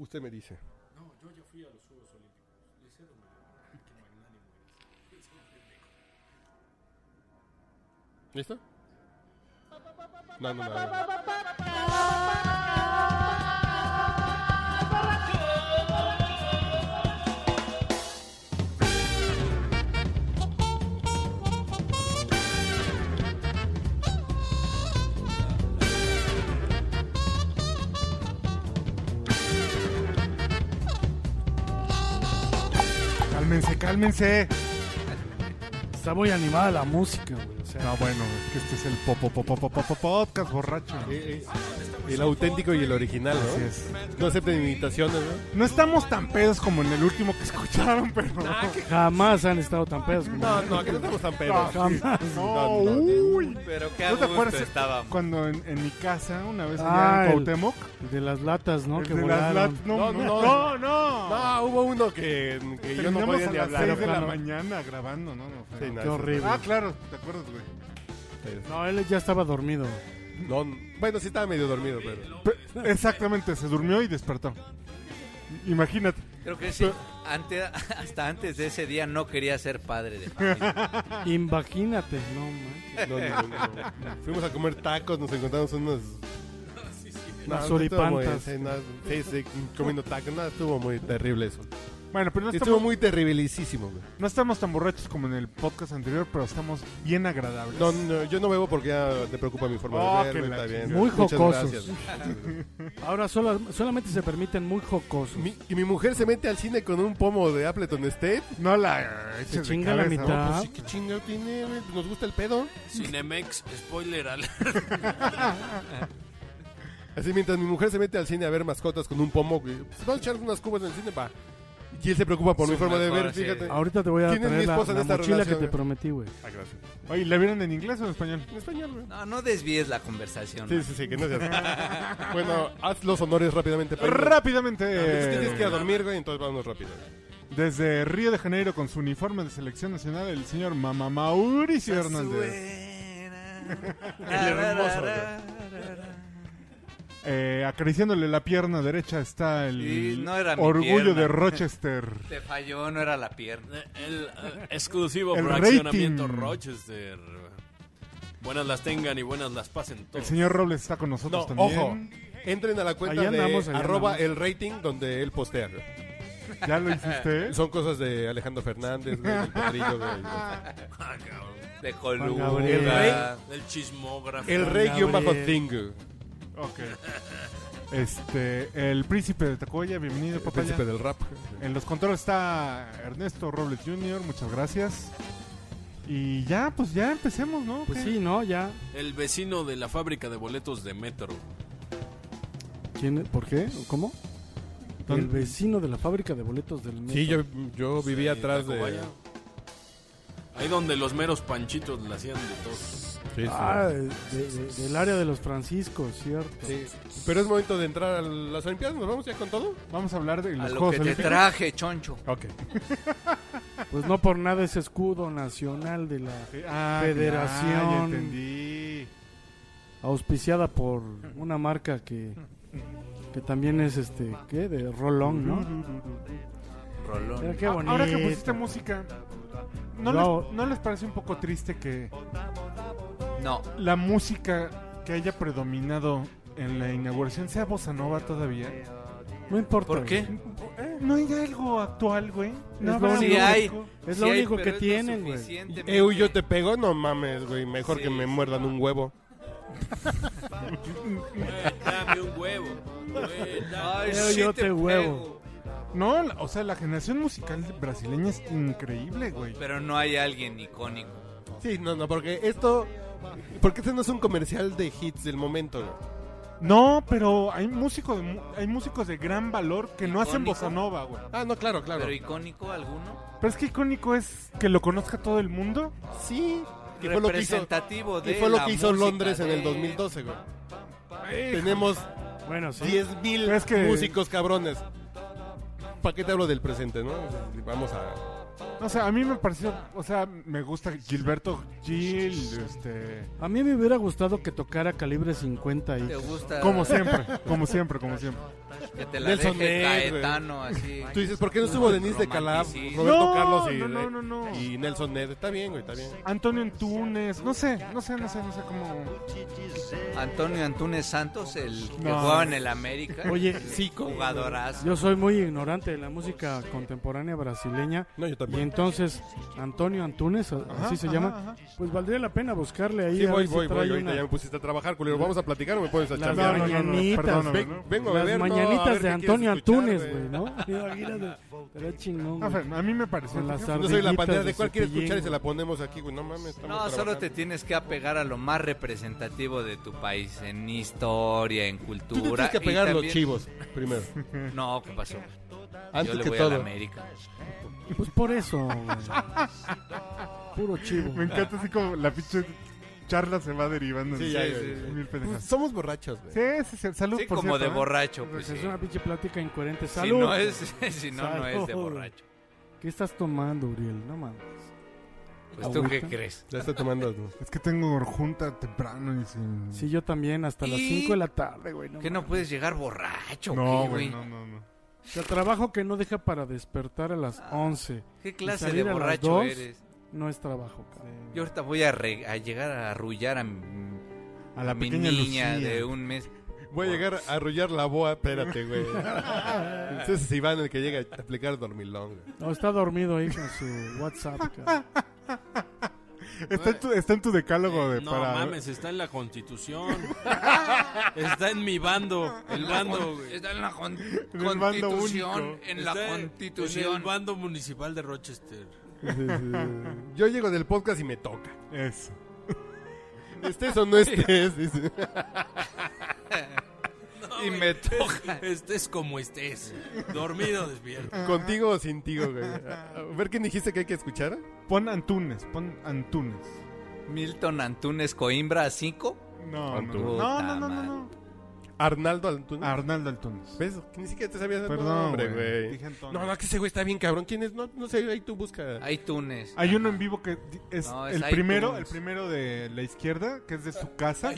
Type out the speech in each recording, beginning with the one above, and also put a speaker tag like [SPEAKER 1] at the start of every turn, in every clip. [SPEAKER 1] usted me dice.
[SPEAKER 2] No, yo ya fui a los Juegos Olímpicos. Le cedo mi honor. Qué magnánimo eres. Es un pendejo.
[SPEAKER 1] ¿Listo? No, no, no, no, no.
[SPEAKER 3] Cálmense, cálmense. Está muy animada la música, güey. O sea,
[SPEAKER 4] No, bueno, es que este es el popo, popo, popo, popo, podcast borracho.
[SPEAKER 1] Eh, eh, El auténtico y el original,
[SPEAKER 4] Así
[SPEAKER 1] ¿no?
[SPEAKER 4] es.
[SPEAKER 1] No acepten imitaciones, ¿no?
[SPEAKER 4] No estamos tan pedos como en el último que escucharon, pero.
[SPEAKER 3] jamás han estado tan pedos como
[SPEAKER 1] No, no, que no estamos tan pedos.
[SPEAKER 3] jamás.
[SPEAKER 4] No, uy.
[SPEAKER 5] Pero qué a
[SPEAKER 4] ¿No te
[SPEAKER 5] gusto
[SPEAKER 4] acuerdas
[SPEAKER 5] estábamos.
[SPEAKER 4] cuando en, en mi casa, una vez
[SPEAKER 3] Ah,
[SPEAKER 4] allá
[SPEAKER 3] el-
[SPEAKER 4] en Cuauhtémoc,
[SPEAKER 3] El De las latas, ¿no?
[SPEAKER 4] el
[SPEAKER 3] Que
[SPEAKER 4] de las
[SPEAKER 3] volaron.
[SPEAKER 4] lat- no,
[SPEAKER 1] No,
[SPEAKER 4] no,
[SPEAKER 1] no,
[SPEAKER 4] no, no.
[SPEAKER 1] No, hubo uno que, que yo no
[SPEAKER 4] Terminamos
[SPEAKER 1] podía
[SPEAKER 4] a
[SPEAKER 1] ni
[SPEAKER 4] las
[SPEAKER 1] hablar.
[SPEAKER 4] seis de la
[SPEAKER 3] Claro.
[SPEAKER 4] mañana grabando, ¿no? no,
[SPEAKER 1] Sí,
[SPEAKER 4] fue-
[SPEAKER 1] no,
[SPEAKER 3] Qué
[SPEAKER 1] eso-
[SPEAKER 3] horrible.
[SPEAKER 4] Ah, claro, ¿te acuerdas, güey?
[SPEAKER 3] No, él ya estaba dormido.
[SPEAKER 1] No, bueno, sí estaba medio dormido, pero.
[SPEAKER 4] Pe- Exactamente, se durmió y despertó. Imagínate.
[SPEAKER 5] Creo que sí. Ante- hasta antes de ese día no quería ser padre de familia.
[SPEAKER 1] Ah.
[SPEAKER 3] Imagínate, no, manches.
[SPEAKER 1] No, no, no, no. Fuimos a comer tacos, nos encontramos unas. No,
[SPEAKER 3] Unas
[SPEAKER 1] no estuvo muy-
[SPEAKER 3] oripantas.
[SPEAKER 1] sí, no, sí, sí, comiendo tacos. No, estuvo muy terrible eso.
[SPEAKER 4] Bueno, pero no
[SPEAKER 1] Estuvo
[SPEAKER 4] estamos,
[SPEAKER 1] muy terribilicísimo, güey.
[SPEAKER 4] no estamos tan borrachos como en el podcast anterior, pero estamos bien agradables.
[SPEAKER 1] No, no, yo no bebo porque ya te preocupa mi forma
[SPEAKER 4] Oh,
[SPEAKER 1] de
[SPEAKER 4] qué
[SPEAKER 1] ver,
[SPEAKER 4] la
[SPEAKER 1] está bien.
[SPEAKER 4] chingada.
[SPEAKER 3] Muy
[SPEAKER 1] Muchas
[SPEAKER 3] jocosos.
[SPEAKER 1] gracias.
[SPEAKER 3] Ahora sola- solamente se permiten muy jocosos.
[SPEAKER 1] Mi- y mi mujer se mete al cine con un pomo de Appleton State.
[SPEAKER 4] No la eches
[SPEAKER 3] Se
[SPEAKER 4] de
[SPEAKER 3] chinga la
[SPEAKER 4] cabeza, ¿no?
[SPEAKER 3] mitad.
[SPEAKER 1] Pues sí, qué chingado tiene, güey. Nos gusta el pedo.
[SPEAKER 6] Cinemex, spoiler alert.
[SPEAKER 1] Así mientras mi mujer se mete al cine a ver mascotas con un pomo, güey, se va a echar unas cubas en el cine, va. Y él se preocupa por
[SPEAKER 5] Su
[SPEAKER 1] mi forma de
[SPEAKER 5] mejor,
[SPEAKER 1] ver,
[SPEAKER 5] sí.
[SPEAKER 1] fíjate.
[SPEAKER 3] Ahorita te voy a
[SPEAKER 1] ¿Quién es mi
[SPEAKER 3] traer la,
[SPEAKER 1] esposa en
[SPEAKER 3] la
[SPEAKER 1] esta
[SPEAKER 3] mochila
[SPEAKER 1] relación, eh?
[SPEAKER 3] que te
[SPEAKER 1] güey?
[SPEAKER 3] prometí, güey.
[SPEAKER 4] Pues, Oye, ¿la vieron en inglés o en español?
[SPEAKER 1] En español, güey.
[SPEAKER 5] No, no desvíes la conversación.
[SPEAKER 1] Sí, sí, sí, que no seas. bueno, haz los honores rápidamente. Peña.
[SPEAKER 4] Rápidamente,
[SPEAKER 1] Es que Tienes que ir a dormir, güey, entonces vámonos rápido.
[SPEAKER 3] Pues
[SPEAKER 4] desde Río de Janeiro con su uniforme de selección nacional, el señor Mama Mauricio Hernández.
[SPEAKER 1] hermoso,
[SPEAKER 4] Eh, acariciándole la pierna derecha está
[SPEAKER 5] Y
[SPEAKER 4] el
[SPEAKER 5] no era mi
[SPEAKER 4] orgullo
[SPEAKER 5] pierna.
[SPEAKER 4] de Rochester.
[SPEAKER 5] Te falló, no era la pierna.
[SPEAKER 6] El eh, exclusivo
[SPEAKER 4] El
[SPEAKER 6] fraccionamiento
[SPEAKER 4] rating.
[SPEAKER 6] Rochester. Buenas las tengan y buenas las pasen
[SPEAKER 4] El
[SPEAKER 6] todos.
[SPEAKER 4] señor Robles está con
[SPEAKER 1] No,
[SPEAKER 4] nosotros también.
[SPEAKER 1] ojo. Entren a la cuenta
[SPEAKER 3] Ahí andamos,
[SPEAKER 1] de
[SPEAKER 3] ahí
[SPEAKER 1] arroba
[SPEAKER 3] andamos.
[SPEAKER 1] el rating donde él postea. güey.
[SPEAKER 4] ¿Ya lo hiciste?
[SPEAKER 1] Son cosas de Alejandro Fernández, güey, del potrillo, güey.
[SPEAKER 6] Ah, cabrón.
[SPEAKER 5] De
[SPEAKER 3] El
[SPEAKER 5] columna.
[SPEAKER 3] rey.
[SPEAKER 6] El chismógrafo.
[SPEAKER 1] El rey guión bajo thing.
[SPEAKER 4] Ok. Este, el príncipe de Tacoya, bienvenido,
[SPEAKER 1] El
[SPEAKER 4] papá.
[SPEAKER 1] príncipe del rap.
[SPEAKER 4] En los controles está Ernesto Robles Jr., muchas gracias. Y ya, pues ya empecemos, ¿no?
[SPEAKER 3] Pues
[SPEAKER 4] ¿Qué?
[SPEAKER 3] sí, ¿no? Ya.
[SPEAKER 6] El vecino de la fábrica de boletos de Metro.
[SPEAKER 3] ¿Quién, ¿Por qué? ¿Cómo?
[SPEAKER 4] ¿Dónde?
[SPEAKER 3] El vecino de la fábrica de boletos del metro.
[SPEAKER 1] Sí, yo, yo vivía
[SPEAKER 6] Sí,
[SPEAKER 1] atrás de...
[SPEAKER 6] Tacubaya. Ahí donde los meros panchitos la hacían de todos.
[SPEAKER 1] Sí, sí.
[SPEAKER 3] Ah, de- de- del área de los Franciscos, ¿cierto?
[SPEAKER 1] Sí. Pero es momento de entrar a las Olimpiadas. ¿Nos vamos ya con todo?
[SPEAKER 4] Vamos a hablar de
[SPEAKER 5] A
[SPEAKER 4] los
[SPEAKER 5] lo
[SPEAKER 4] Juegos
[SPEAKER 5] que te
[SPEAKER 4] Olímpicos.
[SPEAKER 5] traje, choncho.
[SPEAKER 1] Ok.
[SPEAKER 3] Pues no por nada ese escudo nacional de la
[SPEAKER 4] Sí, ah,
[SPEAKER 3] Federación.
[SPEAKER 4] ya, ya entendí.
[SPEAKER 3] auspiciada por una marca que que también es este, ¿qué? De Rolón,
[SPEAKER 4] Mm,
[SPEAKER 3] ¿no?
[SPEAKER 5] Rolón.
[SPEAKER 3] Pero qué
[SPEAKER 4] Ah,
[SPEAKER 3] bonito.
[SPEAKER 4] Ahora que pusiste música, ¿no,
[SPEAKER 3] No.
[SPEAKER 4] Les, ¿no les parece un poco triste que
[SPEAKER 5] No.
[SPEAKER 4] la música que haya predominado en la inauguración sea bossa nova todavía?
[SPEAKER 3] No importa.
[SPEAKER 5] ¿Por qué?
[SPEAKER 3] güey.
[SPEAKER 4] Eh, ¿No hay algo actual, güey?
[SPEAKER 3] lo
[SPEAKER 4] No, habrá
[SPEAKER 3] único
[SPEAKER 5] Sí
[SPEAKER 4] algo
[SPEAKER 5] hay.
[SPEAKER 4] fresco?
[SPEAKER 3] Es
[SPEAKER 5] sí
[SPEAKER 3] lo
[SPEAKER 5] hay,
[SPEAKER 3] único
[SPEAKER 5] pero
[SPEAKER 3] que
[SPEAKER 5] es lo
[SPEAKER 3] tienen, güey.
[SPEAKER 5] suficientemente-
[SPEAKER 1] Eu, Eh, yo te pego. No mames, güey. Mejor
[SPEAKER 5] Sí.
[SPEAKER 1] que me muerdan un huevo.
[SPEAKER 6] Güey, Eh, dame un huevo. Güey, dame-
[SPEAKER 5] Ay,
[SPEAKER 3] Eu,
[SPEAKER 5] sí
[SPEAKER 3] yo te
[SPEAKER 5] pego.
[SPEAKER 3] huevo.
[SPEAKER 4] No, la- o sea, la generación musical brasileña es increíble, güey.
[SPEAKER 5] Pero no hay alguien icónico.
[SPEAKER 1] Sí, no, no, porque esto... Porque este no es un comercial de hits del momento, güey.
[SPEAKER 4] No, pero hay músicos de, mu- hay músicos de gran valor que no hacen
[SPEAKER 5] Icónico.
[SPEAKER 4] bossa nova, güey.
[SPEAKER 1] Ah, no, claro, claro.
[SPEAKER 5] Pero icónico alguno.
[SPEAKER 4] Pero es que icónico es que lo conozca todo el mundo.
[SPEAKER 1] Sí. Y fue lo que hizo,
[SPEAKER 5] Representativo
[SPEAKER 1] y
[SPEAKER 5] de
[SPEAKER 1] fue lo
[SPEAKER 5] la
[SPEAKER 1] que hizo
[SPEAKER 5] música
[SPEAKER 1] Londres en
[SPEAKER 5] de-
[SPEAKER 1] el 2012, güey. Tenemos
[SPEAKER 3] Bueno, sí.
[SPEAKER 1] 10.000
[SPEAKER 4] Pero es que-
[SPEAKER 1] músicos cabrones. ¿Para qué te hablo del presente, no? Vamos a...
[SPEAKER 4] O sea, a mí me pareció, o sea, me gusta Gilberto Gil, este,
[SPEAKER 3] A mí me hubiera gustado que tocara calibre 50 ahí.
[SPEAKER 5] ¿Te gusta?
[SPEAKER 4] como siempre, como siempre, como siempre.
[SPEAKER 5] Que te la
[SPEAKER 1] Nelson Ned,
[SPEAKER 5] deje
[SPEAKER 1] güey.
[SPEAKER 5] Caetano, así.
[SPEAKER 1] Tú dices, ¿por qué no estuvo Denise de Calab,
[SPEAKER 5] Romanticismo.
[SPEAKER 1] Roberto
[SPEAKER 4] No,
[SPEAKER 1] Carlos y,
[SPEAKER 4] no, no, no, no.
[SPEAKER 1] y Nelson Ned? Está bien, güey, está bien.
[SPEAKER 4] Antonio Antunes, no sé, no sé, no sé, no sé cómo.
[SPEAKER 5] Antonio Antunes Santos, el que
[SPEAKER 4] No.
[SPEAKER 5] jugaba en el América.
[SPEAKER 3] Oye,
[SPEAKER 5] sí, jugadorazo.
[SPEAKER 3] Yo soy muy ignorante de la música contemporánea brasileña.
[SPEAKER 1] No, yo
[SPEAKER 3] Y
[SPEAKER 1] también.
[SPEAKER 3] entonces, Antonio Antunes, a-
[SPEAKER 4] Ajá,
[SPEAKER 3] así se
[SPEAKER 4] ajá,
[SPEAKER 3] llama.
[SPEAKER 4] ajá.
[SPEAKER 3] Pues valdría la pena buscarle ahí.
[SPEAKER 1] Sí,
[SPEAKER 3] a
[SPEAKER 1] voy,
[SPEAKER 3] ver si
[SPEAKER 1] voy,
[SPEAKER 3] trae
[SPEAKER 1] voy. Ahorita
[SPEAKER 3] una-
[SPEAKER 1] ya me pusiste a trabajar, culero. ¿Vamos a platicar o me pones a
[SPEAKER 3] Las
[SPEAKER 1] chambear?
[SPEAKER 4] no, no, no,
[SPEAKER 3] mañanitas,
[SPEAKER 4] perdóname,
[SPEAKER 1] Ven-
[SPEAKER 4] ¿no?
[SPEAKER 1] vengo a
[SPEAKER 3] Las
[SPEAKER 1] beber. no, a
[SPEAKER 3] mañanitas
[SPEAKER 1] ver
[SPEAKER 3] de
[SPEAKER 1] qué
[SPEAKER 3] Antonio
[SPEAKER 1] quieres escuchar,
[SPEAKER 3] Antunes, güey, ¿no? Imagínate, estaría chingón,
[SPEAKER 4] Ah,
[SPEAKER 3] güey.
[SPEAKER 4] Fer, A mí me pareció.
[SPEAKER 3] Con
[SPEAKER 4] que
[SPEAKER 3] las
[SPEAKER 4] fue-
[SPEAKER 1] Yo soy la bandera de
[SPEAKER 3] Ardillitas
[SPEAKER 1] cuál
[SPEAKER 3] de
[SPEAKER 1] quieres escuchar y
[SPEAKER 3] cepillín,
[SPEAKER 1] se la ponemos aquí, güey. No mames, estamos
[SPEAKER 5] No, solo te
[SPEAKER 1] trabajando.
[SPEAKER 5] tienes que apegar a lo más representativo de tu país, en historia, en
[SPEAKER 1] Tú te
[SPEAKER 5] cultura.
[SPEAKER 1] tienes que
[SPEAKER 5] y
[SPEAKER 1] pegar los
[SPEAKER 5] también-
[SPEAKER 1] chivos primero.
[SPEAKER 5] No, ¿qué pasó?
[SPEAKER 1] Antes
[SPEAKER 5] Yo le
[SPEAKER 1] que
[SPEAKER 5] voy a la
[SPEAKER 1] todo.
[SPEAKER 5] América.
[SPEAKER 3] Pues por eso, güey. Puro chivo.
[SPEAKER 4] Me encanta así como la pinche charla se va derivando. en
[SPEAKER 1] Sí, ya,
[SPEAKER 4] mil-
[SPEAKER 1] ya, ya.
[SPEAKER 4] mil
[SPEAKER 1] Pues
[SPEAKER 4] pendejadas.
[SPEAKER 1] somos borrachos, güey.
[SPEAKER 4] Sí, sí, sí. Salud,
[SPEAKER 5] Sí,
[SPEAKER 4] por
[SPEAKER 5] como de
[SPEAKER 4] cierto, ¿eh?
[SPEAKER 5] borracho, pues
[SPEAKER 3] es
[SPEAKER 5] sí.
[SPEAKER 3] una pinche plática incoherente.
[SPEAKER 5] Si
[SPEAKER 3] Salud.
[SPEAKER 5] no, es, si no, no es de
[SPEAKER 3] Salud.
[SPEAKER 5] borracho.
[SPEAKER 3] ¿Qué estás tomando, Uriel? No mames.
[SPEAKER 5] Pues tú qué
[SPEAKER 3] Agüita.
[SPEAKER 5] crees.
[SPEAKER 1] Ya está tomando.
[SPEAKER 4] Es que tengo junta temprano y sin.
[SPEAKER 3] Sí, yo también, hasta las
[SPEAKER 5] Y-
[SPEAKER 3] 5 de la tarde, güey. No
[SPEAKER 5] ¿Qué no
[SPEAKER 3] mames.
[SPEAKER 5] puedes llegar borracho? o
[SPEAKER 4] no,
[SPEAKER 5] qué,
[SPEAKER 4] güey, no, no, no.
[SPEAKER 3] O sea, trabajo que no deja para despertar a las
[SPEAKER 5] Ah.
[SPEAKER 3] 11.
[SPEAKER 5] ¿Qué clase de
[SPEAKER 3] salir a las
[SPEAKER 5] borracho
[SPEAKER 3] dos?
[SPEAKER 5] eres?
[SPEAKER 3] No es trabajo, cabrón.
[SPEAKER 5] Yo ahorita voy a, re- a llegar a arrullar a mi,
[SPEAKER 4] A la
[SPEAKER 5] mi
[SPEAKER 4] pequeña
[SPEAKER 5] niña
[SPEAKER 4] Lucía.
[SPEAKER 5] de un mes.
[SPEAKER 1] Voy a llegar a arrollar la boa. Espérate, güey. Entonces es Iván el que llega a aplicar dormilón, güey.
[SPEAKER 3] No, está dormido ahí con su WhatsApp, cabrón.
[SPEAKER 4] Está en tu, está en tu decálogo de
[SPEAKER 6] No
[SPEAKER 4] para.
[SPEAKER 6] mames, está en la constitución. está en mi bando. El bando, güey.
[SPEAKER 5] Está en la con-
[SPEAKER 4] el bando
[SPEAKER 5] constitución.
[SPEAKER 4] único.
[SPEAKER 5] En la
[SPEAKER 6] Está En el
[SPEAKER 5] constitución.
[SPEAKER 6] bando municipal de Rochester.
[SPEAKER 1] Yo llego del podcast y me toca.
[SPEAKER 4] Eso.
[SPEAKER 1] Estés o no este? estés, dice.
[SPEAKER 5] y me toca.
[SPEAKER 6] Ah, Estés como estés. Dormido, despierto.
[SPEAKER 1] Contigo o sin ti, güey. A ver quién dijiste que hay que escuchar.
[SPEAKER 4] Pon Antunes, pon Antunes.
[SPEAKER 5] Milton Antunes Coimbra 5.
[SPEAKER 4] No, no,
[SPEAKER 1] Antunes.
[SPEAKER 4] no, no, no, no, no.
[SPEAKER 1] Arnaldo Antunes.
[SPEAKER 4] Arnaldo Antunes.
[SPEAKER 1] ¿Ves? Que Ni siquiera te sabías el
[SPEAKER 4] Perdón,
[SPEAKER 1] nombre,
[SPEAKER 4] güey.
[SPEAKER 1] güey.
[SPEAKER 4] Dije Antonio.
[SPEAKER 1] No, no, que ese güey está bien cabrón. ¿Quién es? No, no sé, ahí tú busca.
[SPEAKER 5] Hay Tunes.
[SPEAKER 4] Hay uno en vivo que di- es,
[SPEAKER 5] No, es
[SPEAKER 4] el
[SPEAKER 5] iTunes.
[SPEAKER 4] primero, el primero de la izquierda, que es de su casa.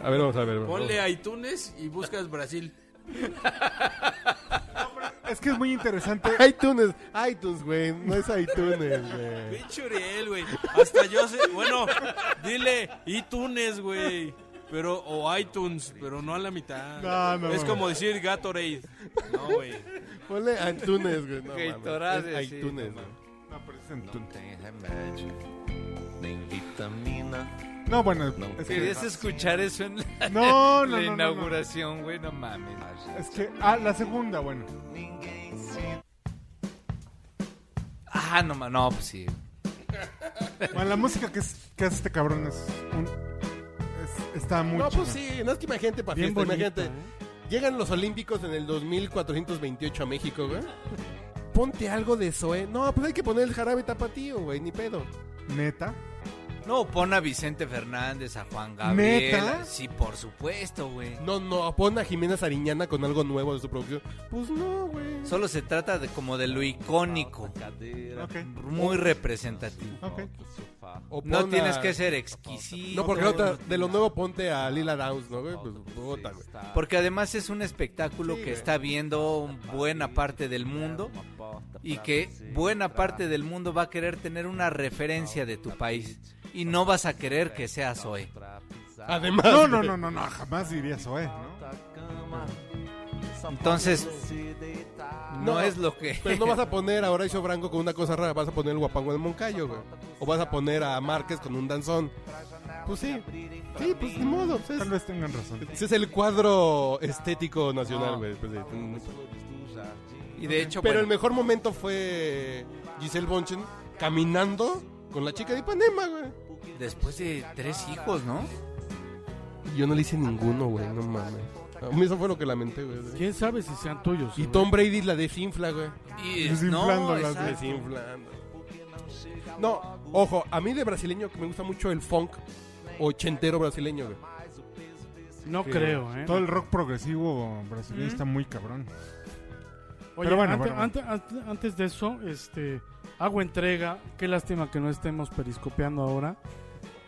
[SPEAKER 1] A ver, vamos a ver. vamos.
[SPEAKER 6] Ponle a iTunes y buscas Brasil.
[SPEAKER 4] Es que es muy interesante.
[SPEAKER 1] iTunes, iTunes, güey. No es iTunes, güey.
[SPEAKER 6] Pinche Uriel, güey. Hasta yo sé. Bueno, dile iTunes, güey. Pero, o iTunes, pero no a la mitad.
[SPEAKER 4] No, no,
[SPEAKER 6] es
[SPEAKER 4] no.
[SPEAKER 6] como decir Gatorade. No, güey.
[SPEAKER 1] Ponle Antunes, güey. No, mames.
[SPEAKER 5] Gatorade,
[SPEAKER 1] Es
[SPEAKER 5] sí,
[SPEAKER 1] iTunes,
[SPEAKER 5] no
[SPEAKER 1] güey.
[SPEAKER 4] No, pero es Antunes.
[SPEAKER 7] nem vitamina.
[SPEAKER 4] No, bueno, es que,
[SPEAKER 5] Querías escuchar eso en la,
[SPEAKER 4] no, no, no,
[SPEAKER 5] la
[SPEAKER 4] no, no.
[SPEAKER 5] inauguración, güey, no mames.
[SPEAKER 4] Es que, ah, la segunda, bueno.
[SPEAKER 5] Ah, no mames, no, pues sí.
[SPEAKER 4] Bueno, la música que, es- que hace este cabrón es, un- es- está muy
[SPEAKER 1] No, pues
[SPEAKER 4] chida.
[SPEAKER 1] sí, no es que imagínate para
[SPEAKER 3] Bien
[SPEAKER 1] fiesta,
[SPEAKER 3] bonita,
[SPEAKER 1] imagínate.
[SPEAKER 3] ¿eh?
[SPEAKER 1] Llegan los Olímpicos en el 2428 a México, güey. Ponte algo de Zoé. No, pues hay que poner el jarabe tapatío, güey, ni pedo.
[SPEAKER 4] Neta.
[SPEAKER 5] No, pon a Vicente Fernández, a Juan Gabriel.
[SPEAKER 4] ¿Neta?
[SPEAKER 5] Sí, por supuesto, güey.
[SPEAKER 1] No, no, pon a Jimena Sariñana con algo nuevo de su producción. Pues no, güey.
[SPEAKER 5] Solo se trata de como de lo icónico,
[SPEAKER 4] Ok,
[SPEAKER 5] muy representativo. Pues,
[SPEAKER 4] ok.
[SPEAKER 1] O pon
[SPEAKER 5] No
[SPEAKER 1] a-
[SPEAKER 5] tienes que ser exquisito.
[SPEAKER 1] No, porque la otra, de lo nuevo ponte a Lila Downs, ¿no, güey? Pues puta, güey.
[SPEAKER 5] Porque además es un espectáculo
[SPEAKER 1] Sí,
[SPEAKER 5] que
[SPEAKER 1] güey.
[SPEAKER 5] está viendo buena parte del mundo y que buena parte del mundo va a querer tener una referencia de tu país y no vas a querer que seas hoy.
[SPEAKER 1] Además.
[SPEAKER 4] No, no,
[SPEAKER 1] güey.
[SPEAKER 4] no, no, no, jamás diría Zoé, ¿no?
[SPEAKER 5] Entonces, no,
[SPEAKER 1] No,
[SPEAKER 5] es lo que...
[SPEAKER 1] Pero Pues no vas a poner a Horacio Branco con una cosa rara, vas a poner el guapango del Moncayo, güey. O vas a poner a Márquez con un danzón. Pues sí. Sí, pues ni modo. pues
[SPEAKER 4] Tal
[SPEAKER 1] es,
[SPEAKER 4] vez tengan razón.
[SPEAKER 1] ese es el cuadro estético nacional, güey. pues sí.
[SPEAKER 5] Y de hecho,
[SPEAKER 1] Pero el
[SPEAKER 5] bueno,
[SPEAKER 1] mejor momento fue Giselle Bonchen caminando con la chica de Ipanema, güey.
[SPEAKER 5] después de tres hijos, ¿no?
[SPEAKER 1] Yo no le hice ninguno, güey, no mames. A mí eso fue lo que lamenté, güey.
[SPEAKER 3] ¿Quién sabe si sean tuyos?
[SPEAKER 1] Y
[SPEAKER 3] güey?
[SPEAKER 1] Tom Brady la desinfla, güey.
[SPEAKER 5] Y
[SPEAKER 4] Desinflando
[SPEAKER 5] no,
[SPEAKER 4] las
[SPEAKER 5] exacto.
[SPEAKER 1] Desinflando. No, ojo, a mí de brasileño me gusta mucho el funk ochentero brasileño, güey.
[SPEAKER 3] No
[SPEAKER 1] Sí.
[SPEAKER 3] creo, ¿eh?
[SPEAKER 4] Todo el rock progresivo brasileño está muy cabrón.
[SPEAKER 3] Oye,
[SPEAKER 4] Pero bueno,
[SPEAKER 3] ante-
[SPEAKER 4] bueno,
[SPEAKER 3] ante- ante- antes de eso, este, hago entrega. Qué lástima que no estemos periscopeando ahora.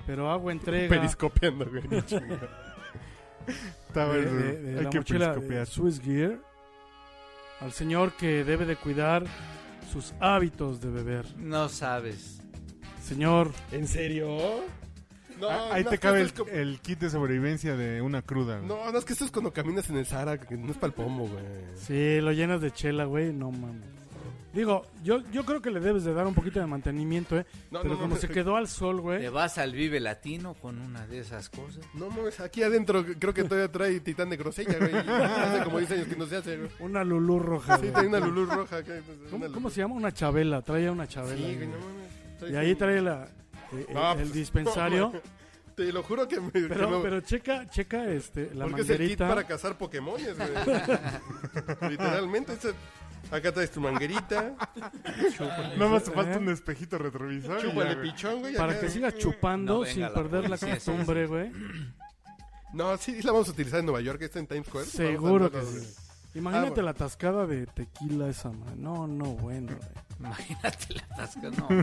[SPEAKER 3] Pero hago entrega.
[SPEAKER 1] Periscopiando, güey.
[SPEAKER 4] Está
[SPEAKER 3] de,
[SPEAKER 4] Ah, bueno.
[SPEAKER 3] de- de
[SPEAKER 4] Hay
[SPEAKER 3] la
[SPEAKER 4] que
[SPEAKER 3] mochila de
[SPEAKER 4] periscopear.
[SPEAKER 3] Swiss Gear al señor que debe de cuidar sus hábitos de beber.
[SPEAKER 5] No sabes.
[SPEAKER 3] Señor,
[SPEAKER 7] ¿En serio?
[SPEAKER 1] No,
[SPEAKER 4] Ah, Ahí
[SPEAKER 1] no,
[SPEAKER 4] te
[SPEAKER 1] es que
[SPEAKER 4] cabe el,
[SPEAKER 1] esto es
[SPEAKER 4] el kit de sobrevivencia de una cruda.
[SPEAKER 3] eh.
[SPEAKER 4] güey.
[SPEAKER 1] como- No, no, es que esto es cuando caminas en el Sahara, que no es para el pomo, güey.
[SPEAKER 3] si lo llenas de chela, güey, no mames. Digo, yo, yo creo que le debes de dar un poquito de mantenimiento, eh.
[SPEAKER 1] No, no,
[SPEAKER 3] pero
[SPEAKER 1] no,
[SPEAKER 3] como
[SPEAKER 1] no,
[SPEAKER 3] se
[SPEAKER 1] no,
[SPEAKER 3] quedó al sol, güey.
[SPEAKER 5] Te vas al Vive Latino con una de esas cosas.
[SPEAKER 1] No mames, aquí adentro creo que todavía trae titán de grosella, güey. Hace como 10 años que no se hace, güey.
[SPEAKER 3] Una lulú roja.
[SPEAKER 1] Sí,
[SPEAKER 3] güey.
[SPEAKER 1] trae una lulú roja. que- una
[SPEAKER 3] ¿Cómo,
[SPEAKER 1] lulú.
[SPEAKER 3] cómo se llama? Una chabela. Traía una chabela.
[SPEAKER 1] Sí,
[SPEAKER 3] güey.
[SPEAKER 1] güey, no mames.
[SPEAKER 3] y ahí trae la, eh, el,
[SPEAKER 1] Ah,
[SPEAKER 3] el
[SPEAKER 1] pues,
[SPEAKER 3] dispensario.
[SPEAKER 1] Te lo juro que me... que
[SPEAKER 3] Pero,
[SPEAKER 1] me-
[SPEAKER 3] pero checa, checa este, la
[SPEAKER 1] porque es el kit
[SPEAKER 3] manguerita.
[SPEAKER 1] para cazar pokemones, güey. Literalmente, ese- acá traes tu manguerita,
[SPEAKER 3] Eh,
[SPEAKER 4] Nada más te falta un espejito retrovisor. y ya,
[SPEAKER 1] chúpale
[SPEAKER 4] güey.
[SPEAKER 1] pichón, güey.
[SPEAKER 3] Para
[SPEAKER 1] acá.
[SPEAKER 3] que siga chupando
[SPEAKER 5] No, venga,
[SPEAKER 3] sin
[SPEAKER 5] la
[SPEAKER 3] perder la
[SPEAKER 5] policía, sí, sí, Ah,
[SPEAKER 3] costumbre, güey.
[SPEAKER 1] No, sí, la vamos a utilizar en Nueva York, está en Times Square. Vamos a
[SPEAKER 3] Seguro que
[SPEAKER 1] andarla, güey.
[SPEAKER 3] sí. Imagínate
[SPEAKER 1] Ah, bueno.
[SPEAKER 3] la tascada de tequila esa, man. No, no, bueno. güey.
[SPEAKER 5] Imagínate la tasca, no. Una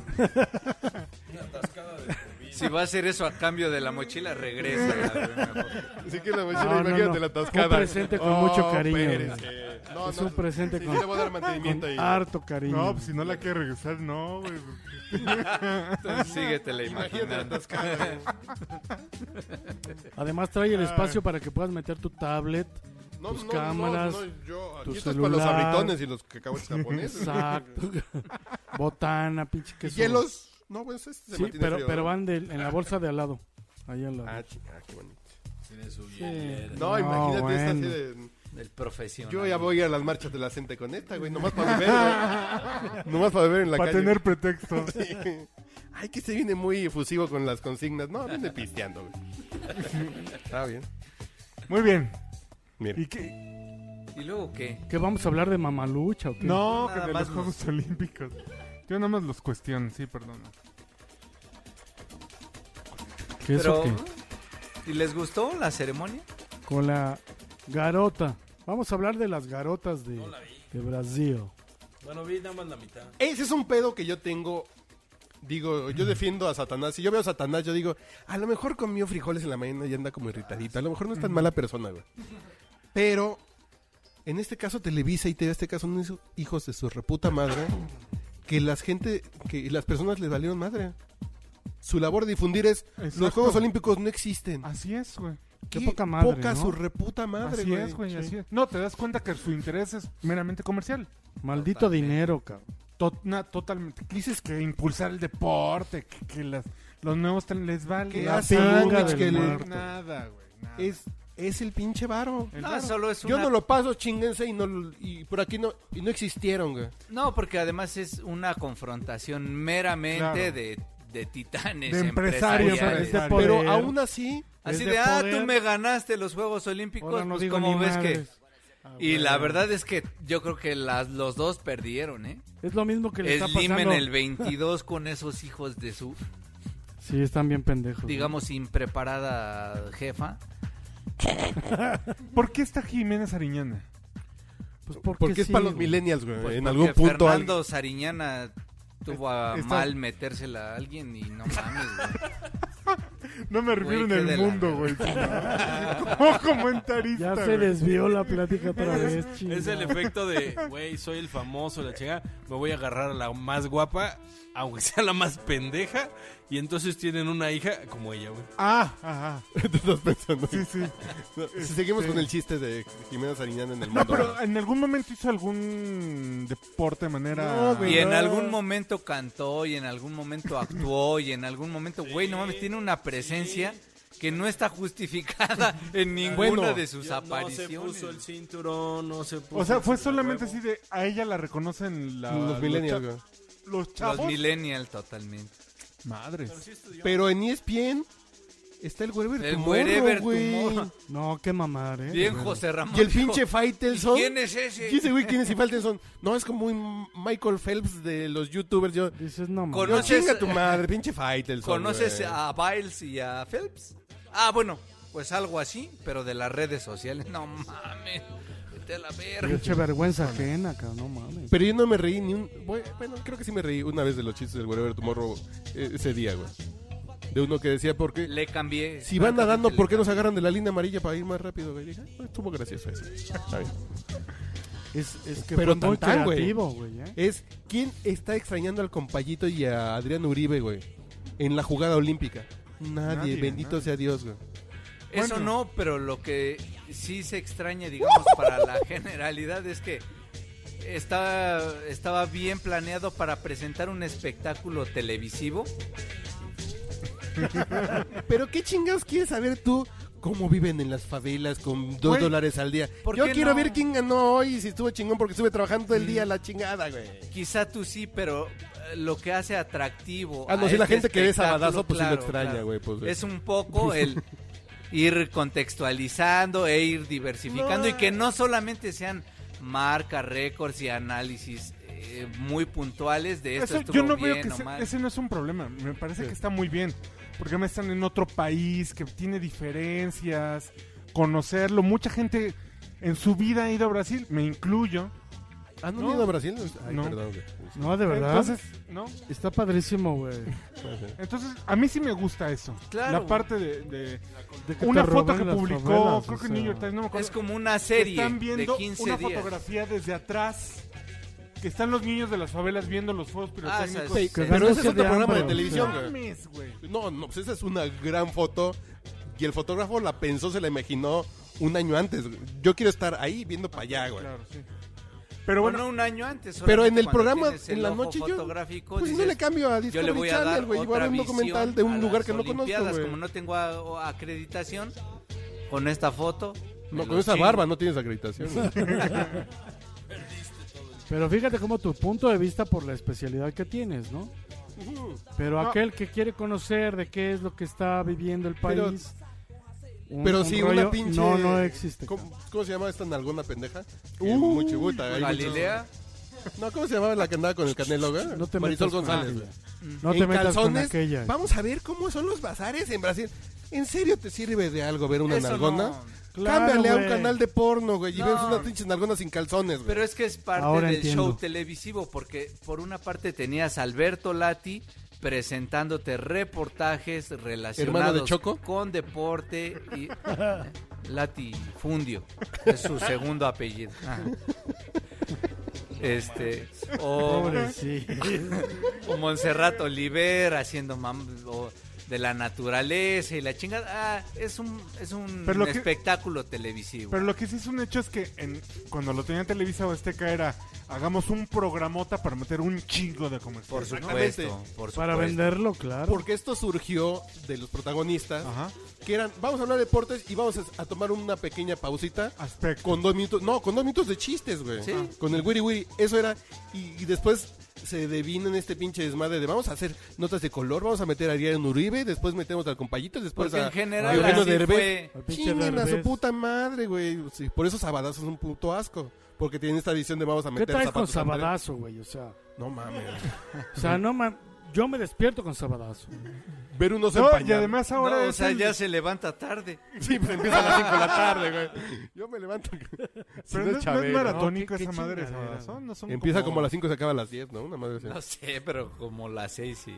[SPEAKER 5] tascada de Si va a hacer eso a cambio de la mochila, regresa. la- mejor.
[SPEAKER 1] Así que la mochila,
[SPEAKER 3] No, no,
[SPEAKER 1] imagínate
[SPEAKER 3] no.
[SPEAKER 1] la atascada.
[SPEAKER 3] Un presente con mucho cariño,
[SPEAKER 1] Pérez,
[SPEAKER 3] güey.
[SPEAKER 1] eh, no,
[SPEAKER 3] es
[SPEAKER 1] no,
[SPEAKER 3] un presente
[SPEAKER 1] sí,
[SPEAKER 3] con,
[SPEAKER 1] sí le voy a dar mantenimiento
[SPEAKER 3] con
[SPEAKER 1] ahí.
[SPEAKER 3] harto cariño.
[SPEAKER 4] No, pues si no la quiere regresar, no, güey.
[SPEAKER 5] Entonces, síguetela
[SPEAKER 1] Imagínate la
[SPEAKER 5] imaginando.
[SPEAKER 1] atascada, güey.
[SPEAKER 3] Además trae
[SPEAKER 1] Ah.
[SPEAKER 3] el espacio para que puedas meter tu tablet.
[SPEAKER 1] No,
[SPEAKER 3] Tus
[SPEAKER 1] no,
[SPEAKER 3] cámaras,
[SPEAKER 1] no, no, yo,
[SPEAKER 3] tu
[SPEAKER 1] aquí esto es para los
[SPEAKER 3] celular.
[SPEAKER 1] abritones y los cacahuetes japoneses.
[SPEAKER 3] Exacto. Botana, pinche
[SPEAKER 1] ¿Y
[SPEAKER 3] queso.
[SPEAKER 1] hielos? No, pues este se
[SPEAKER 3] Sí,
[SPEAKER 1] mantiene
[SPEAKER 3] pero,
[SPEAKER 1] frío,
[SPEAKER 3] pero
[SPEAKER 1] ¿no?
[SPEAKER 3] van del- en la bolsa de al lado. Ahí al lado.
[SPEAKER 1] Ah, chingada, qué bonito.
[SPEAKER 6] Tiene su
[SPEAKER 3] Sí.
[SPEAKER 6] hielera.
[SPEAKER 1] No, imagínate
[SPEAKER 3] bueno.
[SPEAKER 1] esta así de...
[SPEAKER 5] El profesional.
[SPEAKER 1] Yo ya voy a las marchas de la gente con esta, güey, nomás para beber, güey. Nomás para beber en la
[SPEAKER 4] Para
[SPEAKER 1] calle.
[SPEAKER 4] tener pretexto.
[SPEAKER 1] Sí. Ay, que se viene muy efusivo con las consignas. No, viene pisteando, güey. Está bien.
[SPEAKER 4] Muy bien.
[SPEAKER 1] Mira.
[SPEAKER 4] ¿Y qué?
[SPEAKER 5] ¿Y luego qué?
[SPEAKER 3] ¿Qué vamos a hablar de mamalucha o qué?
[SPEAKER 4] No, que
[SPEAKER 5] Nada
[SPEAKER 4] de
[SPEAKER 5] más
[SPEAKER 4] los Juegos Olímpicos. Yo nada más los cuestiono, sí, perdón.
[SPEAKER 3] ¿Qué es o
[SPEAKER 5] Pero,
[SPEAKER 3] qué?
[SPEAKER 5] ¿Y les gustó la ceremonia?
[SPEAKER 1] Pues
[SPEAKER 3] Con la garota. Vamos a hablar de las garotas de,
[SPEAKER 6] No la vi.
[SPEAKER 3] de Brasil.
[SPEAKER 6] Bueno, vi nada más la mitad.
[SPEAKER 1] Ese es un pedo que yo tengo. Digo, yo defiendo a Satanás. Si yo veo a Satanás, yo digo, a lo mejor comió frijoles en la mañana y anda como irritadita. A lo mejor no es tan mala persona, güey. Pero, en este caso, Televisa y TV Azteca son esos hijos de su reputa madre. Que las gente, que las personas les valieron madre. Su labor de difundir es,
[SPEAKER 4] Exacto. Ah,
[SPEAKER 1] los Juegos Olímpicos no existen.
[SPEAKER 4] Así es, güey.
[SPEAKER 3] Qué poca madre,
[SPEAKER 1] Poca
[SPEAKER 3] ¿no?
[SPEAKER 1] su reputa madre,
[SPEAKER 4] Así
[SPEAKER 1] güey.
[SPEAKER 4] es, güey,
[SPEAKER 3] Sí.
[SPEAKER 4] así es. No, te das cuenta que su interés es meramente comercial.
[SPEAKER 3] Maldito
[SPEAKER 5] Totalmente.
[SPEAKER 3] dinero, cabrón.
[SPEAKER 4] Tot- na- totalmente. ¿Qué Dices que impulsar el deporte, que, que las, los nuevos tren- les vale.
[SPEAKER 1] Que
[SPEAKER 4] la
[SPEAKER 1] hace
[SPEAKER 4] panga
[SPEAKER 1] sándwich
[SPEAKER 4] del
[SPEAKER 1] que le-
[SPEAKER 4] muerto. Nada, güey. nada.
[SPEAKER 1] Es, es el pinche varo.
[SPEAKER 4] El
[SPEAKER 5] No,
[SPEAKER 4] varo.
[SPEAKER 5] solo es una...
[SPEAKER 1] Yo no lo paso, chinguense, y, no, lo- y por aquí no, y no existieron, güey.
[SPEAKER 5] No, porque además es una confrontación meramente
[SPEAKER 4] Claro.
[SPEAKER 5] de, de titanes
[SPEAKER 4] De empresarios,
[SPEAKER 5] empresariales.
[SPEAKER 4] empresarios.
[SPEAKER 3] de
[SPEAKER 4] Pero
[SPEAKER 1] Pero
[SPEAKER 3] poder.
[SPEAKER 1] aún así,
[SPEAKER 5] Así
[SPEAKER 3] Es
[SPEAKER 5] de,
[SPEAKER 3] de
[SPEAKER 5] ah,
[SPEAKER 3] poder.
[SPEAKER 5] tú me ganaste los Juegos Olímpicos,
[SPEAKER 3] Ahora no
[SPEAKER 5] pues
[SPEAKER 3] digo
[SPEAKER 5] como
[SPEAKER 3] ni
[SPEAKER 5] ves que...
[SPEAKER 3] madres.
[SPEAKER 4] Ah,
[SPEAKER 5] Y la verdad es que yo creo que las, los dos perdieron, ¿eh?
[SPEAKER 3] Es lo mismo que le está
[SPEAKER 5] Slim
[SPEAKER 3] pasando.
[SPEAKER 5] en el 22 con esos hijos de su,
[SPEAKER 3] Sí, están bien pendejos. güey.
[SPEAKER 5] digamos, impreparada jefa.
[SPEAKER 4] ¿Por qué está Jiménez Ariñana?
[SPEAKER 3] Pues porque,
[SPEAKER 1] porque es
[SPEAKER 3] sí,
[SPEAKER 1] para los
[SPEAKER 3] güey.
[SPEAKER 1] millennials, güey.
[SPEAKER 5] Pues
[SPEAKER 1] en
[SPEAKER 5] porque
[SPEAKER 1] algún punto.
[SPEAKER 5] Fernando Sariñana tuvo a
[SPEAKER 4] Está-
[SPEAKER 5] mal metérsela a alguien y no mames, güey.
[SPEAKER 4] No me refiero
[SPEAKER 5] Güey,
[SPEAKER 4] en
[SPEAKER 5] qué
[SPEAKER 4] el
[SPEAKER 5] de la
[SPEAKER 4] mundo, güey. sino Como comentarista.
[SPEAKER 3] Ya
[SPEAKER 4] güey.
[SPEAKER 3] se desvió la plática otra vez, chingada.
[SPEAKER 6] Es el efecto de, güey, soy el famoso, la chingada, me voy a agarrar a la más guapa, aunque sea la más pendeja, y entonces tienen una hija como ella, güey.
[SPEAKER 4] Ah, ajá.
[SPEAKER 1] Te estás pensando.
[SPEAKER 4] Sí, sí.
[SPEAKER 1] No, si seguimos con el chiste de Jimena Sariñana en el mundo.
[SPEAKER 4] No, pero en algún momento hizo algún deporte de manera.
[SPEAKER 1] No, güey.
[SPEAKER 5] Y en
[SPEAKER 1] Ah.
[SPEAKER 5] algún momento cantó, y en algún momento actuó, y en algún momento, güey, no mames, tiene una presencia que no está justificada en ninguna
[SPEAKER 1] Bueno,
[SPEAKER 5] de sus apariciones.
[SPEAKER 6] No se puso el cinturón, no se puso.
[SPEAKER 4] O sea, fue
[SPEAKER 6] el
[SPEAKER 4] solamente
[SPEAKER 6] huevo.
[SPEAKER 4] así de. A ella la reconocen la-
[SPEAKER 1] Pues, Ah, Los millennials,
[SPEAKER 4] cha-
[SPEAKER 1] güey.
[SPEAKER 4] Los
[SPEAKER 5] Los
[SPEAKER 4] chavos.
[SPEAKER 5] millennial totalmente.
[SPEAKER 4] Madres.
[SPEAKER 1] Pero en E ESPN está el Wherever
[SPEAKER 5] El
[SPEAKER 1] Tomorrow,
[SPEAKER 5] Wherever
[SPEAKER 1] güey.
[SPEAKER 5] Tomorrow.
[SPEAKER 3] No, qué mamar, eh.
[SPEAKER 5] Bien,
[SPEAKER 3] De
[SPEAKER 5] José Ramón.
[SPEAKER 1] Y el
[SPEAKER 5] dijo,
[SPEAKER 1] pinche
[SPEAKER 5] "¿Y
[SPEAKER 1] Faitelson.
[SPEAKER 5] ¿Quién es ese?
[SPEAKER 1] ¿Quién es ese güey? ¿Quién es ese Faitelson? No, es como un Michael Phelps de los youtubers. Yo,
[SPEAKER 3] veras. Dices, no, mames.
[SPEAKER 1] no
[SPEAKER 5] ¿Conoces-
[SPEAKER 1] chinga tu madre, pinche Faitelson.
[SPEAKER 5] ¿Conoces
[SPEAKER 1] güey.
[SPEAKER 5] a Biles y a Phelps? Ah, bueno, pues algo así, pero de las redes sociales. No mames, vete a la verga.
[SPEAKER 3] Pinche vergüenza ajena, cabrón, no mames.
[SPEAKER 1] Pero yo no me reí ni un... Bueno, creo que sí me reí una vez de los chistes del Wherever Tomorrow eh, ese día, güey. de uno que decía, ¿por qué?
[SPEAKER 5] Le cambié.
[SPEAKER 1] Si van nadando, ¿por qué
[SPEAKER 5] no
[SPEAKER 1] nos agarran de la línea amarilla para ir más rápido? güey? Dije, "Ah, estuvo gracioso eso. Está bien.
[SPEAKER 3] Es, es que
[SPEAKER 1] Pero
[SPEAKER 3] fue muy
[SPEAKER 1] tan, tan, güey.
[SPEAKER 3] creativo, güey. ¿eh?
[SPEAKER 1] Es, ¿quién está extrañando al compayito y a Adrián Uribe, güey? En la jugada olímpica. Nadie,
[SPEAKER 4] Nadie,
[SPEAKER 1] bendito
[SPEAKER 4] nadie.
[SPEAKER 1] sea Dios, güey.
[SPEAKER 5] Eso
[SPEAKER 4] Bueno.
[SPEAKER 5] no, pero lo que sí se extraña, digamos, para la generalidad es que está, estaba bien planeado para presentar un espectáculo televisivo.
[SPEAKER 1] Pero qué chingados quieres saber tú cómo viven en las favelas con dos
[SPEAKER 5] Güey,
[SPEAKER 1] dólares al día.
[SPEAKER 5] ¿por
[SPEAKER 1] Yo
[SPEAKER 5] qué
[SPEAKER 1] quiero
[SPEAKER 5] no?
[SPEAKER 1] ver quién ganó hoy y si estuvo chingón porque estuve trabajando todo el día la chingada, güey.
[SPEAKER 5] Quizá tú sí, pero eh, lo que hace atractivo.
[SPEAKER 1] Ah, no,
[SPEAKER 5] a
[SPEAKER 1] sí, la
[SPEAKER 5] este
[SPEAKER 1] gente que ve
[SPEAKER 5] espectáculo,
[SPEAKER 1] Sabadazo, pues, sí lo extraña, güey, pues, güey.
[SPEAKER 5] es un poco el ir contextualizando e ir diversificando y que no solamente sean marcas, récords y análisis eh, muy puntuales de esto.
[SPEAKER 4] Eso
[SPEAKER 5] estuvo
[SPEAKER 4] yo no
[SPEAKER 5] bien
[SPEAKER 4] veo que
[SPEAKER 5] o
[SPEAKER 4] ese,
[SPEAKER 5] mal.
[SPEAKER 4] ese no es un problema. Me parece
[SPEAKER 1] Sí.
[SPEAKER 4] que está muy bien. Porque me están en otro país que tiene diferencias, conocerlo. Mucha gente en su vida ha ido a Brasil, me incluyo.
[SPEAKER 1] ¿Han
[SPEAKER 4] No.
[SPEAKER 1] unido a Brasil? Ay,
[SPEAKER 4] No.
[SPEAKER 1] perdón, güey.
[SPEAKER 3] No, de verdad.
[SPEAKER 4] Entonces, ¿no?
[SPEAKER 3] Está padrísimo, güey.
[SPEAKER 4] Entonces, a mí sí me gusta eso.
[SPEAKER 5] Claro,
[SPEAKER 4] La
[SPEAKER 5] güey.
[SPEAKER 4] parte de... de-
[SPEAKER 3] De que
[SPEAKER 4] una
[SPEAKER 3] te
[SPEAKER 4] foto
[SPEAKER 3] roban
[SPEAKER 4] que
[SPEAKER 3] las
[SPEAKER 4] publicó,
[SPEAKER 3] favelas,
[SPEAKER 4] creo
[SPEAKER 3] o
[SPEAKER 4] que en New
[SPEAKER 3] sea.
[SPEAKER 4] York Times, no me acuerdo.
[SPEAKER 5] Es como una
[SPEAKER 4] que
[SPEAKER 5] serie
[SPEAKER 4] están viendo
[SPEAKER 5] de 15
[SPEAKER 4] una
[SPEAKER 5] días.
[SPEAKER 4] fotografía desde atrás. Que están los niños de las favelas viendo los fuegos
[SPEAKER 5] Ah, esa
[SPEAKER 4] pirotécnicos.
[SPEAKER 5] es-
[SPEAKER 1] Pero
[SPEAKER 5] esa
[SPEAKER 1] ese es
[SPEAKER 3] noche
[SPEAKER 1] otro
[SPEAKER 3] de
[SPEAKER 1] programa de
[SPEAKER 3] hambre,
[SPEAKER 1] televisión,
[SPEAKER 4] No
[SPEAKER 1] güey.
[SPEAKER 4] mames, güey.
[SPEAKER 1] No, no, pues esa es una gran foto. Y el fotógrafo la pensó, se la imaginó un año antes. Yo quiero estar ahí viendo para allá, güey.
[SPEAKER 4] Claro, sí. Pero
[SPEAKER 5] Bueno,
[SPEAKER 4] bueno,
[SPEAKER 5] un año antes.
[SPEAKER 1] Pero
[SPEAKER 5] solamente
[SPEAKER 1] en el
[SPEAKER 5] cuando
[SPEAKER 1] programa,
[SPEAKER 5] tienes el
[SPEAKER 1] en la
[SPEAKER 5] ojo
[SPEAKER 1] noche yo.
[SPEAKER 5] fotográfico,
[SPEAKER 1] Pues si no
[SPEAKER 5] dices,
[SPEAKER 1] le cambio a
[SPEAKER 5] yo le voy
[SPEAKER 1] Discovery
[SPEAKER 5] a dar
[SPEAKER 1] Channel, güey. Igual
[SPEAKER 5] otra
[SPEAKER 1] un documental de un lugar que no conozco,
[SPEAKER 5] Olimpiadas,
[SPEAKER 1] güey.
[SPEAKER 5] como no tengo a- o- acreditación con esta foto.
[SPEAKER 1] No,
[SPEAKER 5] me lo
[SPEAKER 1] con esa
[SPEAKER 5] chingo.
[SPEAKER 1] barba no tienes acreditación. güey.
[SPEAKER 3] Pero fíjate como tu punto de vista por la especialidad que tienes, ¿no? Pero
[SPEAKER 4] No.
[SPEAKER 3] aquel que quiere conocer de qué es lo que está viviendo el
[SPEAKER 1] Pero-
[SPEAKER 3] país. un-
[SPEAKER 1] Pero
[SPEAKER 3] un
[SPEAKER 1] sí,
[SPEAKER 3] rollo,
[SPEAKER 1] una pinche.
[SPEAKER 3] No, no existe.
[SPEAKER 1] ¿Cómo, cómo se llama esta nalgona pendeja?
[SPEAKER 4] Uy,
[SPEAKER 1] Uh, mucho, puta, hay muchos-
[SPEAKER 5] Galilea,
[SPEAKER 1] No, ¿cómo se llamaba la que andaba con el canelo, güey?
[SPEAKER 3] No te
[SPEAKER 1] Marisol
[SPEAKER 3] metas con
[SPEAKER 1] González,
[SPEAKER 3] aquella.
[SPEAKER 1] güey.
[SPEAKER 3] No te
[SPEAKER 1] en
[SPEAKER 3] metas con
[SPEAKER 1] calzones,
[SPEAKER 3] aquella.
[SPEAKER 1] Vamos a ver cómo son los bazares en Brasil. ¿En serio te sirve de algo ver una
[SPEAKER 5] Eso
[SPEAKER 1] nalgona?
[SPEAKER 5] no.
[SPEAKER 3] Claro,
[SPEAKER 1] Cámbiale a un
[SPEAKER 3] güey.
[SPEAKER 1] canal de porno, güey, y
[SPEAKER 5] No.
[SPEAKER 1] ves una pinche nalgona sin calzones, güey.
[SPEAKER 5] pero es que es parte
[SPEAKER 3] Ahora
[SPEAKER 5] del
[SPEAKER 3] entiendo.
[SPEAKER 5] show televisivo, porque por una parte tenías a Alberto Lati presentándote reportajes relacionados
[SPEAKER 1] ¿Hermano de Choco?
[SPEAKER 5] con deporte y Lati Fundio, es su segundo apellido. Ajá. Este, o
[SPEAKER 4] ¿eh?
[SPEAKER 3] Pobre, sí.
[SPEAKER 5] O Montserrat Oliver haciendo mam- o de la naturaleza y la chingada. Ah, es un, es un
[SPEAKER 4] Pero lo que-
[SPEAKER 5] espectáculo televisivo.
[SPEAKER 4] Pero lo que sí es un hecho es que en- cuando lo tenía Televisa o Azteca era hagamos un programota para meter un chingo de comercial.
[SPEAKER 5] por
[SPEAKER 1] Exactamente.
[SPEAKER 5] supuesto, por
[SPEAKER 3] Para
[SPEAKER 5] supuesto.
[SPEAKER 3] venderlo, claro.
[SPEAKER 1] Porque esto surgió de los protagonistas,
[SPEAKER 4] Ajá.
[SPEAKER 1] que eran, vamos a hablar de deportes y vamos a, a tomar una pequeña pausita
[SPEAKER 4] Aspecto.
[SPEAKER 1] con dos minutos, no, con dos minutos de chistes, güey.
[SPEAKER 5] Sí.
[SPEAKER 1] Ajá. Con el wiri wiri, eso era, y, y después se devino en este pinche desmadre de vamos a hacer notas de color, vamos a meter a Ariel Uribe, después metemos al compayito, después
[SPEAKER 5] Porque
[SPEAKER 1] a
[SPEAKER 5] en general
[SPEAKER 1] a Eugenio
[SPEAKER 5] así
[SPEAKER 1] Derbez.
[SPEAKER 5] fue.
[SPEAKER 3] Al pinche
[SPEAKER 1] Chinguen a su
[SPEAKER 3] Derbez.
[SPEAKER 1] puta madre, güey. Sí, por eso Sabadazo es un puto asco. Porque tienen esta visión de vamos a
[SPEAKER 3] ¿Qué
[SPEAKER 1] meter
[SPEAKER 3] traes con
[SPEAKER 1] zapatos a madre.
[SPEAKER 3] Sabadazo, güey? O sea,
[SPEAKER 1] No mames.
[SPEAKER 3] o sea, no ma- Yo me despierto con Sabadazo.
[SPEAKER 1] Ver unos
[SPEAKER 4] No,
[SPEAKER 1] empañados.
[SPEAKER 4] y además
[SPEAKER 5] No,
[SPEAKER 4] ahora
[SPEAKER 5] o
[SPEAKER 4] es
[SPEAKER 5] sea,
[SPEAKER 4] el-
[SPEAKER 5] ya se levanta tarde.
[SPEAKER 1] Sí, pues empieza a las 5 de la tarde, güey. Yo me levanto. Si
[SPEAKER 4] pero
[SPEAKER 1] no,
[SPEAKER 4] no, no es
[SPEAKER 1] Chabelo.
[SPEAKER 4] maratónico
[SPEAKER 3] No, qué-
[SPEAKER 4] esa
[SPEAKER 3] qué
[SPEAKER 4] madre
[SPEAKER 3] chingadera,
[SPEAKER 4] esa razón, no son
[SPEAKER 1] Empieza como a las 5 y se acaba a las 10, ¿no? Una madre así.
[SPEAKER 5] No sé, pero como las seis y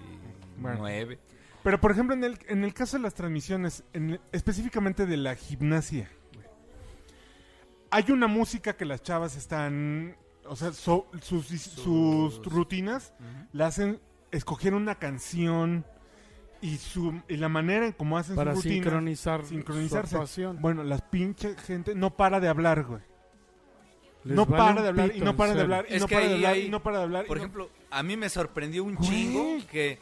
[SPEAKER 4] Bueno.
[SPEAKER 5] nueve.
[SPEAKER 4] Pero por ejemplo en el en el caso de las transmisiones, en- específicamente de la gimnasia. güey, Hay una música que las chavas están, o sea, so- sus, sus
[SPEAKER 5] Sus-
[SPEAKER 4] rutinas la hacen escoger una canción y su y la manera en cómo hacen
[SPEAKER 3] Para
[SPEAKER 4] su rutina.
[SPEAKER 3] sincronizar
[SPEAKER 4] sincronizarse.
[SPEAKER 3] su actuación.
[SPEAKER 4] Bueno, las pinche gente no para de hablar, güey.
[SPEAKER 3] Les
[SPEAKER 4] no
[SPEAKER 3] vale
[SPEAKER 4] para
[SPEAKER 3] un
[SPEAKER 4] de hablar y
[SPEAKER 3] pito,
[SPEAKER 4] no
[SPEAKER 3] en
[SPEAKER 4] para de
[SPEAKER 3] serio.
[SPEAKER 4] hablar y
[SPEAKER 5] Es
[SPEAKER 4] no
[SPEAKER 5] que
[SPEAKER 4] para de
[SPEAKER 5] ahí
[SPEAKER 4] hablar
[SPEAKER 5] hay-
[SPEAKER 4] y no para de hablar.
[SPEAKER 5] Por
[SPEAKER 4] y no-
[SPEAKER 5] ejemplo, a mí me sorprendió un
[SPEAKER 4] Güey.
[SPEAKER 5] chingo que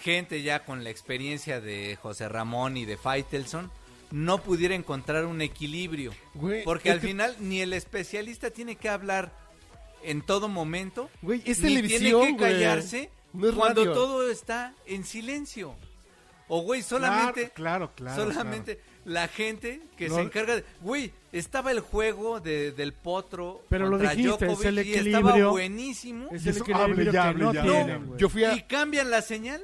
[SPEAKER 5] gente ya con la experiencia de José Ramón y de Faitelson no pudiera encontrar un equilibrio.
[SPEAKER 1] Güey,
[SPEAKER 5] Porque
[SPEAKER 1] es
[SPEAKER 5] al
[SPEAKER 1] que-
[SPEAKER 5] final ni el especialista tiene que hablar en todo momento.
[SPEAKER 1] Güey, es
[SPEAKER 5] ni
[SPEAKER 1] televisión,
[SPEAKER 5] tiene que
[SPEAKER 1] güey.
[SPEAKER 5] callarse
[SPEAKER 1] No es
[SPEAKER 5] cuando
[SPEAKER 1] radio.
[SPEAKER 5] todo está en silencio. O güey,
[SPEAKER 4] Claro,
[SPEAKER 5] solamente
[SPEAKER 4] claro, claro,
[SPEAKER 5] solamente la gente que
[SPEAKER 3] Lo-
[SPEAKER 5] se encarga de, güey, estaba el juego de- del Potro
[SPEAKER 3] Pero lo
[SPEAKER 5] contra
[SPEAKER 3] dijiste, es
[SPEAKER 5] Djokovic
[SPEAKER 3] el
[SPEAKER 5] y estaba
[SPEAKER 3] equilibrio.
[SPEAKER 5] buenísimo
[SPEAKER 3] Es
[SPEAKER 4] Y
[SPEAKER 3] el
[SPEAKER 4] eso
[SPEAKER 3] equilibrio
[SPEAKER 4] hable,
[SPEAKER 3] que
[SPEAKER 4] ya hable,
[SPEAKER 3] no
[SPEAKER 4] ya
[SPEAKER 1] No,
[SPEAKER 3] tienen, güey.
[SPEAKER 1] yo fui a...
[SPEAKER 5] y cambian la señal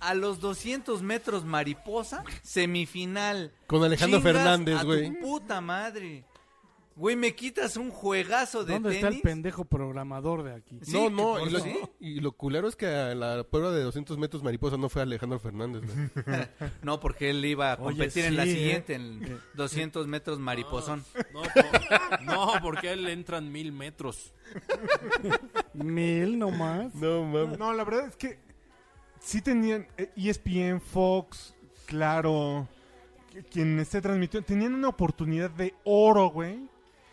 [SPEAKER 5] a los 200 metros mariposa, semifinal.
[SPEAKER 1] Con Alejandro
[SPEAKER 5] Chingas
[SPEAKER 1] Fernández,
[SPEAKER 5] a tu
[SPEAKER 1] güey.
[SPEAKER 5] Puta madre. Güey, me quitas un juegazo de
[SPEAKER 3] ¿Dónde
[SPEAKER 5] tenis.
[SPEAKER 3] está el pendejo programador de aquí?
[SPEAKER 5] Sí,
[SPEAKER 1] no, no,
[SPEAKER 5] que
[SPEAKER 1] y
[SPEAKER 5] por
[SPEAKER 1] lo,
[SPEAKER 5] sí.
[SPEAKER 1] y lo culero es que a la prueba de 200 metros mariposa no fue Alejandro Fernández, güey.
[SPEAKER 5] No, porque él iba a
[SPEAKER 3] Oye,
[SPEAKER 5] competir en la
[SPEAKER 3] sí, ¿eh?
[SPEAKER 5] siguiente, en 200 metros mariposón.
[SPEAKER 6] No, por- no, porque a él le entran mil metros.
[SPEAKER 3] Mil nomás.
[SPEAKER 1] No, mames.
[SPEAKER 4] No, la verdad es que sí tenían eh, ESPN, Fox, Claro, que- quien esté transmitiendo, tenían una oportunidad de oro, güey,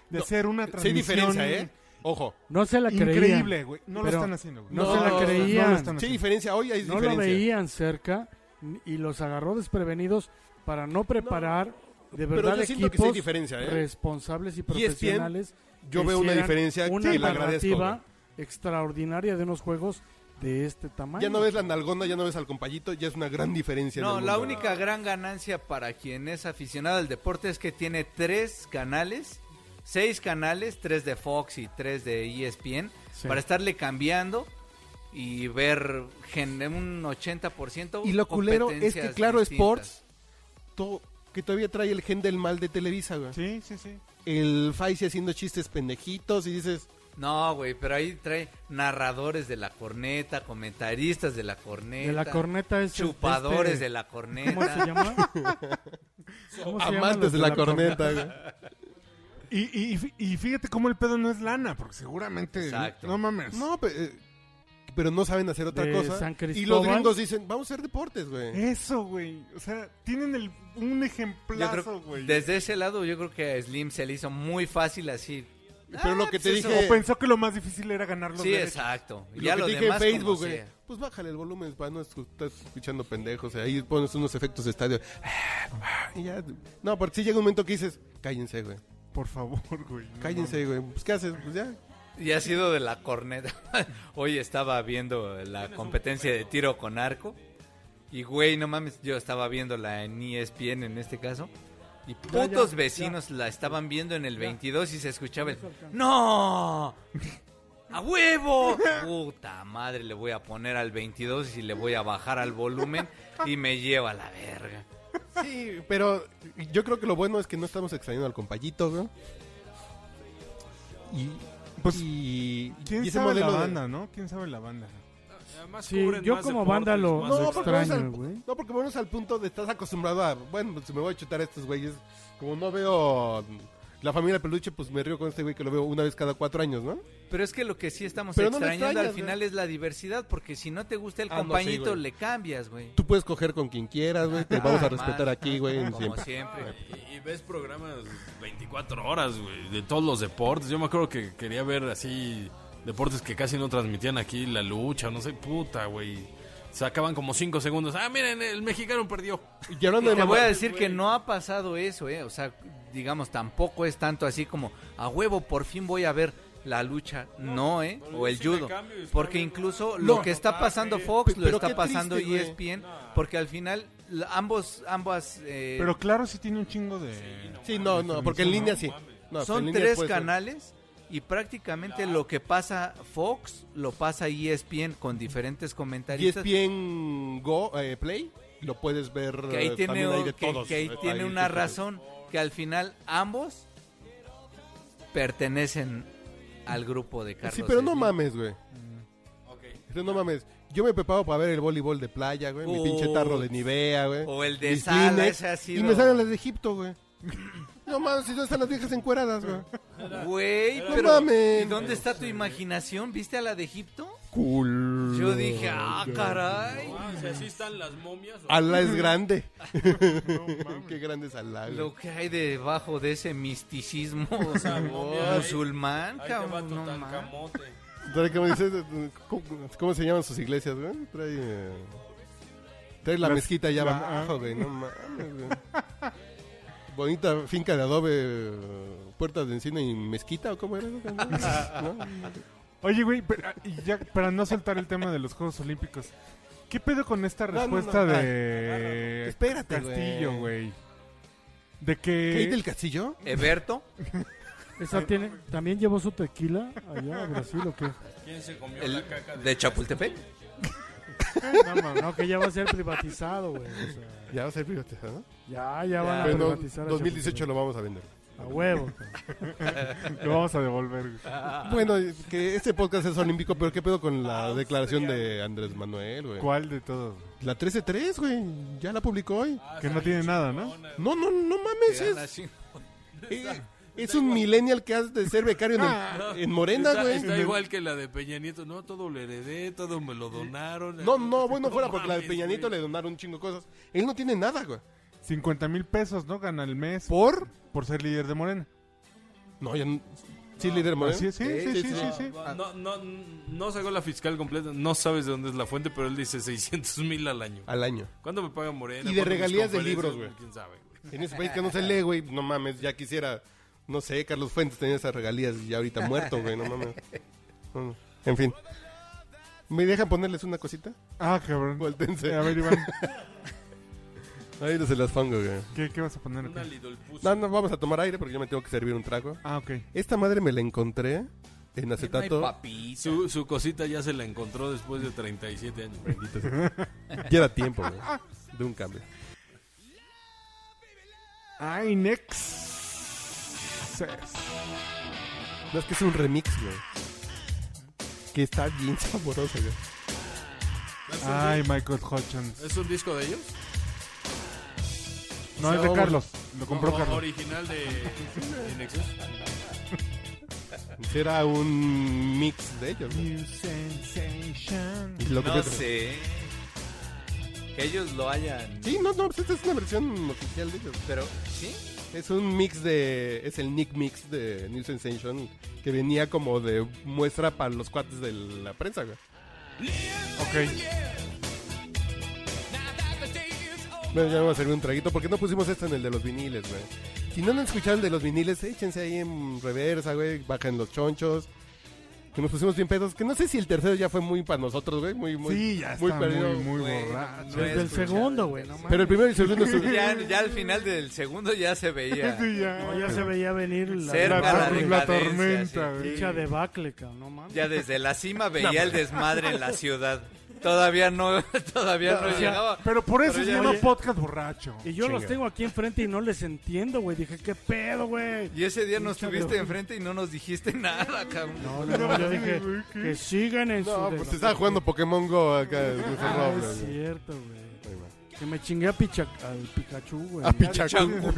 [SPEAKER 4] de
[SPEAKER 1] No,
[SPEAKER 4] hacer una
[SPEAKER 1] Sí hay
[SPEAKER 4] transmisión
[SPEAKER 1] diferencia, ¿eh? Ojo.
[SPEAKER 3] No se la creían.
[SPEAKER 4] increíble, güey. No lo
[SPEAKER 3] Pero
[SPEAKER 4] están haciendo, güey.
[SPEAKER 3] no
[SPEAKER 1] se la
[SPEAKER 4] No
[SPEAKER 3] creían.
[SPEAKER 4] lo están
[SPEAKER 1] Sí hay
[SPEAKER 4] haciendo.
[SPEAKER 1] diferencia, hoy hay
[SPEAKER 3] No lo
[SPEAKER 1] diferencia.
[SPEAKER 3] veían cerca n- y los agarró desprevenidos para no preparar de
[SPEAKER 1] Pero
[SPEAKER 3] verdad
[SPEAKER 1] yo siento que sí hay
[SPEAKER 3] equipos
[SPEAKER 1] diferencia, ¿eh?
[SPEAKER 3] responsables y
[SPEAKER 1] ESPN,
[SPEAKER 3] profesionales.
[SPEAKER 1] Yo
[SPEAKER 3] que
[SPEAKER 1] veo una
[SPEAKER 3] hicieran
[SPEAKER 1] diferencia
[SPEAKER 3] Una
[SPEAKER 1] que le agradezco. güey.
[SPEAKER 3] narrativa extraordinaria de unos juegos de este tamaño.
[SPEAKER 1] Ya no ves la nalgona, ya no ves al compayito, ya es una gran diferencia. en
[SPEAKER 5] No,
[SPEAKER 1] el
[SPEAKER 5] la
[SPEAKER 1] mundo.
[SPEAKER 5] única gran ganancia para quien es aficionado al deporte es que tiene tres canales, seis canales, tres de Fox y tres de E ESPN,
[SPEAKER 3] Sí.
[SPEAKER 5] para estarle cambiando y ver gen- un 80%.
[SPEAKER 1] Y lo culero es que
[SPEAKER 5] competencias
[SPEAKER 1] Claro
[SPEAKER 5] distintas.
[SPEAKER 1] Sports, to- que todavía trae el gen del mal de Televisa, güey.
[SPEAKER 4] Sí, sí, sí.
[SPEAKER 1] El Faisy haciendo chistes pendejitos y dices,
[SPEAKER 5] No, güey, pero ahí trae narradores de la corneta, comentaristas de la corneta.
[SPEAKER 3] de la corneta es
[SPEAKER 5] Chupadores
[SPEAKER 3] este-
[SPEAKER 5] de la
[SPEAKER 3] ¿Cómo se
[SPEAKER 5] corneta.
[SPEAKER 3] llama? ¿Cómo se llaman los
[SPEAKER 1] amantes de "Ah, la, corneta, güey.
[SPEAKER 4] Y, y- y fí- y fíjate cómo el pedo no es lana, porque seguramente.
[SPEAKER 5] Exacto.
[SPEAKER 4] No mames.
[SPEAKER 1] No, pe- eh, pero no saben hacer otra
[SPEAKER 3] De
[SPEAKER 1] cosa. y
[SPEAKER 3] San
[SPEAKER 1] los
[SPEAKER 3] Cristóbal.
[SPEAKER 1] gringos dicen, vamos a hacer deportes, güey.
[SPEAKER 4] Eso, güey. O sea, tienen el, un
[SPEAKER 5] Yo creo-
[SPEAKER 4] ejemplazo, güey.
[SPEAKER 5] desde ese lado yo creo que a Slim se le hizo muy fácil así.
[SPEAKER 1] Pero lo que te
[SPEAKER 5] eso.
[SPEAKER 1] dije-
[SPEAKER 4] O pensó que lo más difícil era ganar los
[SPEAKER 5] Sí,
[SPEAKER 4] derechos.
[SPEAKER 5] exacto.
[SPEAKER 1] Y
[SPEAKER 5] ya
[SPEAKER 1] lo
[SPEAKER 5] lo
[SPEAKER 1] que dije en
[SPEAKER 5] demás
[SPEAKER 1] Facebook,
[SPEAKER 5] como
[SPEAKER 1] güey,
[SPEAKER 5] sea.
[SPEAKER 1] pues bájale el volumen para no escu- estar escuchando pendejos. Ahí pones unos efectos de estadio. Y ya- No, porque si llega un momento que dices, cállense, güey.
[SPEAKER 4] Por favor, güey. no
[SPEAKER 1] Cállense, güey. Pues, ¿qué haces? Pues ya.
[SPEAKER 5] Y ha sido de la corneta. Hoy estaba viendo la competencia de tiro con arco. Y güey, no mames, yo estaba viéndola en ESPN en este caso. Y putos
[SPEAKER 3] ya,
[SPEAKER 5] vecinos la estaban viendo en el 22 y se escuchaba el... ¡No! ¡A huevo! Puta madre, le voy a poner al 22 y le voy a bajar al volumen y me lleva a la verga.
[SPEAKER 1] Sí, pero yo creo que lo bueno es que no estamos extrañando al compayito, güey. Y.
[SPEAKER 4] Pues,
[SPEAKER 1] y,
[SPEAKER 4] ¿Quién
[SPEAKER 1] y ese
[SPEAKER 4] sabe la
[SPEAKER 1] modelo de- Eh,
[SPEAKER 4] banda, no? ¿Quién sabe la banda?
[SPEAKER 6] Además,
[SPEAKER 3] Sí,
[SPEAKER 6] cubren
[SPEAKER 3] yo
[SPEAKER 6] más
[SPEAKER 3] como
[SPEAKER 6] deportes,
[SPEAKER 3] banda lo-
[SPEAKER 6] más
[SPEAKER 1] No,
[SPEAKER 6] extra.
[SPEAKER 1] porque vamos al,
[SPEAKER 3] extraño, güey.
[SPEAKER 1] no, porque vamos al punto de estás acostumbrado a. Bueno, pues me voy a chutar a estos güeyes. Como no veo la familia peluche, pues me río con este güey que lo veo una vez cada cuatro años, ¿no?
[SPEAKER 5] Pero es que lo que sí estamos
[SPEAKER 1] Pero no me
[SPEAKER 5] extrañando
[SPEAKER 1] extrañas,
[SPEAKER 5] al final es la diversidad, porque si no te gusta el
[SPEAKER 1] Ah, no, sí,
[SPEAKER 5] compañito,
[SPEAKER 1] güey.
[SPEAKER 5] le cambias, güey.
[SPEAKER 1] Tú puedes coger con quien quieras, güey. Te vamos a
[SPEAKER 5] Ah,
[SPEAKER 1] respetar
[SPEAKER 5] más.
[SPEAKER 1] aquí, güey.
[SPEAKER 5] Como
[SPEAKER 1] siempre.
[SPEAKER 5] siempre.
[SPEAKER 6] Y, y ves programas 24 horas, güey, de todos los deportes. Yo me acuerdo que quería ver así deportes que casi no transmitían aquí, la lucha, no sé, puta, güey. Sacaban como 5 segundos. Ah, miren, el mexicano perdió.
[SPEAKER 1] Y hablando
[SPEAKER 5] Y
[SPEAKER 1] de
[SPEAKER 5] te voy a
[SPEAKER 1] mamá-
[SPEAKER 5] decir que no ha pasado eso, ¿eh? O sea, digamos, tampoco es tanto así como, a huevo, por fin voy a ver la lucha. No, ¿eh? O el
[SPEAKER 6] sí me ah,
[SPEAKER 5] judo.
[SPEAKER 6] cambio y está
[SPEAKER 5] Porque
[SPEAKER 6] bien,
[SPEAKER 5] incluso
[SPEAKER 1] No.
[SPEAKER 5] lo que está pasando Fox,
[SPEAKER 1] Pe-
[SPEAKER 5] lo
[SPEAKER 1] pero
[SPEAKER 5] está
[SPEAKER 1] qué
[SPEAKER 5] pasando E
[SPEAKER 1] triste, güey.
[SPEAKER 5] ESPN, porque al final la- ambos, ambas... eh,
[SPEAKER 4] Pero claro, sí tiene un chingo de.
[SPEAKER 1] Sí, no, no, porque en línea sí. No, en
[SPEAKER 5] Son
[SPEAKER 1] línea
[SPEAKER 5] tres
[SPEAKER 1] puede ser.
[SPEAKER 5] canales y prácticamente lo que pasa Fox lo pasa E ESPN con diferentes comentaristas.
[SPEAKER 1] E ESPN Go, eh, Play, lo puedes ver.
[SPEAKER 5] que ahí
[SPEAKER 1] eh,
[SPEAKER 5] tiene,
[SPEAKER 1] también hay de
[SPEAKER 5] que-
[SPEAKER 1] todos. eh,
[SPEAKER 5] que ahí
[SPEAKER 1] Hay
[SPEAKER 5] tiene
[SPEAKER 1] de
[SPEAKER 5] una
[SPEAKER 1] todos.
[SPEAKER 5] razón que al final ambos pertenecen al grupo de Carlos.
[SPEAKER 1] Pues Sí, pero no
[SPEAKER 5] Slim.
[SPEAKER 1] mames, güey. Pero no mames. Yo me preparo para ver el voleibol de playa, güey. Mi pinche tarro de Nivea, güey.
[SPEAKER 5] O el de
[SPEAKER 1] mis
[SPEAKER 5] Sala,
[SPEAKER 1] Kleenex,
[SPEAKER 5] ese ha sido.
[SPEAKER 1] Y me salen las de Egipto, güey. No mames, si no están las viejas encueradas, güey.
[SPEAKER 5] Güey,
[SPEAKER 1] No
[SPEAKER 5] pero
[SPEAKER 1] mames.
[SPEAKER 5] ¿y dónde está tu imaginación? ¿Viste a la de Egipto?
[SPEAKER 1] Cool.
[SPEAKER 5] Yo dije, ah, caray.
[SPEAKER 6] Ah, si así están las momias. o-
[SPEAKER 1] Alá es grande. Qué grande es Alá, güey.
[SPEAKER 5] Lo que hay debajo de ese misticismo o sea,
[SPEAKER 6] mira, ahí-
[SPEAKER 5] musulmán,
[SPEAKER 6] Ahí te va
[SPEAKER 5] cabrón. no mames.
[SPEAKER 6] Tutankamote.
[SPEAKER 1] Trae, ¿cómo, dices? ¿Cómo- cómo se llaman sus iglesias, güey? Trae, eh, trae la ah.
[SPEAKER 4] Las-
[SPEAKER 1] mezquita allá
[SPEAKER 4] la-
[SPEAKER 1] abajo, güey. No mames, güey. Bonita finca de adobe, eh, puertas de encina y mezquita, ¿o cómo era? ¿No?
[SPEAKER 4] Oye, güey, pero- ah, y ya, para no soltar el tema de los Juegos Olímpicos, ¿qué pedo con esta
[SPEAKER 1] No, no, no,
[SPEAKER 4] respuesta
[SPEAKER 1] ah,
[SPEAKER 4] de.
[SPEAKER 1] espérate, güey.
[SPEAKER 4] Castillo, güey. De que.
[SPEAKER 1] ¿Kate del Castillo?
[SPEAKER 5] Eberto,
[SPEAKER 3] Esa tiene, también llevó su tequila allá a Brasil o qué?
[SPEAKER 6] ¿Quién se comió
[SPEAKER 5] el
[SPEAKER 6] la caca de...
[SPEAKER 5] de Chapultepec.
[SPEAKER 3] No, ma, no, que ya va a ser privatizado, güey. o sea,
[SPEAKER 1] Ya va a ser privatizado, ¿no?
[SPEAKER 3] ya, ya van a
[SPEAKER 1] Bueno,
[SPEAKER 3] privatizar. a
[SPEAKER 1] 2018
[SPEAKER 3] Chapultepec.
[SPEAKER 1] lo vamos a vender.
[SPEAKER 3] A huevo.
[SPEAKER 4] Lo vamos a devolver.
[SPEAKER 1] Ah.
[SPEAKER 4] güey.
[SPEAKER 1] Bueno, que este podcast es olímpico, pero ¿qué pedo con la declaración de Andrés Manuel, güey?
[SPEAKER 4] ¿Cuál de todos?
[SPEAKER 1] La 13-3, güey. Ya la publicó hoy.
[SPEAKER 6] Ah,
[SPEAKER 4] Que no tiene nada, ¿no?
[SPEAKER 1] No, no, no mames.
[SPEAKER 5] Ah,
[SPEAKER 1] Es, eh, es un millennial que has de ser becario en, el- en Morena,
[SPEAKER 6] Ah, Está,
[SPEAKER 1] güey.
[SPEAKER 6] está igual que la de Peña Nieto. No, todo lo heredé, todo me lo donaron.
[SPEAKER 1] No, no, bueno, fuera porque la de
[SPEAKER 6] mames,
[SPEAKER 1] Peñanito
[SPEAKER 6] güey.
[SPEAKER 1] le donaron un chingo de cosas. Él no tiene nada, güey.
[SPEAKER 4] 50 mil pesos, ¿no? Gana al mes por,
[SPEAKER 1] ¿Por?
[SPEAKER 4] ser líder de Morena.
[SPEAKER 1] No, ya no. ¿Eh? Sí, líder Morena.
[SPEAKER 4] Ah, Así es, sí, sí, sí, sí, sí.
[SPEAKER 1] Ah.
[SPEAKER 6] No, no, no sacó la fiscal completa. No sabes de dónde es la fuente, pero él dice 600 mil al año.
[SPEAKER 1] Al año.
[SPEAKER 6] ¿Cuándo me paga Morena?
[SPEAKER 1] Y de
[SPEAKER 6] ¿Cuándo mis
[SPEAKER 1] regalías de
[SPEAKER 6] conferencias?
[SPEAKER 1] libros, güey.
[SPEAKER 6] ¿Quién sabe, güey?
[SPEAKER 1] En ese país que no se lee, güey. No mames, ya quisiera. No sé, Carlos Fuentes tenía esas regalías y ya ahorita muerto, güey. No mames. No, no. En fin. ¿Me dejan ponerles una cosita?
[SPEAKER 4] Ah, cabrón.
[SPEAKER 1] Voltense.
[SPEAKER 4] Eh, A ver, Iván,
[SPEAKER 1] Ahí no se las pongo, güey.
[SPEAKER 4] ¿qué, qué vas a poner?
[SPEAKER 6] Una
[SPEAKER 4] acá?
[SPEAKER 6] Lidl Pussy.
[SPEAKER 1] No, no, vamos a tomar aire porque yo me tengo que servir un trago.
[SPEAKER 4] Ah, ok.
[SPEAKER 1] Esta madre me la encontré en
[SPEAKER 5] No hay
[SPEAKER 1] acetato.
[SPEAKER 5] papita.
[SPEAKER 6] Su, su cosita ya se la encontró después de 37 años.
[SPEAKER 1] Bendito sea. Ya era tiempo, güey. De un cambio.
[SPEAKER 4] Ay, next.
[SPEAKER 1] No, es que es un remix, güey. Que está bien saboroso, güey.
[SPEAKER 4] Ay, Michael Hutchins.
[SPEAKER 6] ¿Es un disco de ellos?
[SPEAKER 4] No, es de Carlos. Lo compró
[SPEAKER 6] O-
[SPEAKER 4] Carlos.
[SPEAKER 6] Original de de Nexus.
[SPEAKER 1] Era un mix de ellos, güey.
[SPEAKER 4] New sensation.
[SPEAKER 1] Y lo
[SPEAKER 5] No
[SPEAKER 1] copió-
[SPEAKER 5] sé. Que ellos lo hayan.
[SPEAKER 1] Sí, no, no, pues esta es una versión oficial de ellos.
[SPEAKER 5] Pero, ¿sí?
[SPEAKER 1] Es un mix de. Es el Nick Mix de New Sensation. Que venía como de muestra para los cuates de la prensa, güey.
[SPEAKER 4] Ok.
[SPEAKER 1] Bueno, ya me voy a servir un traguito. ¿Por qué no pusimos esto en el de los viniles, güey? Si no han escuchado el de los viniles, échense ahí en reversa, güey. Bajen los chonchos. Que nos pusimos bien pedos. Que no sé si el tercero ya fue muy para nosotros, güey. Muy, muy,
[SPEAKER 4] Sí, ya
[SPEAKER 1] muy
[SPEAKER 4] está
[SPEAKER 1] perdido.
[SPEAKER 4] muy, muy
[SPEAKER 5] Güey,
[SPEAKER 4] borracho.
[SPEAKER 5] no he
[SPEAKER 3] Desde el
[SPEAKER 5] escuchado
[SPEAKER 3] segundo,
[SPEAKER 5] el
[SPEAKER 3] güey. No mames.
[SPEAKER 1] Pero el primero y el segundo estuvieron-
[SPEAKER 5] Ya, ya al final del segundo ya se veía.
[SPEAKER 4] Sí,
[SPEAKER 3] No,
[SPEAKER 4] ya.
[SPEAKER 3] ya se veía venir la,
[SPEAKER 5] Cerca
[SPEAKER 4] La,
[SPEAKER 5] la
[SPEAKER 4] tor-
[SPEAKER 5] decadencia,
[SPEAKER 4] la tormenta,
[SPEAKER 5] sí.
[SPEAKER 4] güey.
[SPEAKER 3] dicha debacle, cabrón. No mames.
[SPEAKER 5] Ya desde la cima veía el desmadre en la ciudad. Todavía no, todavía no
[SPEAKER 3] O sea,
[SPEAKER 5] llegaba.
[SPEAKER 4] Pero por eso
[SPEAKER 5] Pero
[SPEAKER 4] se
[SPEAKER 5] ya-
[SPEAKER 4] llama
[SPEAKER 3] Oye.
[SPEAKER 4] podcast borracho.
[SPEAKER 3] Y yo los
[SPEAKER 1] Chinga.
[SPEAKER 3] tengo aquí enfrente y no les entiendo, güey. Dije, ¿qué pedo, güey?
[SPEAKER 5] Y ese día nos
[SPEAKER 3] Pinche
[SPEAKER 5] tuviste
[SPEAKER 3] de-
[SPEAKER 5] enfrente y no nos dijiste nada, cabrón.
[SPEAKER 3] No, no, no, yo dije, que sigan en
[SPEAKER 1] No,
[SPEAKER 3] su...
[SPEAKER 1] pues estaba jugando Pokémon Go acá. el Luis
[SPEAKER 3] Ah,
[SPEAKER 1] Robles,
[SPEAKER 3] es
[SPEAKER 1] güey.
[SPEAKER 3] cierto, güey.
[SPEAKER 1] Ahí va.
[SPEAKER 3] Que me chingué a Picha- al Pikachu, güey.
[SPEAKER 1] A
[SPEAKER 3] Ya-
[SPEAKER 1] Pichacu.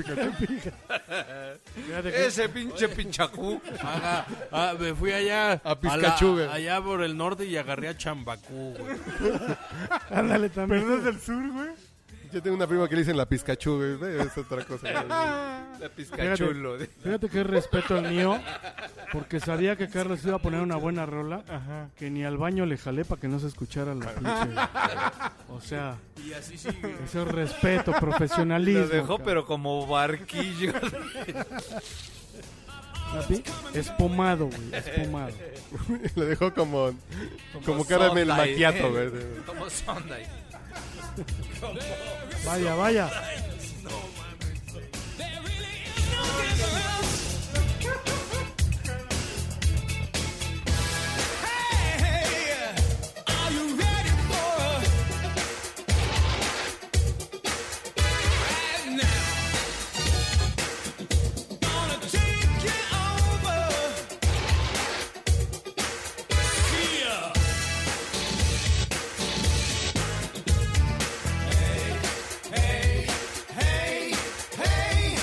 [SPEAKER 3] ya dejé-
[SPEAKER 5] Ese pinche pinchacú.
[SPEAKER 6] Ajá. Ah, me fui allá.
[SPEAKER 1] A Pizcachú,
[SPEAKER 6] la-
[SPEAKER 1] güey.
[SPEAKER 6] allá por el norte y agarré a Chambacú, güey.
[SPEAKER 3] Ándale también.
[SPEAKER 4] Pero desde el sur, güey.
[SPEAKER 1] Yo tengo una prima que le dicen la Pizcachu, güey. Es otra cosa. güey.
[SPEAKER 5] La pizcachulo.
[SPEAKER 3] Fíjate qué respeto al mío, porque sabía que Carlos iba a poner una buena rola,
[SPEAKER 4] Ajá.
[SPEAKER 3] que ni al baño le jalé para que no se escuchara la pinche. O sea,
[SPEAKER 6] Y así sigue.
[SPEAKER 3] eso es respeto, profesionalismo.
[SPEAKER 5] Lo dejó,
[SPEAKER 3] cabrón.
[SPEAKER 5] pero como barquillo.
[SPEAKER 3] Papi, Espumado, güey, espumado.
[SPEAKER 1] Lo dejó como, como
[SPEAKER 5] Como
[SPEAKER 1] caramel
[SPEAKER 5] sonda, ¿eh?
[SPEAKER 1] maquiato, güey. sí.
[SPEAKER 5] Como sonda.
[SPEAKER 3] Vaya, vaya.
[SPEAKER 7] Hey, hey, hey, hey.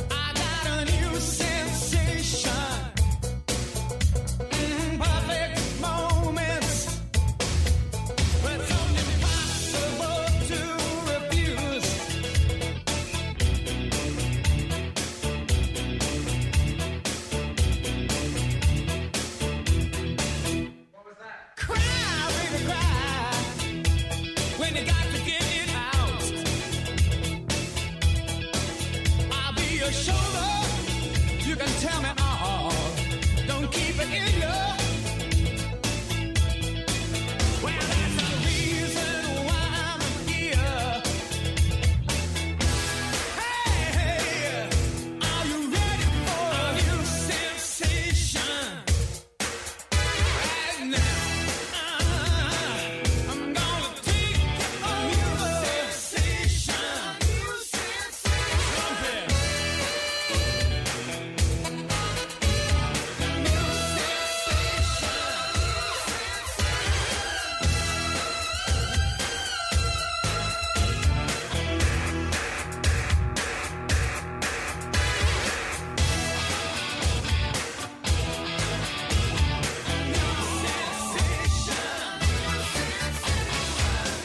[SPEAKER 5] Mm,
[SPEAKER 7] your shoulder. You can tell me all. Don't keep it in your. Well, that's the reason why I'm here. Hey, hey, are you ready for a new sensation? Right now. I'm gonna take a new sensation. New sensation.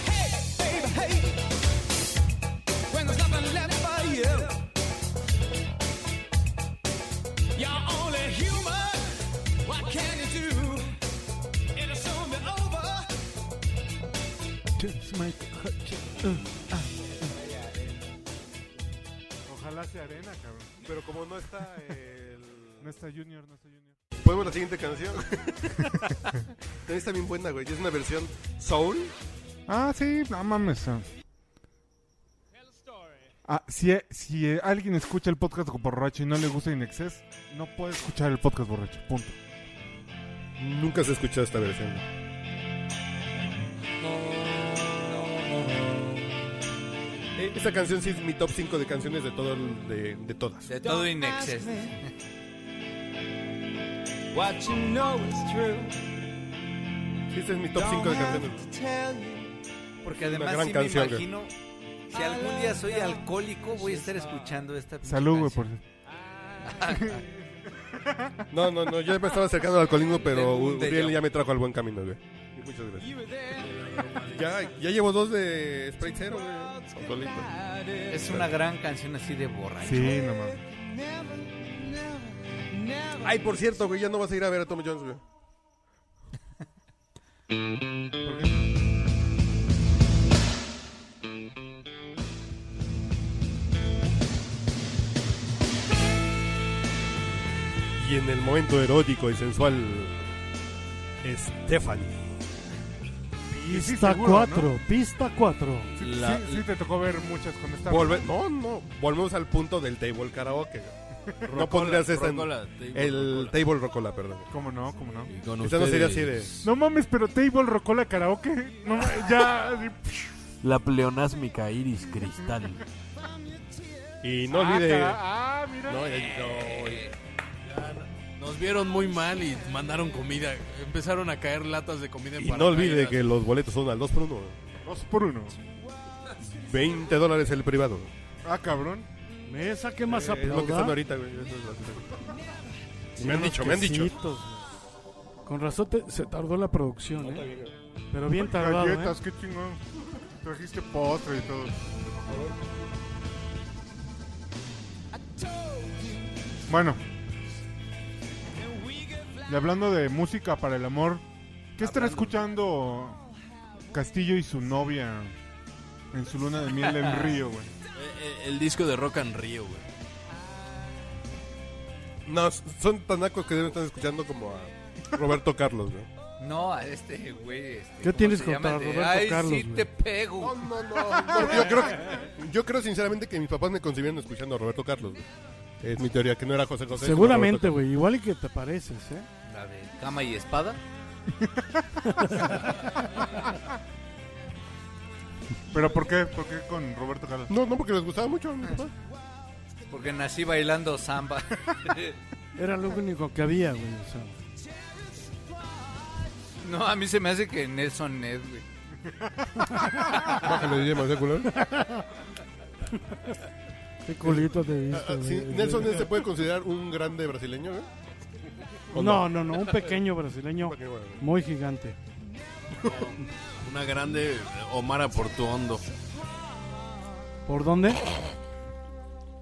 [SPEAKER 7] Hey, baby, hey. When there's nothing left for you, you're only human. What can you do? It'll soon be over.
[SPEAKER 4] Ojalá sea arena, cabrón.
[SPEAKER 1] Pero como no está el...
[SPEAKER 4] No está Junior, no está Junior.
[SPEAKER 1] ¿Podemos la siguiente canción? Esta bien buena, güey. Es una versión soul.
[SPEAKER 4] Ah, sí, no mames. ah. Ah, si, si eh, alguien escucha el podcast borracho y no le gusta Inexcess, no puede escuchar el podcast borracho. Punto.
[SPEAKER 1] Nunca se ha escuchado esta versión. Eh, Esta canción sí es mi top 5 de canciones de, todo el- de, de todas.
[SPEAKER 5] De todo inexces.
[SPEAKER 7] What you know is true.
[SPEAKER 1] Sí, Este es mi top 5 de canciones.
[SPEAKER 5] Porque
[SPEAKER 1] Es una
[SPEAKER 5] además
[SPEAKER 1] gran
[SPEAKER 5] sí
[SPEAKER 1] canción,
[SPEAKER 5] me imagino, si algún día soy alcohólico, voy a estar escuchando esta pinche
[SPEAKER 4] Salud, güey, por
[SPEAKER 5] canción.
[SPEAKER 1] No, no, no. Yo me estaba acercando al alcoholismo, pero
[SPEAKER 5] Tengo un déjà
[SPEAKER 1] Uriel
[SPEAKER 5] vu.
[SPEAKER 1] ya me trajo al buen camino, güey. Y Muchas gracias. Ya, ya llevo dos de Sprite Zero, güey. Solito.
[SPEAKER 5] Es una gran canción así de borracho.
[SPEAKER 4] Sí, no mames.
[SPEAKER 1] Ay, por cierto, güey, ya no vas a ir a ver a Tom Jones, güey.
[SPEAKER 4] ¿Por qué?
[SPEAKER 1] Y en el momento erótico y sensual, Stephanie.
[SPEAKER 4] Y sí,
[SPEAKER 3] Pista
[SPEAKER 4] seguro, ¿no?
[SPEAKER 3] 4, pista 4.
[SPEAKER 4] Sí,
[SPEAKER 1] La-
[SPEAKER 4] sí, sí te tocó ver muchas con esta.
[SPEAKER 1] Volve- no, no, volvemos al punto del table karaoke. güey. no pondrías esta en
[SPEAKER 6] Rocola, table
[SPEAKER 1] el
[SPEAKER 6] rocola.
[SPEAKER 1] table rocola, perdón.
[SPEAKER 4] ¿Cómo no? ¿Cómo no?
[SPEAKER 6] Y con
[SPEAKER 1] Esta no sería así de
[SPEAKER 6] ustedes,
[SPEAKER 4] No mames, pero Table rocó la karaoke. No, mames, ya. así,
[SPEAKER 8] La pleonásmica Iris Cristal.
[SPEAKER 1] y no
[SPEAKER 4] ah,
[SPEAKER 1] olvide.
[SPEAKER 4] cara- ah, mira.
[SPEAKER 1] No, ya- no,
[SPEAKER 6] Nos vieron muy mal y mandaron comida. Empezaron a caer latas de comida. en
[SPEAKER 1] y no olvide
[SPEAKER 6] paracaídas.
[SPEAKER 1] que los boletos son al 2 por 1
[SPEAKER 4] Dos por uno.
[SPEAKER 1] 20 dólares el privado.
[SPEAKER 4] Ah, cabrón.
[SPEAKER 3] Mesa, ¿qué más
[SPEAKER 1] Es lo que están
[SPEAKER 3] aplauda?
[SPEAKER 1] ahorita, güey. Eso es lo que- Me han dicho, me han dicho.
[SPEAKER 3] Quesitos, güey. Con razón te- se tardó la producción, ¿eh? Pero bien tardado, ¿eh?
[SPEAKER 4] Galletas, qué chingón. Trajiste postre y todo. Bueno. Y hablando de música para el amor, ¿qué estará escuchando Castillo y su novia en su luna de miel en Río, güey?
[SPEAKER 6] Eh, eh, el disco de Rock and Rio, güey.
[SPEAKER 1] No, son tanacos que deben estar escuchando como a Roberto Carlos, güey.
[SPEAKER 5] No, a este güey. Este,
[SPEAKER 3] ¿Qué
[SPEAKER 5] ¿cómo
[SPEAKER 3] tienes
[SPEAKER 5] se
[SPEAKER 3] contra
[SPEAKER 5] llama? El de,
[SPEAKER 3] Roberto
[SPEAKER 5] Ay,
[SPEAKER 3] Carlos,
[SPEAKER 5] sí
[SPEAKER 3] güey?
[SPEAKER 5] te pego.
[SPEAKER 1] no, no,
[SPEAKER 6] Ah,
[SPEAKER 1] no, Yo creo, que- yo creo sinceramente que mis papás me concibieron escuchando a Roberto Carlos. güey. Es mi teoría, que no era José José. sino
[SPEAKER 3] Seguramente,
[SPEAKER 1] Roberto
[SPEAKER 3] güey. Igual y que te pareces, ¿eh?
[SPEAKER 5] La de cama y espada.
[SPEAKER 4] ¿Pero por qué? ¿Por qué con Roberto Carlos?
[SPEAKER 1] Carlos. No, no, porque les gustaba mucho a mis papás.
[SPEAKER 5] Porque nací bailando samba.
[SPEAKER 3] Era lo único que había, güey. o sea.
[SPEAKER 5] No, a mí se me hace que Nelson Ned, güey.
[SPEAKER 1] Bájale, DJ Mancéculo.
[SPEAKER 3] Qué culito te diste,
[SPEAKER 1] Ah,
[SPEAKER 3] güey.
[SPEAKER 1] sí, Nelson ¿eh, se puede considerar un grande brasileño, eh? güey? ¿O
[SPEAKER 3] No, no, no. Un pequeño brasileño
[SPEAKER 1] Porque, bueno,
[SPEAKER 3] muy gigante.
[SPEAKER 6] Una grande eh, Omar Portuondo.
[SPEAKER 3] ¿Por dónde?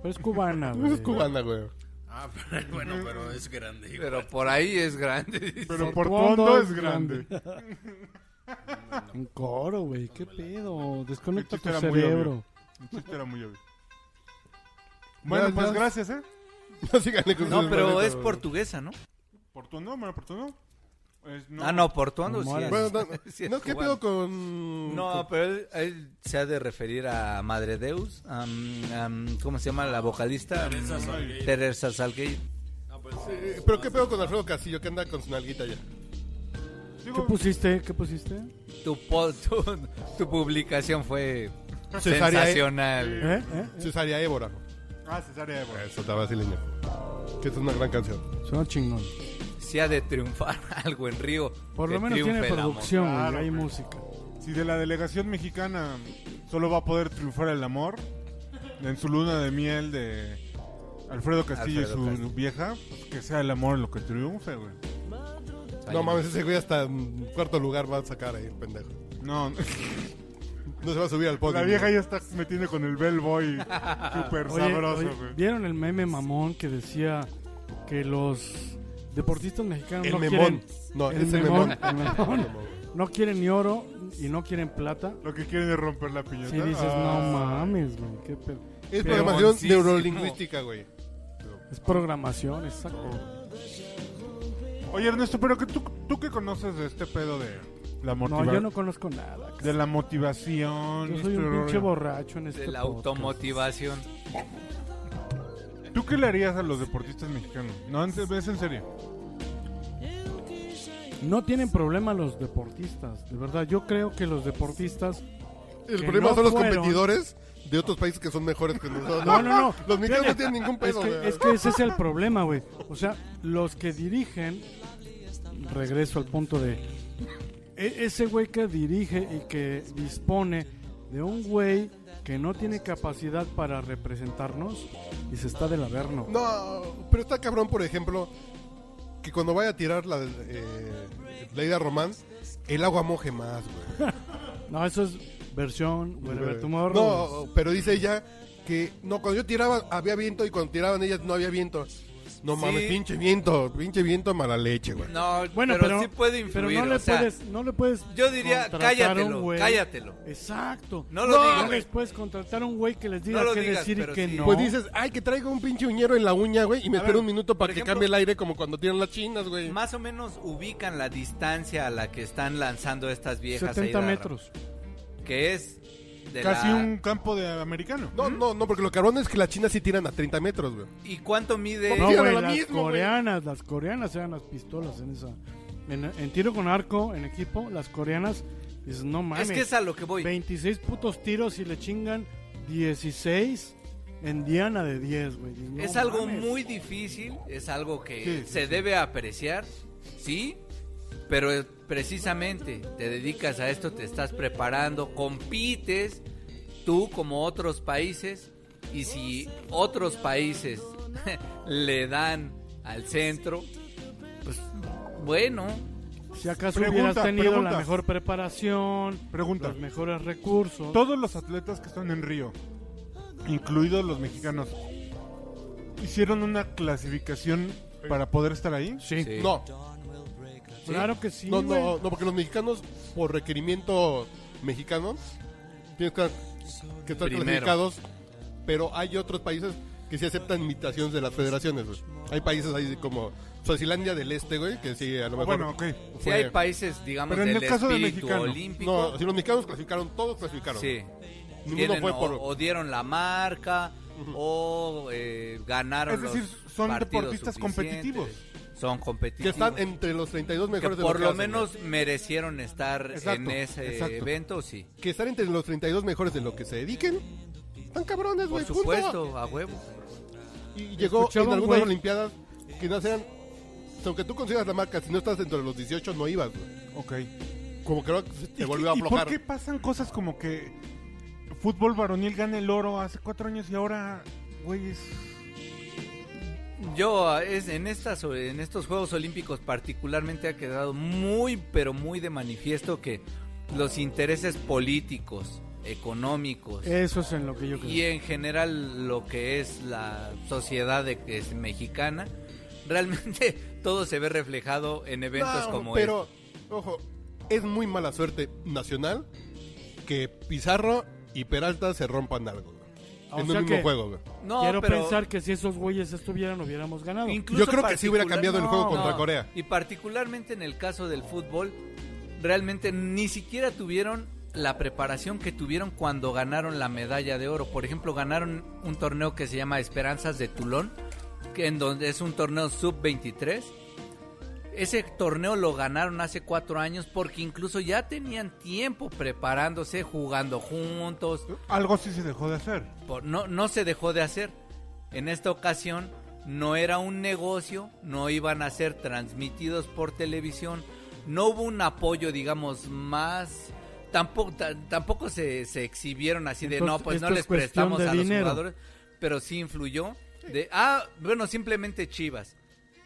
[SPEAKER 3] Pero es cubana, güey.
[SPEAKER 1] Es cubana, güey.
[SPEAKER 6] Ah, pero, bueno, pero es grande. güey.
[SPEAKER 5] Pero por ahí es grande.
[SPEAKER 4] Pero por fondo es grande.
[SPEAKER 3] En coro, güey. ¿Qué pedo? Desconecta
[SPEAKER 4] El chiste
[SPEAKER 3] tu
[SPEAKER 4] era muy
[SPEAKER 3] cerebro.
[SPEAKER 4] obvio. El chiste era muy obvio. Bueno,
[SPEAKER 1] No,
[SPEAKER 4] pues
[SPEAKER 1] no.
[SPEAKER 4] gracias, ¿eh?
[SPEAKER 1] No síganle con
[SPEAKER 5] No,
[SPEAKER 1] sus
[SPEAKER 5] pero
[SPEAKER 1] maletas,
[SPEAKER 5] es
[SPEAKER 1] güey.
[SPEAKER 5] portuguesa, ¿no?
[SPEAKER 4] ¿Portuano? Bueno, portuano. Es-
[SPEAKER 5] Ah, no, portuando sí.
[SPEAKER 3] Mora.
[SPEAKER 5] es-
[SPEAKER 1] Bueno, no,
[SPEAKER 5] sí es
[SPEAKER 1] no, ¿qué
[SPEAKER 5] cubano.
[SPEAKER 1] pedo con...?
[SPEAKER 5] No, pero él, él se ha de referir a Madre Deus, a, mm, a, ¿cómo se llama la vocalista? Mm, Teresa Salgueiro. pues,
[SPEAKER 1] Eh, ¿Pero qué pedo con Alfredo Castillo que anda con su nalguita ya?
[SPEAKER 3] ¿Qué
[SPEAKER 4] Digo,
[SPEAKER 3] pusiste? ¿Qué pusiste?
[SPEAKER 5] Tu, po- tu, tu publicación fue
[SPEAKER 1] Cesárea, ¿eh?
[SPEAKER 5] sensacional.
[SPEAKER 3] ¿Eh? ¿Eh?
[SPEAKER 1] Cesárea Évora.
[SPEAKER 4] ah, Cesárea Évora.
[SPEAKER 1] Eso está brasileño. Que es una gran canción.
[SPEAKER 3] Suena chingón.
[SPEAKER 5] Si ha de triunfar algo en Río.
[SPEAKER 3] Por lo
[SPEAKER 5] que
[SPEAKER 3] menos tiene
[SPEAKER 5] triunfe el amor.
[SPEAKER 3] producción, güey,
[SPEAKER 4] Claro,
[SPEAKER 3] hay
[SPEAKER 4] güey.
[SPEAKER 3] música.
[SPEAKER 4] Si de la delegación mexicana solo va a poder triunfar el amor, en su luna de miel de Alfredo Castillo
[SPEAKER 5] Alfredo
[SPEAKER 4] y su
[SPEAKER 5] Castillo.
[SPEAKER 4] vieja, pues que sea el amor lo que triunfe, güey.
[SPEAKER 1] No mames, ese güey hasta mm, cuarto lugar va a sacar ahí, pendejo.
[SPEAKER 4] No,
[SPEAKER 1] No se va a subir al podio.
[SPEAKER 4] la vieja ya está metiendo con el bellboy súper
[SPEAKER 3] Oye,
[SPEAKER 4] sabroso,
[SPEAKER 3] oye,
[SPEAKER 4] güey.
[SPEAKER 3] ¿Vieron el meme mamón que decía que los deportistas mexicanos
[SPEAKER 1] El
[SPEAKER 3] no
[SPEAKER 1] memón.
[SPEAKER 3] quieren
[SPEAKER 1] No,
[SPEAKER 3] el
[SPEAKER 1] es el
[SPEAKER 3] memón,
[SPEAKER 1] memón.
[SPEAKER 3] el memón. no quieren ni oro y no quieren plata?
[SPEAKER 4] Lo que quieren es romper la piñata.
[SPEAKER 3] Si dices,
[SPEAKER 4] Ah.
[SPEAKER 3] no mames, güey, qué pedo.
[SPEAKER 1] Es
[SPEAKER 3] Pero
[SPEAKER 1] programación
[SPEAKER 5] mamoncísimo.
[SPEAKER 1] neurolingüística, güey.
[SPEAKER 3] Es programación, exacto.
[SPEAKER 4] Oye, Ernesto, pero que tú, tú que conoces de este pedo de la
[SPEAKER 3] No,
[SPEAKER 4] motivación.
[SPEAKER 3] yo no conozco nada.
[SPEAKER 4] De la motivación.
[SPEAKER 3] Yo
[SPEAKER 4] y
[SPEAKER 3] soy
[SPEAKER 4] este
[SPEAKER 3] un pinche
[SPEAKER 4] rollo.
[SPEAKER 3] borracho en este
[SPEAKER 5] De la
[SPEAKER 3] podcast.
[SPEAKER 5] automotivación.
[SPEAKER 4] ¿Tú qué le harías a los deportistas mexicanos? No, en- es en serio.
[SPEAKER 3] No tienen problema los deportistas, de verdad. Yo creo que los deportistas...
[SPEAKER 1] El
[SPEAKER 3] Que
[SPEAKER 1] problema
[SPEAKER 3] no
[SPEAKER 1] son los
[SPEAKER 3] fueron.
[SPEAKER 1] competidores de otros países que son mejores que nosotros.
[SPEAKER 3] No, no, no.
[SPEAKER 1] Los mexicanos no
[SPEAKER 3] Fíjate,
[SPEAKER 1] tienen ningún
[SPEAKER 3] Es
[SPEAKER 1] pedo,
[SPEAKER 3] que,
[SPEAKER 1] güey.
[SPEAKER 3] es que ese es el problema, güey. O sea, los que dirigen, regreso al punto de... e- ese güey que dirige y que dispone de un güey que no tiene capacidad para representarnos y se está del averno.
[SPEAKER 1] No, pero está cabrón, por ejemplo, que cuando vaya a tirar la eh, Leida Román, el agua moje más, güey.
[SPEAKER 3] No, eso es versión Wherever Tomorrow.
[SPEAKER 1] No, pero dice ella que no, cuando yo tiraba había viento y cuando tiraban ellas no había viento. No
[SPEAKER 5] Sí.
[SPEAKER 1] mames, pinche viento, pinche viento mala leche, güey.
[SPEAKER 5] No,
[SPEAKER 3] Bueno,
[SPEAKER 5] pero,
[SPEAKER 3] pero,
[SPEAKER 5] sí puede
[SPEAKER 3] pero
[SPEAKER 5] influir.
[SPEAKER 3] no le
[SPEAKER 5] o sea,
[SPEAKER 3] puedes, no le puedes.
[SPEAKER 5] yo diría,
[SPEAKER 3] contratar
[SPEAKER 5] cállatelo,
[SPEAKER 3] un güey.
[SPEAKER 5] cállatelo.
[SPEAKER 3] Exacto.
[SPEAKER 5] No lo digas, güey.
[SPEAKER 3] les puedes contratar a un güey que les diga
[SPEAKER 5] No lo
[SPEAKER 3] qué
[SPEAKER 5] digas,
[SPEAKER 3] decir
[SPEAKER 5] pero
[SPEAKER 3] y qué
[SPEAKER 5] sí.
[SPEAKER 3] no.
[SPEAKER 1] Pues dices, ay, que traigo un pinche uñero en la uña, güey, y me espero un minuto para
[SPEAKER 5] por
[SPEAKER 1] que
[SPEAKER 5] ejemplo-
[SPEAKER 1] cambie el aire como cuando tiran las chinas, güey.
[SPEAKER 5] Más o menos ubican la distancia a la que están lanzando estas viejas. ahí
[SPEAKER 3] 70
[SPEAKER 5] de-
[SPEAKER 3] metros.
[SPEAKER 5] Que es de
[SPEAKER 4] Casi
[SPEAKER 5] la-
[SPEAKER 4] un campo de americano.
[SPEAKER 5] ¿Mm?
[SPEAKER 1] No, no, no, porque lo cabrón es que las chinas sí tiran a 30 metros, güey.
[SPEAKER 5] ¿Y cuánto mide?
[SPEAKER 3] No,
[SPEAKER 1] Sí,
[SPEAKER 3] güey,
[SPEAKER 1] era lo
[SPEAKER 3] las
[SPEAKER 1] mismo, güey.
[SPEAKER 3] coreanas, las coreanas eran las pistolas en esa. En, en tiro con arco, en equipo, las coreanas, dices, no mames.
[SPEAKER 5] es que es a lo que voy.
[SPEAKER 3] 26 putos tiros y le chingan 16 en Diana de 10, güey. Dices, no
[SPEAKER 5] es algo
[SPEAKER 3] mames.
[SPEAKER 5] muy difícil, es algo que
[SPEAKER 4] Sí, sí,
[SPEAKER 5] se debe apreciar, sí, pero eh, precisamente te dedicas a esto, te estás preparando, compites tú como otros países y si otros países le dan al centro, pues bueno,
[SPEAKER 3] Si acaso
[SPEAKER 4] Pregunta,
[SPEAKER 3] hubieras tenido
[SPEAKER 4] pregunta.
[SPEAKER 3] la mejor preparación,
[SPEAKER 4] Pregunta.
[SPEAKER 3] los mejores recursos.
[SPEAKER 4] Todos los atletas que están en Río, incluidos los mexicanos, ¿hicieron una clasificación para poder estar ahí?
[SPEAKER 3] Sí,
[SPEAKER 5] Sí.
[SPEAKER 1] No,
[SPEAKER 3] claro que sí.
[SPEAKER 1] No,
[SPEAKER 3] güey.
[SPEAKER 1] no, no, porque los mexicanos, por requerimiento mexicano, tienen que, que estar
[SPEAKER 5] Primero.
[SPEAKER 1] clasificados, pero hay otros países que sí aceptan invitaciones de las federaciones, güey. Hay países ahí como Suazilandia del Este, güey, que sí, a lo mejor...
[SPEAKER 4] Bueno, ok.
[SPEAKER 5] si
[SPEAKER 1] fue-
[SPEAKER 5] hay países, digamos,
[SPEAKER 4] Pero en
[SPEAKER 5] del
[SPEAKER 4] el caso del
[SPEAKER 5] espíritu
[SPEAKER 4] mexicano,
[SPEAKER 5] olímpico,
[SPEAKER 1] No, si los mexicanos clasificaron, todos clasificaron.
[SPEAKER 5] sí.
[SPEAKER 1] Ninguno
[SPEAKER 5] Tienen
[SPEAKER 1] fue
[SPEAKER 5] o,
[SPEAKER 1] por...
[SPEAKER 5] o dieron la marca o eh, ganaron
[SPEAKER 4] Es decir,
[SPEAKER 5] los
[SPEAKER 4] son
[SPEAKER 5] partidos
[SPEAKER 4] deportistas
[SPEAKER 5] suficientes.
[SPEAKER 4] competitivos.
[SPEAKER 5] Son
[SPEAKER 1] que
[SPEAKER 5] competitivos.
[SPEAKER 1] están entre los 32
[SPEAKER 5] Que
[SPEAKER 1] mejores de
[SPEAKER 5] por
[SPEAKER 1] que
[SPEAKER 5] lo
[SPEAKER 1] hacen,
[SPEAKER 5] menos merecieron estar
[SPEAKER 4] Exacto,
[SPEAKER 5] en ese
[SPEAKER 4] exacto.
[SPEAKER 5] evento, sí.
[SPEAKER 1] güey. Que están entre los 32 mejores de lo que se dediquen. Están cabrones,
[SPEAKER 5] Por
[SPEAKER 1] güey. punto.
[SPEAKER 5] supuesto, a huevo.
[SPEAKER 1] Y llegó
[SPEAKER 3] Escuchaba
[SPEAKER 1] en
[SPEAKER 3] un
[SPEAKER 1] algunas
[SPEAKER 3] güey-
[SPEAKER 1] olimpiadas que no sean... Aunque tú consideras la marca, si no estás dentro de los 18, no ibas, güey.
[SPEAKER 4] Ok.
[SPEAKER 1] Como creo que se
[SPEAKER 4] ¿Y
[SPEAKER 1] te
[SPEAKER 4] qué-
[SPEAKER 1] volvió a
[SPEAKER 4] ¿Y
[SPEAKER 1] aflojar.
[SPEAKER 4] por qué pasan cosas como que fútbol varonil gana el oro hace cuatro años y ahora, güey, es...
[SPEAKER 5] Yo ah, es, en, estas, en estos Juegos Olímpicos particularmente ha quedado muy, pero muy de manifiesto que los intereses políticos, económicos
[SPEAKER 3] Eso es en lo que yo creo.
[SPEAKER 5] y en general lo que es la sociedad de- que es mexicana, realmente todo se ve reflejado en eventos
[SPEAKER 1] No,
[SPEAKER 5] como este.
[SPEAKER 1] pero, ojo, es muy mala suerte nacional Ah, que Pizarro y Peralta se rompan algo. güey.
[SPEAKER 5] este.
[SPEAKER 3] O
[SPEAKER 1] en
[SPEAKER 3] sea
[SPEAKER 1] un mismo
[SPEAKER 3] que
[SPEAKER 1] juego, güey.
[SPEAKER 5] No,
[SPEAKER 3] Quiero
[SPEAKER 5] pero
[SPEAKER 3] pensar que si esos güeyes estuvieran, hubiéramos ganado.
[SPEAKER 5] incluso
[SPEAKER 1] Yo creo que sí hubiera
[SPEAKER 5] particular-
[SPEAKER 1] cambiado el juego contra
[SPEAKER 5] No,
[SPEAKER 1] Corea.
[SPEAKER 5] Y particularmente en el caso del fútbol, realmente ni siquiera tuvieron la preparación que tuvieron cuando ganaron la medalla de oro. Por ejemplo, ganaron un torneo que se llama Esperanzas de Tulón, que en donde es un torneo sub-23. Ese torneo lo ganaron hace cuatro años porque incluso ya tenían tiempo preparándose, jugando juntos,
[SPEAKER 4] Algo sí se dejó de hacer.
[SPEAKER 5] por- no, no se dejó de hacer. En esta ocasión no era un negocio, no iban a ser transmitidos por televisión, no hubo un apoyo, digamos, más... Tampoco, ta- tampoco se, se exhibieron así de,
[SPEAKER 3] Entonces,
[SPEAKER 5] no, pues
[SPEAKER 3] esto
[SPEAKER 5] no
[SPEAKER 3] es
[SPEAKER 5] les
[SPEAKER 3] cuestión
[SPEAKER 5] prestamos
[SPEAKER 3] de
[SPEAKER 5] a los
[SPEAKER 3] dinero.
[SPEAKER 5] jugadores, pero sí influyó. De, ah, bueno, simplemente Chivas.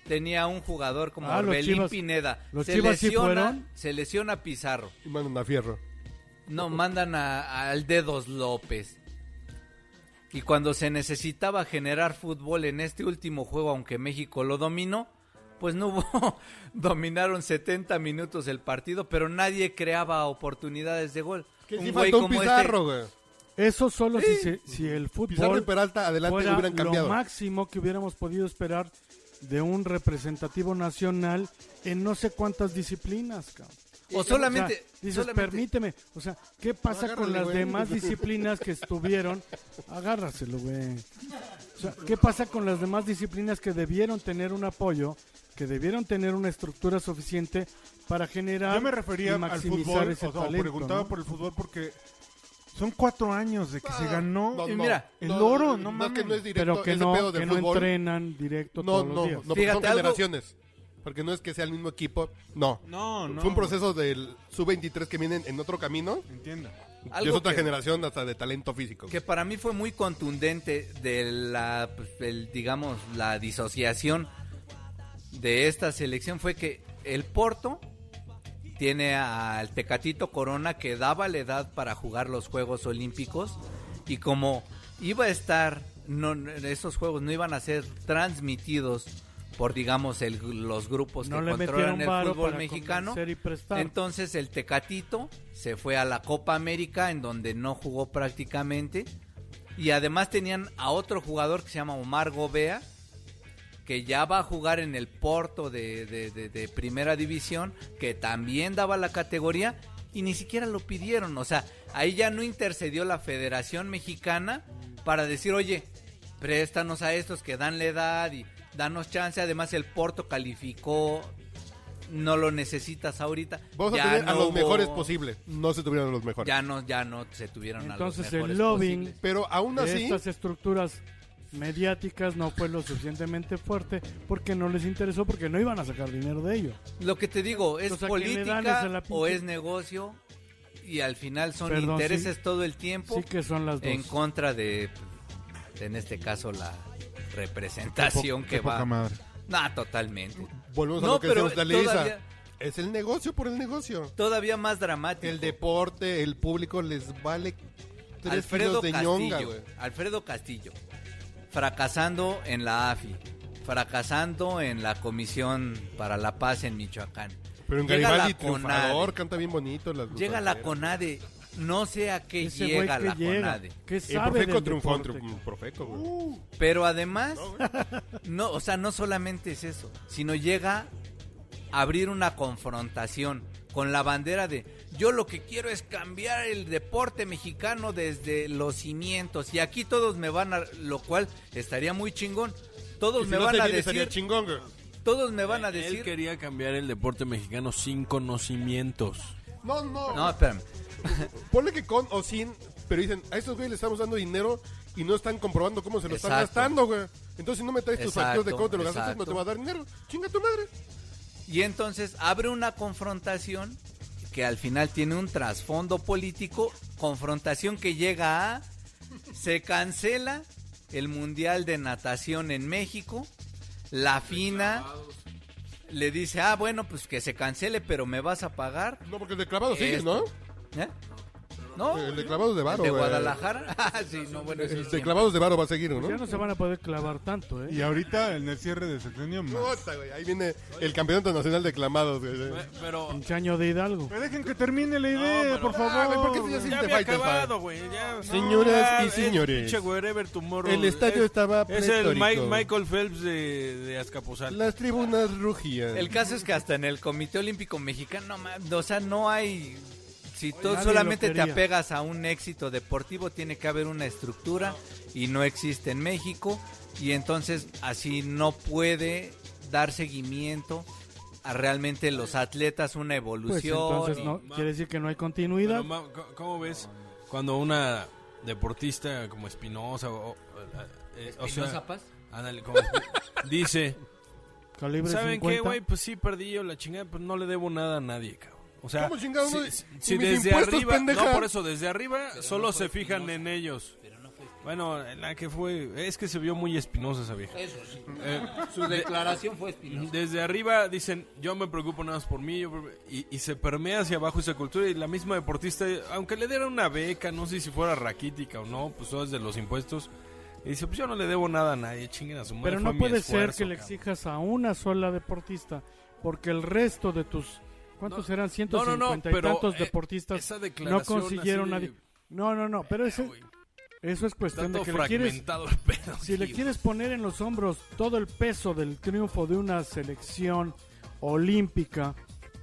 [SPEAKER 5] Tenía un jugador como
[SPEAKER 3] Ah, los
[SPEAKER 5] Orbelín
[SPEAKER 3] Chivas-
[SPEAKER 5] Pineda.
[SPEAKER 3] los
[SPEAKER 5] se,
[SPEAKER 3] Chivas sí
[SPEAKER 5] lesiona,
[SPEAKER 3] fueron.
[SPEAKER 5] se lesiona Pizarro.
[SPEAKER 1] Y mandan a fierro.
[SPEAKER 5] No, mandan a- al Dedos López. Y cuando se necesitaba generar fútbol en este último juego, aunque México lo dominó, pues no hubo. Dominaron 70 minutos el partido, pero nadie creaba oportunidades de gol.
[SPEAKER 1] Que sí
[SPEAKER 5] güey
[SPEAKER 1] faltó un
[SPEAKER 5] como este-
[SPEAKER 1] Pizarro, güey.
[SPEAKER 3] Eso solo si, se- si
[SPEAKER 1] Pizarro
[SPEAKER 3] el
[SPEAKER 1] y
[SPEAKER 3] fútbol
[SPEAKER 1] Peralta adelante
[SPEAKER 3] fuera
[SPEAKER 1] hubieran
[SPEAKER 3] lo
[SPEAKER 1] cambiado.
[SPEAKER 3] máximo que hubiéramos podido esperar de un representativo nacional en no sé cuántas disciplinas, cabrón.
[SPEAKER 5] o solamente.
[SPEAKER 3] O sea, dices,
[SPEAKER 5] solamente-
[SPEAKER 3] permíteme. O sea, ¿qué pasa con
[SPEAKER 1] Agárrale,
[SPEAKER 3] las
[SPEAKER 1] güey.
[SPEAKER 3] demás disciplinas que estuvieron? Agárraselo, güey. O sea, ¿qué pasa con las demás disciplinas que debieron tener un apoyo, que debieron tener una estructura suficiente para generar
[SPEAKER 4] Yo me refería
[SPEAKER 3] y
[SPEAKER 4] al
[SPEAKER 3] maximizar
[SPEAKER 4] fútbol, o
[SPEAKER 3] ese
[SPEAKER 4] sea, o
[SPEAKER 3] talento,
[SPEAKER 4] preguntaba
[SPEAKER 3] ¿no?
[SPEAKER 4] por el fútbol porque son cuatro años de que se ganó.
[SPEAKER 1] Ah, No,
[SPEAKER 5] Y
[SPEAKER 1] no,
[SPEAKER 5] mira,
[SPEAKER 4] el oro, no
[SPEAKER 1] es que
[SPEAKER 4] mames.
[SPEAKER 1] no es directo,
[SPEAKER 3] pero que
[SPEAKER 1] ese
[SPEAKER 3] no,
[SPEAKER 1] pedo del
[SPEAKER 3] que no
[SPEAKER 1] fútbol.
[SPEAKER 3] entrenan directo
[SPEAKER 1] no,
[SPEAKER 3] todos
[SPEAKER 1] no,
[SPEAKER 3] los
[SPEAKER 1] no,
[SPEAKER 3] días.
[SPEAKER 1] porque
[SPEAKER 5] Fíjate,
[SPEAKER 1] son
[SPEAKER 5] algo-
[SPEAKER 1] generaciones. Porque no es que sea el mismo equipo, no.
[SPEAKER 4] No, no.
[SPEAKER 1] Fue un proceso del sub-23 que vienen en otro camino.
[SPEAKER 4] Entienda.
[SPEAKER 1] Y
[SPEAKER 5] Algo
[SPEAKER 1] es otra
[SPEAKER 5] que-
[SPEAKER 1] generación hasta de talento físico.
[SPEAKER 5] que para mí fue muy contundente de la, pues, el, digamos, la disociación de esta selección fue que el Porto tiene al Tecatito Corona que daba la edad para jugar los Juegos Olímpicos y como iba a estar, no, esos Juegos no iban a ser transmitidos por, digamos, el- los grupos
[SPEAKER 3] No
[SPEAKER 5] que
[SPEAKER 3] le
[SPEAKER 5] controlan
[SPEAKER 3] metieron
[SPEAKER 5] el
[SPEAKER 3] varo
[SPEAKER 5] fútbol
[SPEAKER 3] para
[SPEAKER 5] mexicano.
[SPEAKER 3] convencer y prestar.
[SPEAKER 5] Entonces el Tecatito se fue a la Copa América en donde no jugó prácticamente. Y además tenían a otro jugador que se llama Omar Gobea, que ya va a jugar en el Porto de, de- de- de Primera División, que también daba la categoría y ni siquiera lo pidieron. O sea, ahí ya no intercedió la Federación Mexicana para decir, oye, préstanos a estos que dan la edad y danos chance. Además el Porto calificó, no lo necesitas ahorita.
[SPEAKER 1] Vamos a
[SPEAKER 5] Ya
[SPEAKER 1] tener a
[SPEAKER 5] no
[SPEAKER 1] los
[SPEAKER 5] hubo-
[SPEAKER 1] mejores posible. No se tuvieron a los mejores.
[SPEAKER 5] Ya no, ya no se tuvieron
[SPEAKER 3] Entonces,
[SPEAKER 5] a los
[SPEAKER 3] el
[SPEAKER 5] mejores
[SPEAKER 3] lobbying-
[SPEAKER 5] posibles.
[SPEAKER 1] Pero aún
[SPEAKER 3] de
[SPEAKER 1] así,
[SPEAKER 3] estas estructuras mediáticas no fue lo suficientemente fuerte porque no les interesó porque no iban a sacar dinero de ello.
[SPEAKER 5] Lo que te digo, es
[SPEAKER 3] O sea, que le dan esa la
[SPEAKER 5] política
[SPEAKER 3] pinche-
[SPEAKER 5] o es negocio y al final son
[SPEAKER 3] Perdón,
[SPEAKER 5] intereses todo el tiempo
[SPEAKER 3] Sí que son las dos.
[SPEAKER 5] en contra de, en este caso, la representación
[SPEAKER 4] Qué
[SPEAKER 5] que
[SPEAKER 4] poca
[SPEAKER 5] va.
[SPEAKER 4] madre.
[SPEAKER 5] Nah, totalmente.
[SPEAKER 1] volvemos a
[SPEAKER 5] No,
[SPEAKER 1] lo que
[SPEAKER 5] pero
[SPEAKER 1] decíamos de Alisa.
[SPEAKER 5] todavía-
[SPEAKER 1] Es el negocio por el negocio.
[SPEAKER 5] Todavía más dramático.
[SPEAKER 1] El deporte, el público les vale tres
[SPEAKER 5] Alfredo
[SPEAKER 1] kilos de
[SPEAKER 5] Castillo.
[SPEAKER 1] ñonga, güey.
[SPEAKER 5] Alfredo Castillo. Fracasando en la AFI. Fracasando en la Comisión para la Paz en Michoacán.
[SPEAKER 1] Pero en
[SPEAKER 5] Llega la
[SPEAKER 1] Garibaldi
[SPEAKER 5] CONADE.
[SPEAKER 1] triunfador, canta bien bonito. Las
[SPEAKER 5] Llega la
[SPEAKER 1] con...
[SPEAKER 5] CONADE. No sé a qué
[SPEAKER 3] Ese güey
[SPEAKER 5] llega
[SPEAKER 3] que
[SPEAKER 5] la
[SPEAKER 3] llega,
[SPEAKER 5] CONADE.
[SPEAKER 3] que
[SPEAKER 1] El
[SPEAKER 3] sabe
[SPEAKER 1] Profeco
[SPEAKER 3] del
[SPEAKER 1] triunfó,
[SPEAKER 3] deporte,
[SPEAKER 1] triunfó, Profeco, güey.
[SPEAKER 5] Pero además, no, o sea, no solamente es eso, sino llega a abrir una confrontación con la bandera de yo lo que quiero es cambiar el deporte mexicano desde los cimientos y aquí todos me van a lo cual estaría muy chingón.
[SPEAKER 1] Y
[SPEAKER 5] Todos
[SPEAKER 1] si
[SPEAKER 5] me
[SPEAKER 1] no
[SPEAKER 5] van
[SPEAKER 1] se
[SPEAKER 5] a
[SPEAKER 1] viene, sería Eh,
[SPEAKER 5] decir,
[SPEAKER 1] chingón, güey.
[SPEAKER 5] todos me van a
[SPEAKER 6] Él
[SPEAKER 5] decir,
[SPEAKER 6] quería cambiar el deporte mexicano sin conocimientos.
[SPEAKER 1] No, no.
[SPEAKER 5] no, espérame.
[SPEAKER 1] Ponle que con o sin, pero dicen, a estos güeyes les estamos dando dinero y no están comprobando cómo se lo están
[SPEAKER 5] Exacto.
[SPEAKER 1] gastando, güey. Entonces, si no me traes tus
[SPEAKER 5] Exacto,
[SPEAKER 1] facturas de cómo te lo gastaste,
[SPEAKER 5] exacto.
[SPEAKER 1] no te va a dar dinero. Chinga tu madre.
[SPEAKER 5] Y entonces abre una confrontación que al final tiene un trasfondo político, confrontación que llega a se cancela el Mundial de Natación en México, la FINA le dice, "Ah, bueno, pues que se cancele, pero me vas a pagar."
[SPEAKER 1] No, porque el de clavado sigue,
[SPEAKER 5] Esto.
[SPEAKER 1] ¿no?
[SPEAKER 5] ¿Eh? ¿No?
[SPEAKER 1] El de clavados de varo.
[SPEAKER 5] ¿De
[SPEAKER 1] güey.
[SPEAKER 5] Guadalajara? Ah, sí, no, bueno, sí,
[SPEAKER 1] El de
[SPEAKER 5] siempre.
[SPEAKER 1] clavados de varo va a seguir, ¿no?
[SPEAKER 3] Pues Ya no se van a poder clavar tanto, ¿eh?
[SPEAKER 4] Y ahorita en el cierre de sexenio más.
[SPEAKER 1] Puta, güey, Ahí viene el campeonato nacional de clamados, güey.
[SPEAKER 6] Pero.
[SPEAKER 3] Pinche año de Hidalgo.
[SPEAKER 4] Pero dejen que termine la idea,
[SPEAKER 6] pero-
[SPEAKER 4] por favor.
[SPEAKER 1] Ah, güey, ¿por qué se hace-
[SPEAKER 6] Ya
[SPEAKER 1] te
[SPEAKER 6] había
[SPEAKER 1] falta,
[SPEAKER 6] acabado, güey. ya, no.
[SPEAKER 1] Señoras y
[SPEAKER 6] es
[SPEAKER 1] señores,
[SPEAKER 6] pinche wherever tomorrow.
[SPEAKER 1] el estadio
[SPEAKER 6] Es-
[SPEAKER 1] estaba
[SPEAKER 6] Es el
[SPEAKER 1] pletórico.
[SPEAKER 6] Mi- Michael Phelps de, de Azcapotzalco.
[SPEAKER 1] Las tribunas rugían.
[SPEAKER 5] El caso es que hasta en el Comité Olímpico Mexicano, no mames, o sea, no hay... Si tú
[SPEAKER 3] Nadie
[SPEAKER 5] solamente
[SPEAKER 3] lo
[SPEAKER 5] te
[SPEAKER 3] quería.
[SPEAKER 5] apegas a un éxito deportivo, tiene que haber una estructura y no existe en México. Y entonces así no puede dar seguimiento a realmente los atletas, una
[SPEAKER 3] Pues
[SPEAKER 5] evolución.
[SPEAKER 3] entonces
[SPEAKER 5] y-
[SPEAKER 3] no, quiere decir que no hay
[SPEAKER 6] Pero,
[SPEAKER 3] continuidad.
[SPEAKER 6] ma- co- ¿Cómo ves cuando una deportista como Espinosa o, o- eh, o sea, ándale, como Espi- dice,
[SPEAKER 3] Calibre
[SPEAKER 6] ¿saben qué,
[SPEAKER 3] 50.
[SPEAKER 6] güey? Pues sí, perdí yo la chingada, pues no le debo nada a nadie, cabrón. O sea,
[SPEAKER 1] ¿Cómo chingado,
[SPEAKER 6] si,
[SPEAKER 1] güey?
[SPEAKER 6] si-
[SPEAKER 1] ¿Y
[SPEAKER 6] si
[SPEAKER 1] mis
[SPEAKER 6] desde
[SPEAKER 1] impuestos,
[SPEAKER 6] arriba,
[SPEAKER 1] pendeja?
[SPEAKER 6] no por eso, desde arriba solo se fijan en ellos. bueno, la que fue, es que se vio muy espinosa esa vieja. Eh,
[SPEAKER 9] Su declaración fue espinosa.
[SPEAKER 6] Desde arriba dicen, yo me preocupo nada más por mí, yo por- y, y se permea hacia abajo esa cultura. Y la misma deportista, aunque le diera una beca, no sé si fuera raquítica o no, pues todo es de los impuestos. Y dice, pues yo no le debo nada a nadie, chinguen a su madre.
[SPEAKER 3] Pero
[SPEAKER 6] fue
[SPEAKER 3] no
[SPEAKER 6] mi
[SPEAKER 3] puede ser
[SPEAKER 6] esfuerzo,
[SPEAKER 3] que le
[SPEAKER 6] cabrón".
[SPEAKER 3] exijas a una sola deportista, porque el resto de tus. ¿Cuántos
[SPEAKER 6] No,
[SPEAKER 3] eran? 150
[SPEAKER 6] no, no,
[SPEAKER 3] y
[SPEAKER 6] pero,
[SPEAKER 3] tantos
[SPEAKER 6] eh,
[SPEAKER 3] deportistas.
[SPEAKER 6] esa declaración
[SPEAKER 3] no consiguieron
[SPEAKER 6] así de-
[SPEAKER 3] nadie. No, no, no, pero ese-
[SPEAKER 6] Uy,
[SPEAKER 3] eso es
[SPEAKER 6] Está
[SPEAKER 3] cuestión de
[SPEAKER 6] todo
[SPEAKER 3] que le quieres.
[SPEAKER 6] fragmentado el pedo.
[SPEAKER 3] Si le
[SPEAKER 6] sí,
[SPEAKER 3] quieres poner en los hombros todo el peso del triunfo de una selección olímpica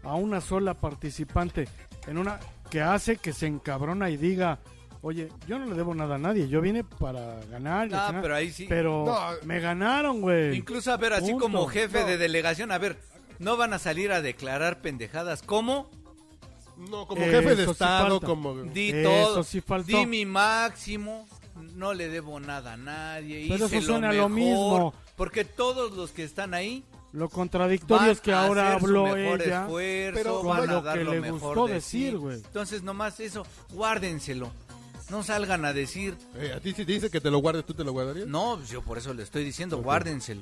[SPEAKER 3] a una sola participante, en una que hace que se encabrona y diga, oye, yo no le debo nada a nadie, yo vine para ganar, y
[SPEAKER 5] Ah,
[SPEAKER 3] ganar,
[SPEAKER 5] pero ahí sí.
[SPEAKER 3] pero
[SPEAKER 1] No.
[SPEAKER 3] me ganaron, güey.
[SPEAKER 5] Incluso, a ver, así
[SPEAKER 3] Punto.
[SPEAKER 5] como jefe
[SPEAKER 1] No.
[SPEAKER 5] de delegación, a ver, no van a salir a declarar pendejadas. ¿Cómo?
[SPEAKER 1] No, como
[SPEAKER 3] Eh,
[SPEAKER 1] jefe de
[SPEAKER 3] eso sí
[SPEAKER 1] Estado,
[SPEAKER 3] falta.
[SPEAKER 1] como...
[SPEAKER 5] Di
[SPEAKER 3] Eso
[SPEAKER 5] todo.
[SPEAKER 3] sí faltó.
[SPEAKER 5] Di mi máximo. No le debo nada a nadie.
[SPEAKER 3] Pero
[SPEAKER 5] hice
[SPEAKER 3] eso suena
[SPEAKER 5] lo,
[SPEAKER 3] lo
[SPEAKER 5] mejor,
[SPEAKER 3] mismo.
[SPEAKER 5] Porque todos los que están ahí
[SPEAKER 3] Lo contradictorio
[SPEAKER 5] van
[SPEAKER 3] es que
[SPEAKER 5] a
[SPEAKER 3] ahora
[SPEAKER 5] hacer su
[SPEAKER 3] habló
[SPEAKER 5] mejor
[SPEAKER 3] ella.
[SPEAKER 5] esfuerzo,
[SPEAKER 1] pero
[SPEAKER 5] van
[SPEAKER 3] con
[SPEAKER 5] a
[SPEAKER 3] lo
[SPEAKER 5] dar
[SPEAKER 3] que
[SPEAKER 5] lo
[SPEAKER 3] le
[SPEAKER 5] mejor
[SPEAKER 3] gustó
[SPEAKER 5] de sí.
[SPEAKER 3] decir, güey.
[SPEAKER 5] Entonces, nomás eso, guárdenselo. No salgan a decir,
[SPEAKER 1] Eh, a ti si te dice que te lo guardes, ¿tú te lo guardarías?
[SPEAKER 5] no, pues yo por eso le estoy diciendo, guárdenselo.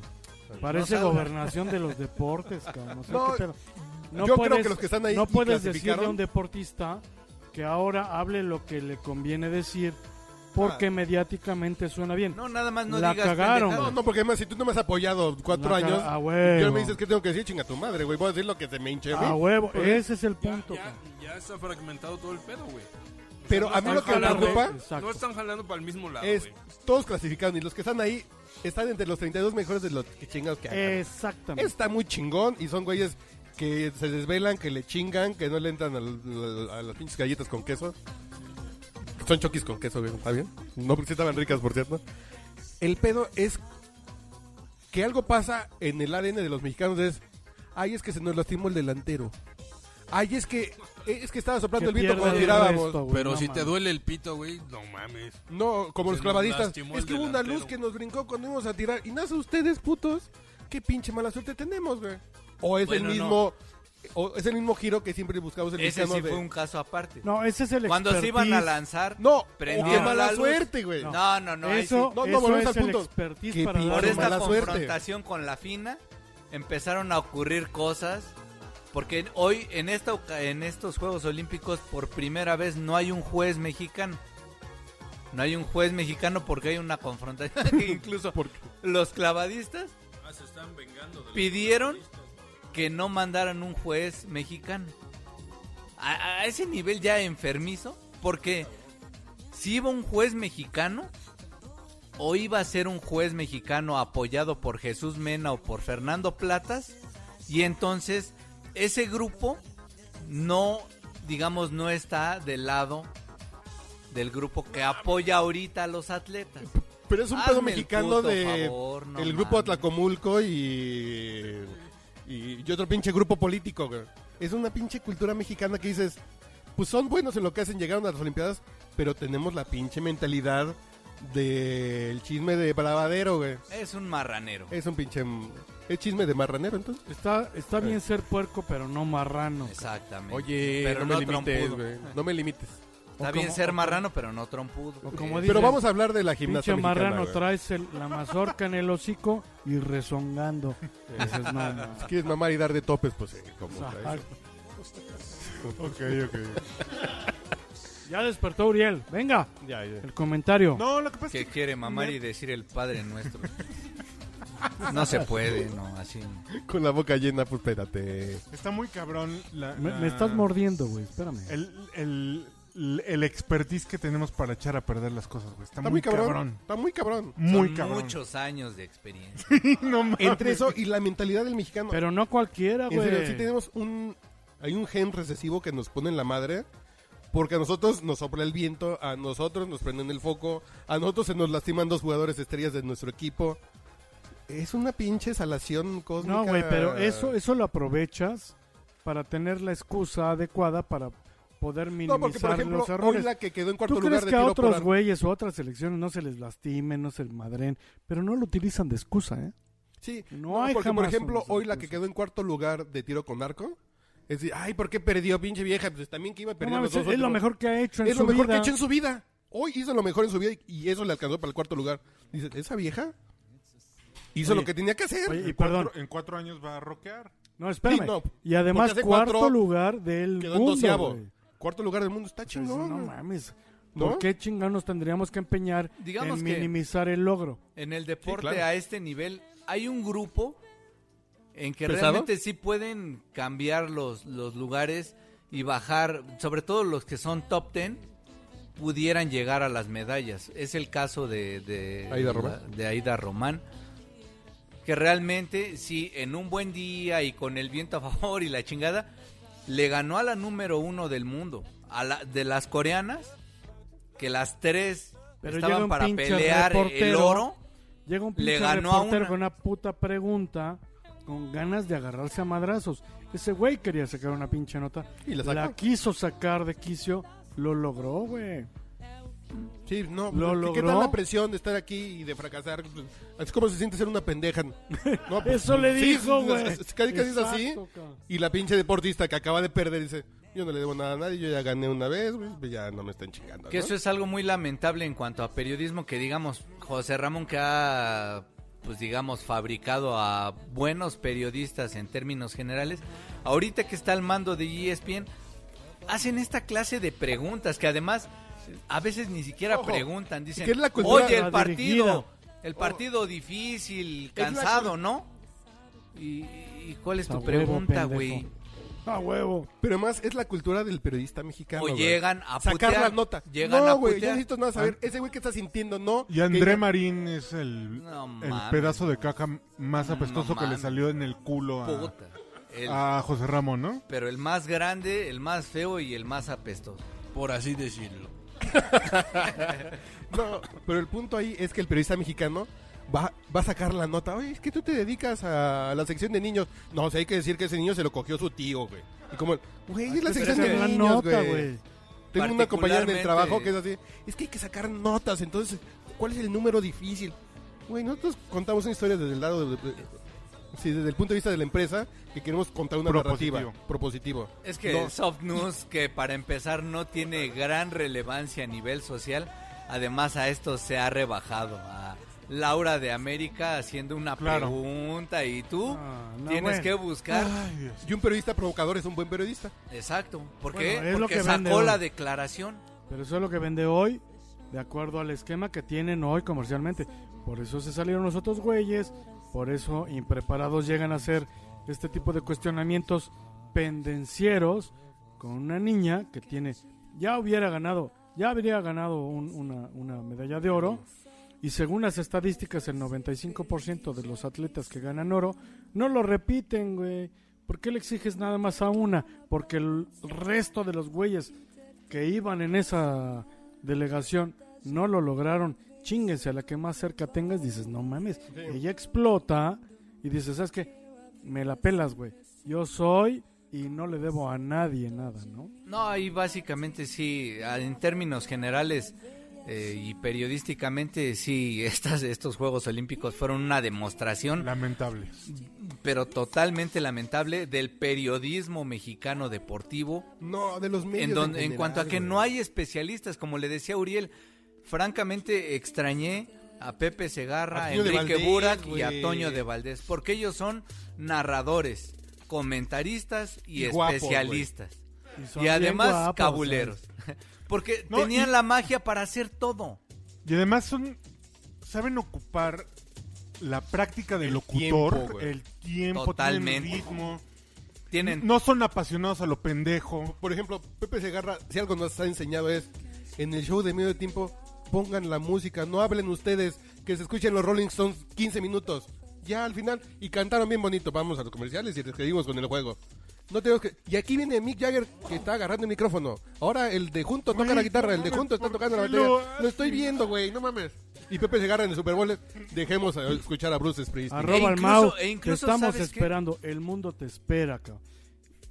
[SPEAKER 3] Parece
[SPEAKER 5] No sabe.
[SPEAKER 3] gobernación de los deportes, cabrón. o sea,
[SPEAKER 1] No,
[SPEAKER 3] qué pedo.
[SPEAKER 1] yo creo que los que están ahí
[SPEAKER 3] no
[SPEAKER 1] y
[SPEAKER 3] puedes decirle a
[SPEAKER 1] clasificaron-
[SPEAKER 3] un deportista que ahora hable lo que le conviene decir porque
[SPEAKER 1] Ah.
[SPEAKER 3] mediáticamente suena bien.
[SPEAKER 5] No, nada más no
[SPEAKER 3] La
[SPEAKER 5] digas
[SPEAKER 3] cagaron,
[SPEAKER 5] pendejadas.
[SPEAKER 1] No, no, porque además, si tú no me has apoyado cuatro
[SPEAKER 3] La cara-
[SPEAKER 1] años,
[SPEAKER 3] a huevo.
[SPEAKER 1] yo me dices que tengo que decir, chinga tu madre, güey. Voy a decir lo que te me hinche a mí.
[SPEAKER 3] a huevo,
[SPEAKER 1] Pues,
[SPEAKER 3] ese es el punto.
[SPEAKER 6] Ya,
[SPEAKER 3] cabrón.
[SPEAKER 6] ya está fragmentado todo el pedo, güey.
[SPEAKER 1] Pero a mí lo que me
[SPEAKER 6] Ojalá, güey.
[SPEAKER 1] preocupa
[SPEAKER 3] Exacto.
[SPEAKER 6] No están jalando para el mismo lado,
[SPEAKER 1] es
[SPEAKER 6] güey.
[SPEAKER 1] todos clasificados y los que están ahí están entre los 32 mejores de los que chingados que
[SPEAKER 3] Eh,
[SPEAKER 1] hay.
[SPEAKER 3] Exactamente.
[SPEAKER 1] Está muy chingón y son güeyes que se desvelan, que le chingan, que no le entran al- al- a, las pinches galletas con queso. Son choquis con queso, güey, ¿está bien? No, porque sí estaban ricas, por cierto. El pedo es que algo pasa en el ADN de los mexicanos es, ay, es que se nos lastimó el delantero. Ay, es que eh, es que estaba
[SPEAKER 3] Que
[SPEAKER 1] soplando el viento
[SPEAKER 3] pierda
[SPEAKER 1] cuando
[SPEAKER 3] el
[SPEAKER 1] tirábamos.
[SPEAKER 3] resto, güey,
[SPEAKER 6] Pero
[SPEAKER 3] no
[SPEAKER 6] si te
[SPEAKER 3] mames.
[SPEAKER 6] duele el pito, güey, no mames.
[SPEAKER 1] No, como
[SPEAKER 6] Se
[SPEAKER 1] los
[SPEAKER 6] nos
[SPEAKER 1] clavadistas.
[SPEAKER 6] lastimó
[SPEAKER 1] Es
[SPEAKER 6] el
[SPEAKER 1] que hubo una
[SPEAKER 6] delantero.
[SPEAKER 1] luz que nos brincó cuando íbamos a tirar. Y nace ustedes, putos. Qué pinche mala suerte tenemos, güey. O es
[SPEAKER 5] Bueno,
[SPEAKER 1] el mismo. O es el mismo giro que siempre buscamos el
[SPEAKER 5] Ese
[SPEAKER 1] mexicano
[SPEAKER 5] sí
[SPEAKER 1] de-
[SPEAKER 5] fue un caso aparte.
[SPEAKER 3] No, ese es el
[SPEAKER 5] Cuando se iban a
[SPEAKER 3] expertise.
[SPEAKER 5] lanzar,
[SPEAKER 1] No, o
[SPEAKER 5] Prendieron
[SPEAKER 1] qué
[SPEAKER 5] la
[SPEAKER 1] mala
[SPEAKER 5] luz.
[SPEAKER 1] suerte, güey.
[SPEAKER 3] No.
[SPEAKER 5] no, no, no, ahí sí.
[SPEAKER 3] eso,
[SPEAKER 1] No, no,
[SPEAKER 3] eso
[SPEAKER 1] volvemos al
[SPEAKER 3] es el
[SPEAKER 1] punto.
[SPEAKER 3] expertise
[SPEAKER 1] Qué
[SPEAKER 3] para dar
[SPEAKER 5] por
[SPEAKER 1] Claro,
[SPEAKER 5] esta
[SPEAKER 1] mala suerte.
[SPEAKER 5] confrontación con la FINA empezaron a ocurrir cosas porque en- hoy en esta oca- en estos Juegos Olímpicos por primera vez no hay un juez mexicano. No hay un juez mexicano porque hay una confrontación que incluso los clavadistas pidieron que no mandaran un juez mexicano. A, a ese nivel ya enfermizo porque si iba un juez mexicano o iba a ser un juez mexicano apoyado por Jesús Mena o por Fernando Platas y entonces ese grupo no digamos no está del lado del grupo que apoya ahorita a los atletas.
[SPEAKER 1] Pero es un
[SPEAKER 5] Hazme
[SPEAKER 1] pedo
[SPEAKER 5] el
[SPEAKER 1] mexicano
[SPEAKER 5] puto
[SPEAKER 1] de.
[SPEAKER 5] favor, no
[SPEAKER 1] el grupo
[SPEAKER 5] mames.
[SPEAKER 1] Atlacomulco y. Y, y otro pinche grupo político, güey. Es una pinche cultura mexicana que dices. Pues son buenos en lo que hacen, llegaron a las Olimpiadas. Pero tenemos la pinche mentalidad del chisme de bravadero, güey.
[SPEAKER 5] Es un marranero.
[SPEAKER 1] Es un pinche. Es chisme de marranero, entonces.
[SPEAKER 3] Está, está bien ser puerco, pero no marrano.
[SPEAKER 5] Exactamente.
[SPEAKER 1] Oye,
[SPEAKER 5] pero
[SPEAKER 1] no,
[SPEAKER 5] no,
[SPEAKER 1] me limites,
[SPEAKER 5] trompudo.
[SPEAKER 1] güey. No me limites.
[SPEAKER 5] Está
[SPEAKER 3] O
[SPEAKER 5] bien
[SPEAKER 3] como-
[SPEAKER 5] ser marrano, pero no trompudo.
[SPEAKER 3] O como
[SPEAKER 1] Pero
[SPEAKER 3] dicen,
[SPEAKER 1] vamos a hablar de la
[SPEAKER 3] Pinche
[SPEAKER 1] gimnasia mexicana,
[SPEAKER 3] marrano,
[SPEAKER 1] güey.
[SPEAKER 3] traes el- la mazorca en el hocico y rezongando. Dices, no, no.
[SPEAKER 1] Si quieres mamar y dar de topes, pues eh, como
[SPEAKER 3] Ajá.
[SPEAKER 1] traes. Ok, ok.
[SPEAKER 3] Ya despertó Uriel. Venga,
[SPEAKER 1] Ya, ya.
[SPEAKER 3] el comentario.
[SPEAKER 4] No, lo que pasa
[SPEAKER 5] que
[SPEAKER 4] es que
[SPEAKER 5] quiere mamar y decir el Padre Nuestro. No se puede, no, así.
[SPEAKER 1] Con la boca llena, pues espérate.
[SPEAKER 4] está muy cabrón la...
[SPEAKER 3] Me,
[SPEAKER 4] la-
[SPEAKER 3] me estás mordiendo, güey. Espérame.
[SPEAKER 4] El, el, el- el expertise que tenemos para echar a perder las cosas, güey.
[SPEAKER 1] Está
[SPEAKER 4] Está, muy
[SPEAKER 1] muy
[SPEAKER 4] cabrón.
[SPEAKER 1] Está muy cabrón.
[SPEAKER 4] Muy
[SPEAKER 5] Son
[SPEAKER 4] cabrón.
[SPEAKER 5] muchos años de experiencia.
[SPEAKER 4] No mames.
[SPEAKER 1] Entre eso y la mentalidad del mexicano.
[SPEAKER 3] Pero no cualquiera,
[SPEAKER 1] en serio, sí
[SPEAKER 3] güey.
[SPEAKER 1] tenemos un... Hay un gen recesivo que nos pone en la madre. Porque a nosotros nos sopla el viento, a nosotros nos prenden el foco, a nosotros se nos lastiman dos jugadores estrellas de nuestro equipo. Es una pinche salación cósmica.
[SPEAKER 3] No, güey, pero eso, eso lo aprovechas para tener la excusa adecuada para poder minimizar
[SPEAKER 1] No, porque por ejemplo,
[SPEAKER 3] los
[SPEAKER 1] hoy
[SPEAKER 3] errores.
[SPEAKER 1] la que quedó en cuarto
[SPEAKER 3] ¿Tú
[SPEAKER 1] lugar
[SPEAKER 3] crees
[SPEAKER 1] de
[SPEAKER 3] que a
[SPEAKER 1] tiro por
[SPEAKER 3] otros
[SPEAKER 1] arco-
[SPEAKER 3] güeyes o a otras selecciones no se les lastimen, no se les madren? Pero no lo utilizan de excusa, ¿eh?
[SPEAKER 1] Sí,
[SPEAKER 3] No
[SPEAKER 1] no,
[SPEAKER 3] hay
[SPEAKER 1] porque por
[SPEAKER 3] jamás
[SPEAKER 1] ejemplo,
[SPEAKER 3] una
[SPEAKER 1] hoy la que
[SPEAKER 3] excusa.
[SPEAKER 1] quedó en cuarto lugar de tiro con arco, es decir, ay, ¿por qué perdió pinche vieja? Pues también que iba a
[SPEAKER 3] No
[SPEAKER 1] perder los
[SPEAKER 3] mames,
[SPEAKER 1] dos
[SPEAKER 3] es lo
[SPEAKER 1] últimos.
[SPEAKER 3] mejor que ha hecho en
[SPEAKER 1] es
[SPEAKER 3] su
[SPEAKER 1] lo mejor
[SPEAKER 3] vida.
[SPEAKER 1] que ha hecho en su vida. Hoy hizo lo mejor en su vida y- y eso le alcanzó para el cuarto lugar. Dice, esa vieja hizo
[SPEAKER 3] Oye,
[SPEAKER 1] lo que tenía que hacer.
[SPEAKER 3] Oye, y
[SPEAKER 4] En
[SPEAKER 3] perdón,
[SPEAKER 4] cuatro- en cuatro años va a rockear.
[SPEAKER 3] no, espérame.
[SPEAKER 1] Sí, no,
[SPEAKER 3] y además
[SPEAKER 1] porque hace
[SPEAKER 3] cuarto
[SPEAKER 1] cuatro
[SPEAKER 3] lugar del
[SPEAKER 1] quedó en
[SPEAKER 3] mundo,
[SPEAKER 1] doceavo.
[SPEAKER 3] güey.
[SPEAKER 1] Cuarto lugar del mundo está
[SPEAKER 3] Dices, No,
[SPEAKER 1] chingón. güey.
[SPEAKER 3] mames.
[SPEAKER 1] ¿No?
[SPEAKER 3] ¿Por qué chingados nos tendríamos que empeñar
[SPEAKER 5] Digamos
[SPEAKER 3] en
[SPEAKER 5] que-
[SPEAKER 3] minimizar el logro?
[SPEAKER 5] En el deporte
[SPEAKER 1] claro.
[SPEAKER 5] a este nivel hay un grupo en que
[SPEAKER 1] ¿Pesado?
[SPEAKER 5] realmente sí pueden cambiar los, los lugares y bajar, sobre todo los que son top ten, pudieran llegar a las medallas. Es el caso de, de,
[SPEAKER 1] Aida Román.
[SPEAKER 5] de Aida Román. Que realmente, sí, en un buen día y con el viento a favor y la chingada, le ganó a la número uno del mundo. A la, de las coreanas, que las tres
[SPEAKER 3] Pero llega
[SPEAKER 5] estaban
[SPEAKER 3] un
[SPEAKER 5] para
[SPEAKER 3] pinche
[SPEAKER 5] pelear el
[SPEAKER 3] reportero.
[SPEAKER 5] oro.
[SPEAKER 3] Llega un
[SPEAKER 5] Le
[SPEAKER 3] pinche
[SPEAKER 5] ganó a
[SPEAKER 3] reportero
[SPEAKER 5] una.
[SPEAKER 3] con una puta pregunta con ganas de agarrarse a madrazos. Ese güey quería sacar una pinche nota.
[SPEAKER 1] Y la sacó.
[SPEAKER 3] La quiso sacar de quicio. Lo logró, güey.
[SPEAKER 1] Sí, no,
[SPEAKER 3] Lo
[SPEAKER 1] ¿qué- ¿qué
[SPEAKER 3] logró.
[SPEAKER 1] tal la presión de estar aquí y de fracasar? Pues, Es como se siente ser una pendeja. No, pues,
[SPEAKER 3] Eso le
[SPEAKER 1] sí,
[SPEAKER 3] dijo,
[SPEAKER 1] es-
[SPEAKER 3] güey.
[SPEAKER 1] es- es- Casi casi es así.
[SPEAKER 3] Exacto, cabrón.
[SPEAKER 1] Y la pinche deportista que acaba de perder dice, yo no le debo nada a nadie, yo ya gané una vez, güey, pues ya no me están chingando.
[SPEAKER 5] Que
[SPEAKER 1] ¿no?
[SPEAKER 5] eso es algo muy lamentable en cuanto a periodismo, que digamos, José Ramón que ha, pues digamos, fabricado a buenos periodistas en términos generales, ahorita que está al mando de E ESPN, hacen esta clase de preguntas que además a veces ni siquiera
[SPEAKER 1] Ojo,
[SPEAKER 5] preguntan, dicen,
[SPEAKER 1] que es la cultura
[SPEAKER 5] oye,
[SPEAKER 3] dirigida".
[SPEAKER 5] el partido, el partido difícil,
[SPEAKER 1] la
[SPEAKER 5] cansado,
[SPEAKER 1] cul-
[SPEAKER 5] ¿no? ¿Y, y cuál es
[SPEAKER 3] A
[SPEAKER 5] tu
[SPEAKER 3] huevo,
[SPEAKER 5] pregunta,
[SPEAKER 3] pendejo.
[SPEAKER 5] güey?
[SPEAKER 3] A huevo.
[SPEAKER 1] Pero además es la cultura del periodista mexicano.
[SPEAKER 5] O
[SPEAKER 1] güey.
[SPEAKER 5] llegan a
[SPEAKER 1] Sacar
[SPEAKER 5] putear,
[SPEAKER 1] la nota.
[SPEAKER 5] llegan
[SPEAKER 1] no,
[SPEAKER 5] a
[SPEAKER 1] güey, yo
[SPEAKER 5] putear. Ah.
[SPEAKER 1] necesito nada saber. Ese güey que está sintiendo, no.
[SPEAKER 4] Y André
[SPEAKER 1] que-
[SPEAKER 4] Marín es el,
[SPEAKER 5] No
[SPEAKER 4] el
[SPEAKER 5] mames.
[SPEAKER 4] pedazo de caca más
[SPEAKER 5] No
[SPEAKER 4] apestoso que le
[SPEAKER 5] mames.
[SPEAKER 4] salió en el culo a,
[SPEAKER 5] Puta, el-
[SPEAKER 3] Ah,
[SPEAKER 4] a José Ramón, ¿no?
[SPEAKER 5] pero el más grande, el más feo y el más apestoso.
[SPEAKER 6] Por así decirlo.
[SPEAKER 1] No, pero el punto ahí es que el periodista mexicano va, va a sacar la nota. Oye, es que tú te dedicas a la sección de niños. No, o sea, hay que decir que ese niño se lo cogió su tío, güey. Y como, güey, es la
[SPEAKER 3] Pero
[SPEAKER 1] sección
[SPEAKER 3] esa
[SPEAKER 1] de
[SPEAKER 3] es la
[SPEAKER 1] niños,
[SPEAKER 3] nota,
[SPEAKER 1] güey.
[SPEAKER 3] güey.
[SPEAKER 1] Tengo una compañera en el
[SPEAKER 5] Particularmente-
[SPEAKER 1] trabajo que es así. Es que hay que sacar notas, entonces, ¿cuál es el número difícil? Güey, nosotros contamos una historia desde el lado de- de- sí, desde el punto de vista de la empresa, que queremos contar una
[SPEAKER 4] Propositivo.
[SPEAKER 1] narrativa. Propositivo.
[SPEAKER 5] Es que
[SPEAKER 1] No.
[SPEAKER 5] Soft News, que para empezar no tiene gran relevancia a nivel social, además a esto se ha rebajado a Laura de América haciendo una
[SPEAKER 4] Claro.
[SPEAKER 5] pregunta y tú
[SPEAKER 3] Ah, no,
[SPEAKER 5] tienes
[SPEAKER 3] bueno. Ah.
[SPEAKER 5] que buscar.
[SPEAKER 4] Ay, Dios.
[SPEAKER 1] Y un periodista provocador es un buen periodista.
[SPEAKER 5] Exacto. ¿Por
[SPEAKER 3] Bueno,
[SPEAKER 5] qué?
[SPEAKER 3] es lo
[SPEAKER 5] Porque
[SPEAKER 3] que vende
[SPEAKER 5] sacó
[SPEAKER 3] hoy.
[SPEAKER 5] la declaración.
[SPEAKER 3] Pero eso es lo que vende hoy, de acuerdo al esquema que tienen hoy comercialmente. Por eso se salieron los otros güeyes, por eso impreparados llegan a hacer este tipo de cuestionamientos pendencieros con una niña que tiene, ya hubiera ganado, ya habría ganado un- una, una medalla de oro. Y según las estadísticas, el 95% de los atletas que ganan oro no lo repiten, güey. ¿Por qué le exiges nada más a una? Porque el resto de los güeyes que iban en esa delegación no lo lograron, chinguense a la que más cerca tengas, dices, no mames, ella explota y dices, ¿sabes qué? Me la pelas, güey. Yo soy y no le debo a nadie nada, ¿no?
[SPEAKER 5] No, ahí básicamente sí, a- en términos generales eh, y periodísticamente sí, estas, estos Juegos Olímpicos fueron una demostración
[SPEAKER 4] Lamentable.
[SPEAKER 5] pero totalmente lamentable del periodismo mexicano deportivo
[SPEAKER 1] No, de los medios.
[SPEAKER 5] en donde en
[SPEAKER 1] general,
[SPEAKER 5] cuanto a que
[SPEAKER 1] güey.
[SPEAKER 5] no hay especialistas como le decía Uriel francamente extrañé a Pepe Segarra,
[SPEAKER 1] A
[SPEAKER 5] a
[SPEAKER 1] Toño de
[SPEAKER 5] Enrique
[SPEAKER 1] Valdés,
[SPEAKER 5] Burak y
[SPEAKER 1] güey.
[SPEAKER 5] a Toño de Valdés porque ellos son narradores comentaristas y,
[SPEAKER 1] Y guapos, güey.
[SPEAKER 5] especialistas
[SPEAKER 3] son
[SPEAKER 5] Y
[SPEAKER 3] bien
[SPEAKER 5] además
[SPEAKER 3] guapos,
[SPEAKER 5] cabuleros. Porque
[SPEAKER 4] No,
[SPEAKER 5] tenían
[SPEAKER 4] y-
[SPEAKER 5] la magia para hacer todo.
[SPEAKER 4] Y además son. Saben ocupar la práctica del
[SPEAKER 1] El
[SPEAKER 4] locutor,
[SPEAKER 1] tiempo, güey.
[SPEAKER 4] el tiempo,
[SPEAKER 5] Totalmente.
[SPEAKER 4] tienen ritmo.
[SPEAKER 5] Tienen
[SPEAKER 4] No son apasionados a lo pendejo.
[SPEAKER 1] Por ejemplo, Pepe Segarra, si algo nos ha enseñado es, en el show de medio tiempo, pongan la música, no hablen ustedes, que se escuchen los Rolling Stones 15 minutos, ya al final, y cantaron bien bonito, vamos a los comerciales y seguimos con el juego. No tengo que... Y aquí viene Mick Jagger que está agarrando el micrófono. Ahora el de junto toca
[SPEAKER 4] Güey,
[SPEAKER 1] la guitarra,
[SPEAKER 4] no
[SPEAKER 1] el de
[SPEAKER 4] mames,
[SPEAKER 1] junto está
[SPEAKER 4] ¿por
[SPEAKER 1] tocando la
[SPEAKER 4] qué lo
[SPEAKER 1] batería.
[SPEAKER 4] haces?
[SPEAKER 1] Lo estoy viendo, güey, no mames. Y Pepe Segarra en el Super Bowl, dejemos a escuchar a Bruce
[SPEAKER 3] cabrón.
[SPEAKER 1] Springsteen.
[SPEAKER 3] Arroba
[SPEAKER 5] E
[SPEAKER 3] al
[SPEAKER 5] incluso-
[SPEAKER 3] Mau,
[SPEAKER 5] e
[SPEAKER 3] te
[SPEAKER 5] incluso,
[SPEAKER 3] estamos
[SPEAKER 5] ¿sabes qué?
[SPEAKER 3] esperando. El mundo te espera, cabrón.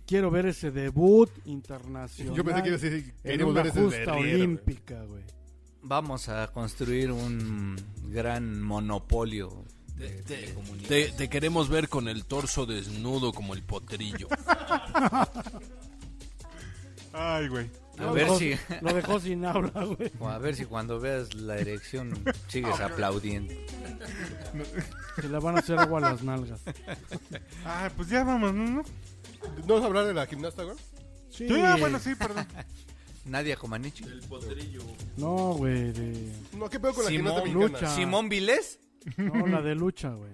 [SPEAKER 3] Quiero ver ese debut internacional.
[SPEAKER 1] Yo pensé que iba a decir,
[SPEAKER 3] en
[SPEAKER 1] queremos
[SPEAKER 3] una
[SPEAKER 1] ver ese de
[SPEAKER 3] justa
[SPEAKER 1] Riera, güey.
[SPEAKER 3] olímpica, güey.
[SPEAKER 5] Vamos a construir un gran monopolio de
[SPEAKER 10] Este,
[SPEAKER 5] telecomunicaciones.
[SPEAKER 6] Te, te queremos ver con el torso desnudo como el potrillo.
[SPEAKER 4] Ay, güey.
[SPEAKER 5] A ver
[SPEAKER 3] Lo
[SPEAKER 5] si
[SPEAKER 3] dejó- Lo dejó sin habla, güey.
[SPEAKER 5] a ver si cuando veas la erección sigues aplaudiendo.
[SPEAKER 3] Se la van a hacer agua a las nalgas.
[SPEAKER 4] Ah, pues ya vamos, ¿no? ¿no?
[SPEAKER 1] ¿No vas a hablar de la gimnasta, güey?
[SPEAKER 3] Sí.
[SPEAKER 4] Sí, ah, bueno, sí, perdón.
[SPEAKER 5] Nadia Comaneci.
[SPEAKER 3] No, güey, de...
[SPEAKER 1] No, ¿qué pedo con la
[SPEAKER 5] Simón
[SPEAKER 1] gimnasta mexicana?
[SPEAKER 3] Lucha.
[SPEAKER 5] Simón Vilés.
[SPEAKER 3] No, la de lucha, güey.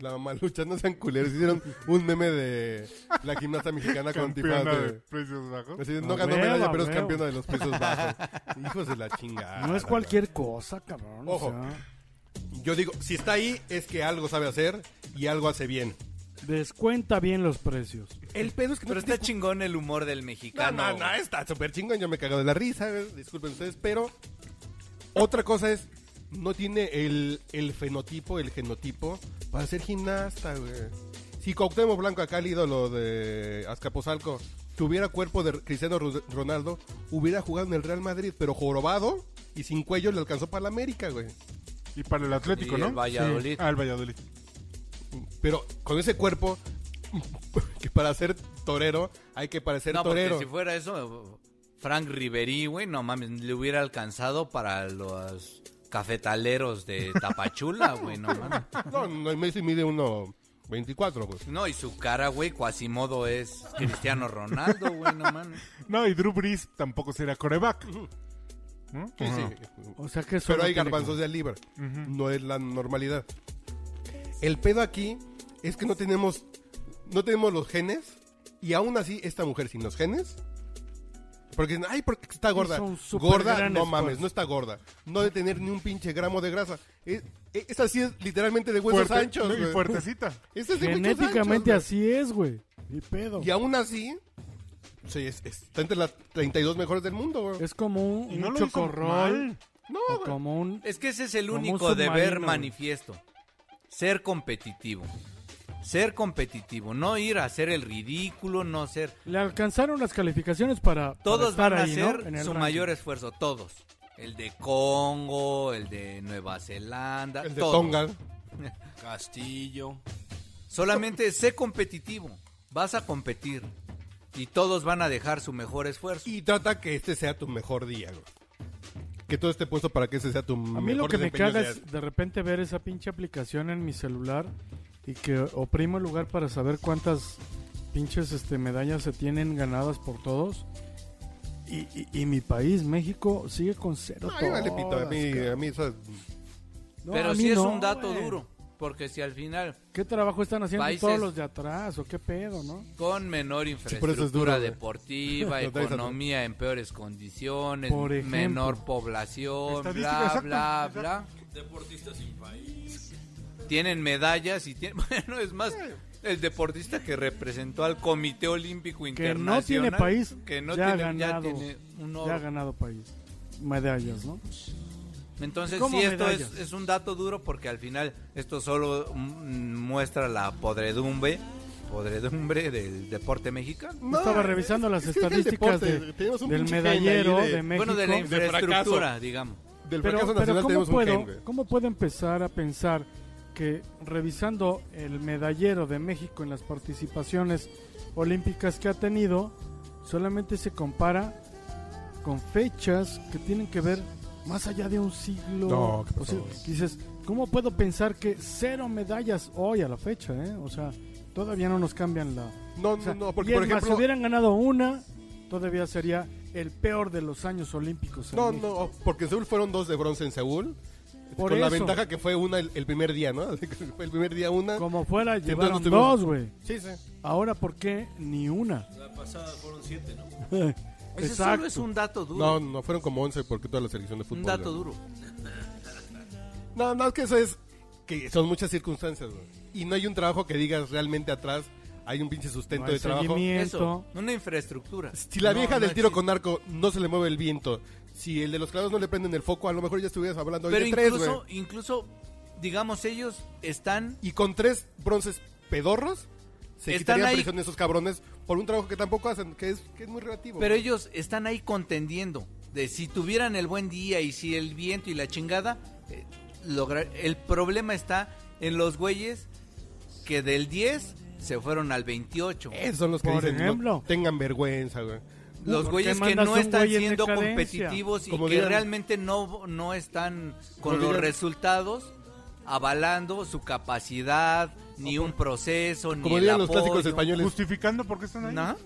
[SPEAKER 1] La malucha, no sean culeros. Hicieron un meme de la gimnasta mexicana con tifaz
[SPEAKER 4] Campeona de
[SPEAKER 1] de...
[SPEAKER 4] precios bajos.
[SPEAKER 1] Así de, no
[SPEAKER 3] A
[SPEAKER 1] ganó
[SPEAKER 3] huevo,
[SPEAKER 1] medalla,
[SPEAKER 3] a
[SPEAKER 1] pero es
[SPEAKER 3] huevo.
[SPEAKER 1] campeona de los pesos bajos. Hijos de Ah, la chingada.
[SPEAKER 3] No es cualquier cosa, cabrón.
[SPEAKER 1] Ojo.
[SPEAKER 3] O sea,
[SPEAKER 1] Yo digo, si está ahí, es que algo sabe hacer y algo hace bien.
[SPEAKER 3] descuenta bien los precios.
[SPEAKER 1] El pedo es que
[SPEAKER 5] Pero está chingón el humor del
[SPEAKER 1] No,
[SPEAKER 5] mexicano.
[SPEAKER 1] no, no, está súper chingón. Yo me cago de la risa. eh, Disculpen ustedes, pero... Otra cosa es... No tiene el, el fenotipo, el genotipo para ser gimnasta, güey. Si Cuauhtémoc Blanco, acá el ídolo de Azcapotzalco, tuviera cuerpo de Cristiano Ru- Ronaldo, hubiera jugado en el Real Madrid, pero jorobado y sin cuello le alcanzó para la América, güey.
[SPEAKER 4] Y para el Atlético,
[SPEAKER 5] Y
[SPEAKER 4] ¿no?
[SPEAKER 5] el Valladolid.
[SPEAKER 4] Sí. Ah, el Valladolid.
[SPEAKER 1] Pero con ese cuerpo, que para ser torero hay que parecer
[SPEAKER 5] No, porque
[SPEAKER 1] torero.
[SPEAKER 5] si fuera eso, Frank Riverí, güey, no mames, le hubiera alcanzado para los cafetaleros de Tapachula, güey, no mames.
[SPEAKER 1] No, no, Messi mide 1.24, güey.
[SPEAKER 5] No, y su cara, güey, Quasimodo es Cristiano Ronaldo, güey, no mames.
[SPEAKER 4] No, y Drew Brees tampoco será coreback. ¿No?
[SPEAKER 1] Sí, sí.
[SPEAKER 3] O sea que eso
[SPEAKER 1] Pero
[SPEAKER 3] no
[SPEAKER 1] hay
[SPEAKER 3] tiene
[SPEAKER 1] garbanzos de al libra. No es la normalidad. El pedo aquí es que no tenemos no tenemos los genes y aún así esta mujer sin los genes porque dicen, ay, porque está gorda.
[SPEAKER 3] Hizo un súper
[SPEAKER 1] Gorda,
[SPEAKER 3] gran
[SPEAKER 1] no
[SPEAKER 3] esfuerzo.
[SPEAKER 1] mames, no está gorda. No de tener ni un pinche gramo de grasa. Eh, Es, es así, es literalmente de huesos
[SPEAKER 4] Fuerte-
[SPEAKER 1] Pues anchos.
[SPEAKER 4] no, y
[SPEAKER 1] güey.
[SPEAKER 4] fuertecita.
[SPEAKER 1] Esta es de huesos
[SPEAKER 3] Genéticamente
[SPEAKER 1] anchos,
[SPEAKER 3] así es, güey. Ni pedo.
[SPEAKER 1] güey. Y aún así, sí, es- es- está entre las 32 mejores del mundo, güey.
[SPEAKER 3] Es como un,
[SPEAKER 4] Y
[SPEAKER 3] un
[SPEAKER 4] no lo hizo
[SPEAKER 3] chocorrol.
[SPEAKER 4] mal.
[SPEAKER 1] No,
[SPEAKER 3] o
[SPEAKER 1] güey.
[SPEAKER 3] como un...
[SPEAKER 5] Es que ese es el
[SPEAKER 3] Como un
[SPEAKER 5] único deber
[SPEAKER 3] submarino, güey.
[SPEAKER 5] manifiesto. Ser competitivo. Ser competitivo, no ir a hacer el ridículo, no ser...
[SPEAKER 3] Le alcanzaron las calificaciones para, para
[SPEAKER 5] Todos
[SPEAKER 3] estar
[SPEAKER 5] van a
[SPEAKER 3] ahí, ¿no?
[SPEAKER 5] hacer
[SPEAKER 3] En el
[SPEAKER 5] su
[SPEAKER 3] ranking.
[SPEAKER 5] mayor esfuerzo, todos. El de Congo, el de Nueva Zelanda,
[SPEAKER 1] El de
[SPEAKER 5] todos.
[SPEAKER 1] Tonga.
[SPEAKER 6] Castillo.
[SPEAKER 5] Solamente sé competitivo. Vas a competir. Y todos van a dejar su mejor esfuerzo.
[SPEAKER 1] Y trata que este sea tu mejor día, güey. Que todo esté puesto para que ese sea tu
[SPEAKER 3] A
[SPEAKER 1] mejor
[SPEAKER 3] mí lo que me
[SPEAKER 1] desempeño
[SPEAKER 3] caga
[SPEAKER 1] sea-
[SPEAKER 3] es de repente ver esa pinche aplicación en mi celular y que oprimo el lugar para saber cuántas pinches este, medallas se tienen ganadas por todos. Y, y- y mi país, México, sigue con cero.
[SPEAKER 1] Ay, vale, pito, a
[SPEAKER 3] todas,
[SPEAKER 1] mí,
[SPEAKER 3] cabrón.
[SPEAKER 1] a mí eso-
[SPEAKER 3] No,
[SPEAKER 5] Pero
[SPEAKER 3] a
[SPEAKER 5] sí
[SPEAKER 3] mí
[SPEAKER 5] es
[SPEAKER 3] no,
[SPEAKER 5] un dato
[SPEAKER 3] güey.
[SPEAKER 5] duro. Porque si al final,
[SPEAKER 3] ¿Qué trabajo están haciendo
[SPEAKER 5] Países.
[SPEAKER 3] todos los de atrás o qué pedo, no?
[SPEAKER 5] con menor
[SPEAKER 1] por eso es duro,
[SPEAKER 5] infraestructura
[SPEAKER 1] güey.
[SPEAKER 5] deportiva,
[SPEAKER 1] Lo traes a-
[SPEAKER 5] economía en peores condiciones,
[SPEAKER 3] Por ejemplo.
[SPEAKER 5] menor población, bla,
[SPEAKER 4] Estadística, exacto,
[SPEAKER 5] bla,
[SPEAKER 4] exacto.
[SPEAKER 5] bla. Tienen medallas y tienen... Bueno, es más... El deportista que representó al Comité Olímpico
[SPEAKER 3] Que
[SPEAKER 5] Internacional.
[SPEAKER 3] no tiene país,
[SPEAKER 5] que no
[SPEAKER 3] ya,
[SPEAKER 5] tiene-
[SPEAKER 3] ha ganado,
[SPEAKER 5] ya tiene un
[SPEAKER 3] ya ha
[SPEAKER 5] oro.
[SPEAKER 3] ganado país. Medallas, ¿no?
[SPEAKER 5] Entonces,
[SPEAKER 3] ¿Cómo
[SPEAKER 5] sí, esto es,
[SPEAKER 3] medallas?
[SPEAKER 5] es un dato duro porque al final esto solo mm, muestra la podredumbre, podredumbre del deporte mexicano.
[SPEAKER 1] No,
[SPEAKER 3] Estaba
[SPEAKER 1] es-
[SPEAKER 3] revisando las
[SPEAKER 1] es que es el
[SPEAKER 3] estadículas
[SPEAKER 1] deporte,
[SPEAKER 3] de-
[SPEAKER 1] tenemos un
[SPEAKER 3] del
[SPEAKER 1] pinche gen ahí
[SPEAKER 3] medallero
[SPEAKER 1] de-
[SPEAKER 3] de, México.
[SPEAKER 5] Bueno, de la
[SPEAKER 1] fracaso.
[SPEAKER 5] infraestructura, digamos.
[SPEAKER 1] Del
[SPEAKER 3] pero,
[SPEAKER 1] fracaso
[SPEAKER 3] pero
[SPEAKER 1] nacional
[SPEAKER 3] ¿cómo,
[SPEAKER 1] tenemos
[SPEAKER 3] puedo,
[SPEAKER 1] un gen, güey.
[SPEAKER 3] ¿cómo puedo empezar a pensar que revisando el medallero de México en las participaciones olímpicas que ha tenido, solamente se compara con fechas que tienen que ver más allá de un siglo?
[SPEAKER 1] No, ¿qué
[SPEAKER 3] O
[SPEAKER 1] pasó?
[SPEAKER 3] sea, dices, ¿cómo puedo pensar que cero medallas hoy a la fecha? eh? O sea, todavía no nos cambian la...
[SPEAKER 1] No,
[SPEAKER 3] o sea,
[SPEAKER 1] no, no, porque
[SPEAKER 3] y es
[SPEAKER 1] por
[SPEAKER 3] más, si
[SPEAKER 1] ejemplo,
[SPEAKER 3] hubieran ganado una, todavía sería el peor de los años olímpicos. en
[SPEAKER 1] No,
[SPEAKER 3] México.
[SPEAKER 1] no, porque en Seúl fueron dos de bronce en Seúl.
[SPEAKER 3] Por
[SPEAKER 1] con la
[SPEAKER 3] eso.
[SPEAKER 1] ventaja que fue una el, el primer día, ¿no? Así que fue el primer día una.
[SPEAKER 3] Como fuera,
[SPEAKER 1] Entonces
[SPEAKER 3] llevaron
[SPEAKER 1] tuvimos-
[SPEAKER 3] dos, güey.
[SPEAKER 1] Sí, sí.
[SPEAKER 3] Ahora, ¿por qué ni una?
[SPEAKER 2] La pasada fueron siete, ¿no?
[SPEAKER 5] Ese
[SPEAKER 3] Exacto.
[SPEAKER 5] solo es un dato duro.
[SPEAKER 1] No, no, fueron como 11 porque toda la selección de fútbol.
[SPEAKER 5] un dato
[SPEAKER 1] güey.
[SPEAKER 5] duro.
[SPEAKER 1] No, no, es que eso es que son muchas circunstancias, güey. Y no hay un trabajo que digas realmente atrás hay un pinche sustento
[SPEAKER 3] No hay
[SPEAKER 1] de trabajo.
[SPEAKER 3] seguimiento.
[SPEAKER 5] Eso, una infraestructura.
[SPEAKER 1] Si la
[SPEAKER 5] No,
[SPEAKER 1] vieja
[SPEAKER 5] no
[SPEAKER 1] del tiro
[SPEAKER 5] existe.
[SPEAKER 1] con arco no se le mueve el viento, si el de los clavados no le prenden el foco, a lo mejor ya estuvieras hablando hoy
[SPEAKER 5] Pero
[SPEAKER 1] de tres, güey.
[SPEAKER 5] incluso, incluso, digamos, ellos están...
[SPEAKER 1] Y con tres bronces pedorros, se
[SPEAKER 5] Están
[SPEAKER 1] quitarían
[SPEAKER 5] ahí-
[SPEAKER 1] presión esos cabrones por un trabajo que tampoco hacen, que es, que es muy relativo.
[SPEAKER 5] Pero ellos están ahí contendiendo. De si tuvieran el buen día y si el viento y la chingada, eh, logra- el problema está en los güeyes que del 10 se fueron al 28.
[SPEAKER 1] Esos son los que
[SPEAKER 3] Por
[SPEAKER 1] dicen, no,
[SPEAKER 3] ejemplo.
[SPEAKER 1] tengan vergüenza, güey.
[SPEAKER 5] Los
[SPEAKER 3] ¿por
[SPEAKER 5] güeyes
[SPEAKER 3] qué
[SPEAKER 5] que
[SPEAKER 3] mandas
[SPEAKER 5] no
[SPEAKER 3] un
[SPEAKER 5] están
[SPEAKER 3] güey en
[SPEAKER 5] siendo
[SPEAKER 3] decadencia?
[SPEAKER 5] competitivos y
[SPEAKER 1] Como
[SPEAKER 5] que
[SPEAKER 1] dirían-
[SPEAKER 5] realmente no, no están
[SPEAKER 1] Como
[SPEAKER 5] con los
[SPEAKER 1] dirían-
[SPEAKER 5] resultados avalando su capacidad, ni un proceso, ni
[SPEAKER 1] Como
[SPEAKER 5] el
[SPEAKER 1] dirían los
[SPEAKER 5] apoyo.
[SPEAKER 1] clásicos españoles,
[SPEAKER 4] Justificando por qué están ahí.
[SPEAKER 5] ¿No?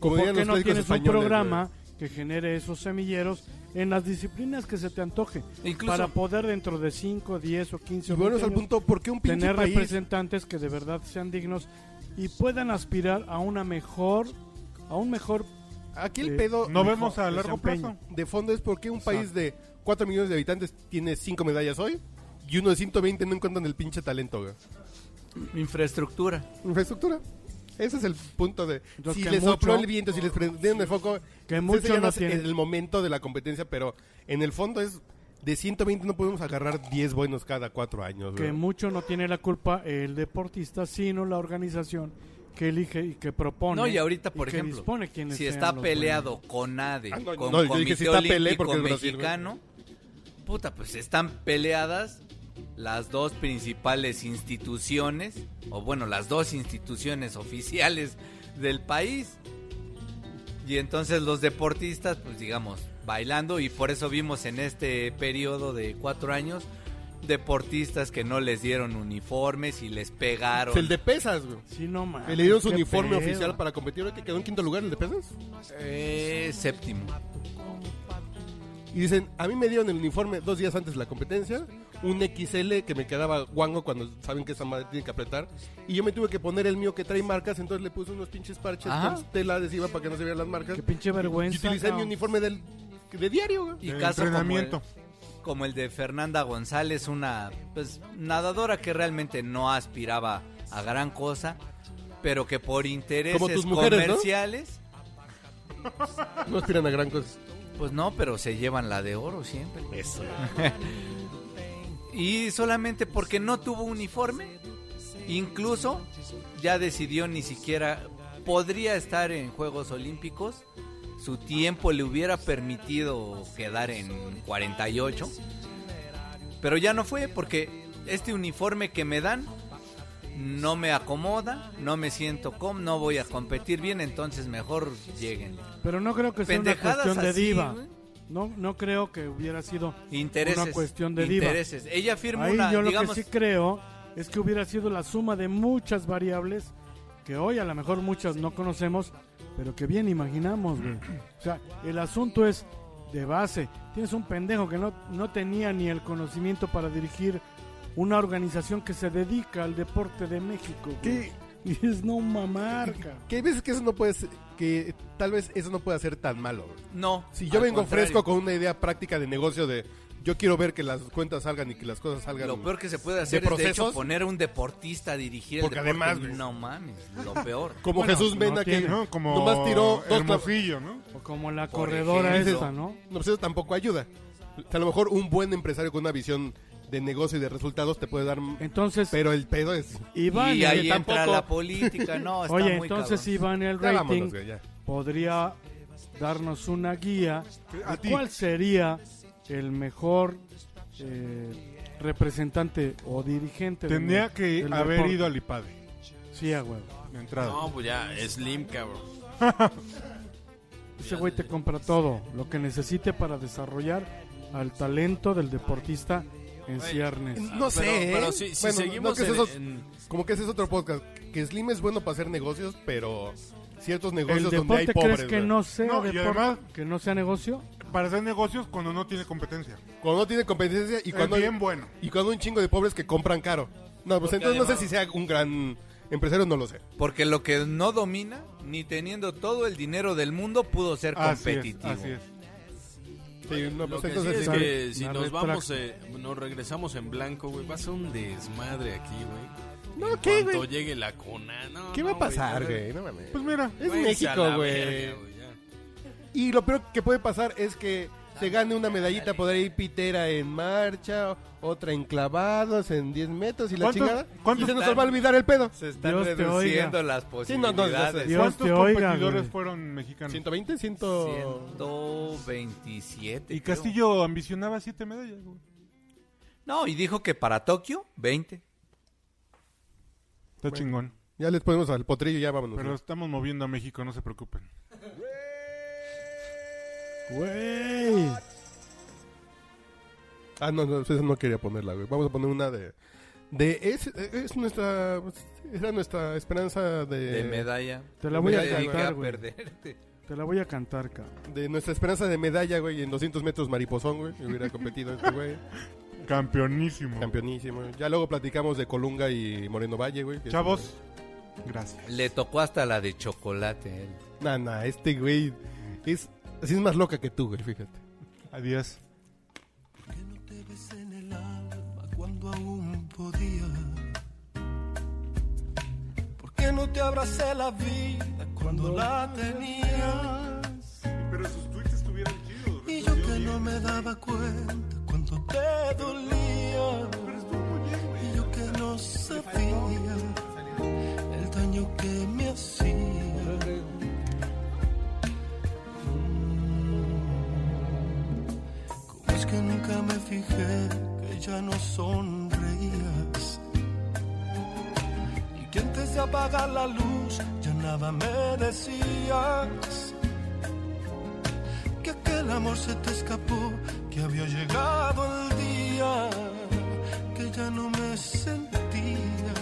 [SPEAKER 1] como
[SPEAKER 3] ¿Por
[SPEAKER 1] dirían
[SPEAKER 3] qué
[SPEAKER 1] los
[SPEAKER 3] no
[SPEAKER 1] clásicos
[SPEAKER 3] tienes un
[SPEAKER 1] españoles. güey.
[SPEAKER 3] programa que genere esos semilleros en las disciplinas que se te antoje?
[SPEAKER 5] Incluso-
[SPEAKER 3] Para poder dentro de 5, 10 o 15
[SPEAKER 1] Y bueno, es al punto, ¿por qué un pinche
[SPEAKER 3] tener
[SPEAKER 1] país?
[SPEAKER 3] representantes que de verdad sean dignos y puedan aspirar a una mejor, a un mejor
[SPEAKER 1] Aquí el
[SPEAKER 3] Eh,
[SPEAKER 1] pedo
[SPEAKER 4] No
[SPEAKER 3] Mejor
[SPEAKER 4] vemos a largo
[SPEAKER 3] desempeño.
[SPEAKER 4] plazo.
[SPEAKER 1] de fondo es por qué un país de 4 millones de habitantes tiene 5 medallas hoy y uno de 120 no encuentran el pinche talento, güey.
[SPEAKER 5] Infraestructura.
[SPEAKER 1] Infraestructura. Ese es el punto de...
[SPEAKER 3] Entonces,
[SPEAKER 1] si
[SPEAKER 3] que
[SPEAKER 1] les
[SPEAKER 3] mucho-
[SPEAKER 1] sopló el viento, si les prendieron el foco...
[SPEAKER 3] Que
[SPEAKER 1] ese
[SPEAKER 3] mucho
[SPEAKER 1] ya
[SPEAKER 3] no
[SPEAKER 1] es
[SPEAKER 3] tienen.
[SPEAKER 1] el momento de la competencia, pero en el fondo es... De 120 no podemos agarrar 10 buenos cada 4 años,
[SPEAKER 3] que
[SPEAKER 1] güey.
[SPEAKER 3] mucho no tiene la culpa el deportista, sino la organización que elige y que propone.
[SPEAKER 5] No, y ahorita, por
[SPEAKER 3] que
[SPEAKER 5] ejemplo,
[SPEAKER 3] dispone quiénes
[SPEAKER 5] si
[SPEAKER 3] sean
[SPEAKER 5] está
[SPEAKER 3] los
[SPEAKER 5] peleado con ADE,
[SPEAKER 1] Ah, no,
[SPEAKER 5] con
[SPEAKER 1] no, yo
[SPEAKER 5] Comité
[SPEAKER 1] dije si está Pelé
[SPEAKER 5] Olímpico
[SPEAKER 1] porque es Brasil,
[SPEAKER 5] Mexicano, puta, pues están peleadas las dos principales instituciones, o bueno, las dos instituciones oficiales del país. Y entonces los deportistas, pues digamos, bailando, y por eso vimos en este periodo de cuatro años deportistas que no les dieron uniformes y les pegaron.
[SPEAKER 1] el de pesas, güey.
[SPEAKER 3] buenos. Sí, no mames,
[SPEAKER 1] Que le dieron su
[SPEAKER 3] qué
[SPEAKER 1] uniforme
[SPEAKER 3] pedo.
[SPEAKER 1] oficial para competir. Ahora que quedó en quinto lugar el de pesas.
[SPEAKER 5] Eh, séptimo.
[SPEAKER 1] Y dicen, a mí me dieron el uniforme dos días antes de la competencia, un XL que me quedaba guango cuando saben que esa madre tiene que apretar, y yo me tuve que poner el mío que trae marcas, entonces le puse unos pinches parches
[SPEAKER 5] Ajá.
[SPEAKER 1] con tela adhesiva para que no se vieran las marcas.
[SPEAKER 3] Qué pinche
[SPEAKER 1] Y
[SPEAKER 3] vergüenza.
[SPEAKER 1] utilicé mi
[SPEAKER 3] cabrón.
[SPEAKER 1] uniforme del, de diario, güey.
[SPEAKER 5] Y
[SPEAKER 4] El
[SPEAKER 5] caso
[SPEAKER 4] entrenamiento.
[SPEAKER 5] Como el, como el de Fernanda González, una pues, nadadora que realmente no aspiraba a gran cosa, pero que por intereses
[SPEAKER 1] Como tus mujeres, ¿no?
[SPEAKER 5] comerciales,
[SPEAKER 1] No aspiran a gran cosa.
[SPEAKER 5] pues no, pero se llevan la de oro siempre. Eso. y solamente porque no tuvo uniforme, incluso ya decidió ni siquiera podría estar en Juegos Olímpicos. Su tiempo le hubiera permitido quedar en 48. Pero ya no fue porque este uniforme que me dan no me acomoda, no me siento com, no voy a competir bien, entonces mejor lleguen.
[SPEAKER 3] Pero no creo que sea una
[SPEAKER 5] Pendejadas
[SPEAKER 3] cuestión de
[SPEAKER 5] así,
[SPEAKER 3] diva.
[SPEAKER 5] güey.
[SPEAKER 3] No, no creo que hubiera sido
[SPEAKER 5] Intereses.
[SPEAKER 3] una cuestión de diva.
[SPEAKER 5] Intereses. Ella firma
[SPEAKER 3] Ahí
[SPEAKER 5] una,
[SPEAKER 3] yo lo
[SPEAKER 5] digamos,
[SPEAKER 3] que sí creo es que hubiera sido la suma de muchas variables que hoy a lo mejor muchas no conocemos, pero que bien imaginamos, güey. O sea, el asunto es de base. Tienes un pendejo que no, no tenía ni el conocimiento para dirigir una organización que se dedica al deporte de México. güey. Y es no mamar, cabrón.
[SPEAKER 1] Que hay veces que eso no puede ser- que tal vez eso no pueda ser tan malo. güey.
[SPEAKER 5] no.
[SPEAKER 1] Si yo
[SPEAKER 5] al
[SPEAKER 1] vengo
[SPEAKER 5] contrario.
[SPEAKER 1] fresco con una idea práctica de negocio de yo quiero ver que las cuentas salgan y que las cosas salgan.
[SPEAKER 5] Lo peor que se puede hacer
[SPEAKER 1] ¿De
[SPEAKER 5] es de hecho
[SPEAKER 1] procesos?
[SPEAKER 5] poner a un deportista a dirigir
[SPEAKER 1] Porque
[SPEAKER 5] el deporte.
[SPEAKER 1] además, güey.
[SPEAKER 5] no mames, lo peor.
[SPEAKER 1] Como
[SPEAKER 4] Bueno,
[SPEAKER 1] Jesús
[SPEAKER 4] no
[SPEAKER 1] Mena que
[SPEAKER 4] tiene, ¿no? Como
[SPEAKER 1] nomás tiró dos clavos.
[SPEAKER 4] Hermosillo, ¿no?
[SPEAKER 3] O como la
[SPEAKER 5] Por
[SPEAKER 3] corredora
[SPEAKER 5] ejemplo.
[SPEAKER 3] esa, ¿no?
[SPEAKER 1] No, pues eso tampoco ayuda. A lo mejor un buen empresario con una visión de negocio y de resultados te puede dar...
[SPEAKER 3] Entonces,
[SPEAKER 1] Pero el pedo es...
[SPEAKER 3] Iván,
[SPEAKER 5] y ahí
[SPEAKER 1] oye,
[SPEAKER 5] entra
[SPEAKER 1] tampoco.
[SPEAKER 5] la política. No, está
[SPEAKER 3] oye,
[SPEAKER 5] muy
[SPEAKER 3] entonces
[SPEAKER 5] cabrón.
[SPEAKER 3] Iván el
[SPEAKER 1] Ya
[SPEAKER 3] rating
[SPEAKER 1] vámonos, güey, ya.
[SPEAKER 3] podría darnos una guía
[SPEAKER 4] A
[SPEAKER 3] de
[SPEAKER 4] ti.
[SPEAKER 3] cuál sería el mejor eh, representante o dirigente. del-
[SPEAKER 4] Tendría que
[SPEAKER 3] del
[SPEAKER 4] haber
[SPEAKER 3] deporte.
[SPEAKER 4] ido al IPADE.
[SPEAKER 3] Sí, ah, güey.
[SPEAKER 4] De entrada.
[SPEAKER 6] No, pues ya, Slim, cabrón.
[SPEAKER 3] Ese güey te compra todo, lo que necesite para desarrollar al talento del deportista en
[SPEAKER 6] Güey,
[SPEAKER 3] ciernes.
[SPEAKER 10] Ah,
[SPEAKER 1] No sé,
[SPEAKER 6] Pero, pero
[SPEAKER 1] ¿eh?
[SPEAKER 6] si, si
[SPEAKER 1] Bueno, no,
[SPEAKER 6] seguimos
[SPEAKER 1] que
[SPEAKER 6] en-
[SPEAKER 1] esos-
[SPEAKER 6] en-
[SPEAKER 1] Como que ese es otro podcast. Que Slim es bueno para hacer negocios, pero ciertos
[SPEAKER 3] ¿El
[SPEAKER 1] negocios donde hay
[SPEAKER 3] deporte crees
[SPEAKER 1] pobres.
[SPEAKER 3] que
[SPEAKER 1] güey.
[SPEAKER 3] no sea
[SPEAKER 4] No, y
[SPEAKER 3] deporte?
[SPEAKER 4] además-
[SPEAKER 3] ¿Que no sea negocio?
[SPEAKER 4] Para hacer negocios cuando no tiene competencia.
[SPEAKER 1] Cuando no tiene competencia y
[SPEAKER 4] Es
[SPEAKER 1] cuando,
[SPEAKER 4] bien bueno.
[SPEAKER 1] y cuando hay un chingo de pobres que compran caro. No, pues entonces no sé si sea un gran empresario, no lo sé.
[SPEAKER 5] Porque lo que no domina, ni teniendo todo el dinero del mundo, pudo ser
[SPEAKER 4] Así es,
[SPEAKER 5] competitivo.
[SPEAKER 4] así es.
[SPEAKER 1] Sí, no,
[SPEAKER 10] Lo
[SPEAKER 1] pues
[SPEAKER 10] que sí
[SPEAKER 1] entonces
[SPEAKER 10] es
[SPEAKER 1] sí.
[SPEAKER 10] que si
[SPEAKER 3] la
[SPEAKER 10] nos
[SPEAKER 3] red
[SPEAKER 10] vamos, eh, nos regresamos en blanco, güey, va a ser un desmadre aquí, güey.
[SPEAKER 1] No, ¿qué,
[SPEAKER 10] Cuando
[SPEAKER 1] güey?
[SPEAKER 10] llegue la cona, no,
[SPEAKER 1] ¿Qué
[SPEAKER 10] no,
[SPEAKER 1] va a pasar,
[SPEAKER 10] no,
[SPEAKER 1] güey? No mames.
[SPEAKER 4] Pues mira,
[SPEAKER 1] Es
[SPEAKER 10] váyanse a
[SPEAKER 1] México,
[SPEAKER 10] la
[SPEAKER 1] güey.
[SPEAKER 10] verga, ya.
[SPEAKER 1] Y lo peor que puede pasar es que se gane una medallita por ahí pitera en marcha, otra en clavados, en 10 metros y la
[SPEAKER 4] ¿Cuántos-
[SPEAKER 1] chingada.
[SPEAKER 4] cuántos
[SPEAKER 1] y se nos
[SPEAKER 5] están?
[SPEAKER 1] va a olvidar el pedo.
[SPEAKER 5] Se están
[SPEAKER 3] Dios te
[SPEAKER 5] reduciendo
[SPEAKER 3] oiga.
[SPEAKER 5] las
[SPEAKER 1] Sí, no, no, no,
[SPEAKER 5] posibilidades.
[SPEAKER 1] Dios
[SPEAKER 4] ¿cuántos
[SPEAKER 3] te oiga,
[SPEAKER 4] competidores
[SPEAKER 3] güey.
[SPEAKER 4] fueron mexicanos?
[SPEAKER 1] 120, 100... Pero
[SPEAKER 5] 127.
[SPEAKER 4] Y
[SPEAKER 5] creo.
[SPEAKER 4] Castillo ambicionaba siete medallas, güey.
[SPEAKER 5] No, y dijo que para Tokio, 20.
[SPEAKER 4] Está chingón.
[SPEAKER 1] Ya les ponemos al potrillo, ya vámonos.
[SPEAKER 4] Pero estamos moviendo a México, no se preocupen.
[SPEAKER 3] Güey.
[SPEAKER 1] Ah, no, no, esa no quería ponerla, güey. Vamos a poner una de... de es, es nuestra... Era nuestra esperanza de...
[SPEAKER 5] De medalla.
[SPEAKER 3] Eh, Te la voy a
[SPEAKER 5] Me dediqué
[SPEAKER 3] cantar,
[SPEAKER 5] a
[SPEAKER 3] güey.
[SPEAKER 5] perderte.
[SPEAKER 3] Te la voy a cantar, cabrón.
[SPEAKER 1] de nuestra esperanza de medalla, güey. En 200 metros mariposón, güey. Hubiera competido este güey.
[SPEAKER 4] Campeonísimo.
[SPEAKER 1] Campeonísimo. Ya luego platicamos de Colunga y Moreno Valle, güey. que es-
[SPEAKER 4] Chavos, gracias.
[SPEAKER 5] Le tocó hasta la de chocolate. eh. a él.
[SPEAKER 1] Nah, nah, este güey es, así es más loca que tú, güey, fíjate.
[SPEAKER 4] Adiós.
[SPEAKER 6] que no te besé en el alma cuando aún podía. ¿Por qué no te abracé la vida cuando la tenías?
[SPEAKER 4] Pero sus tweets estuvieron chidos.
[SPEAKER 6] Y yo que no me daba cuenta cuánto te dolía. Y yo que no sabía el daño que me hacía. Mm. ¿Cómo es que nunca me fijé que ya no sonreías? Y que antes de apagar la luz ya nada me decías que aquel amor se te escapó, que había llegado el día, que ya no me sentía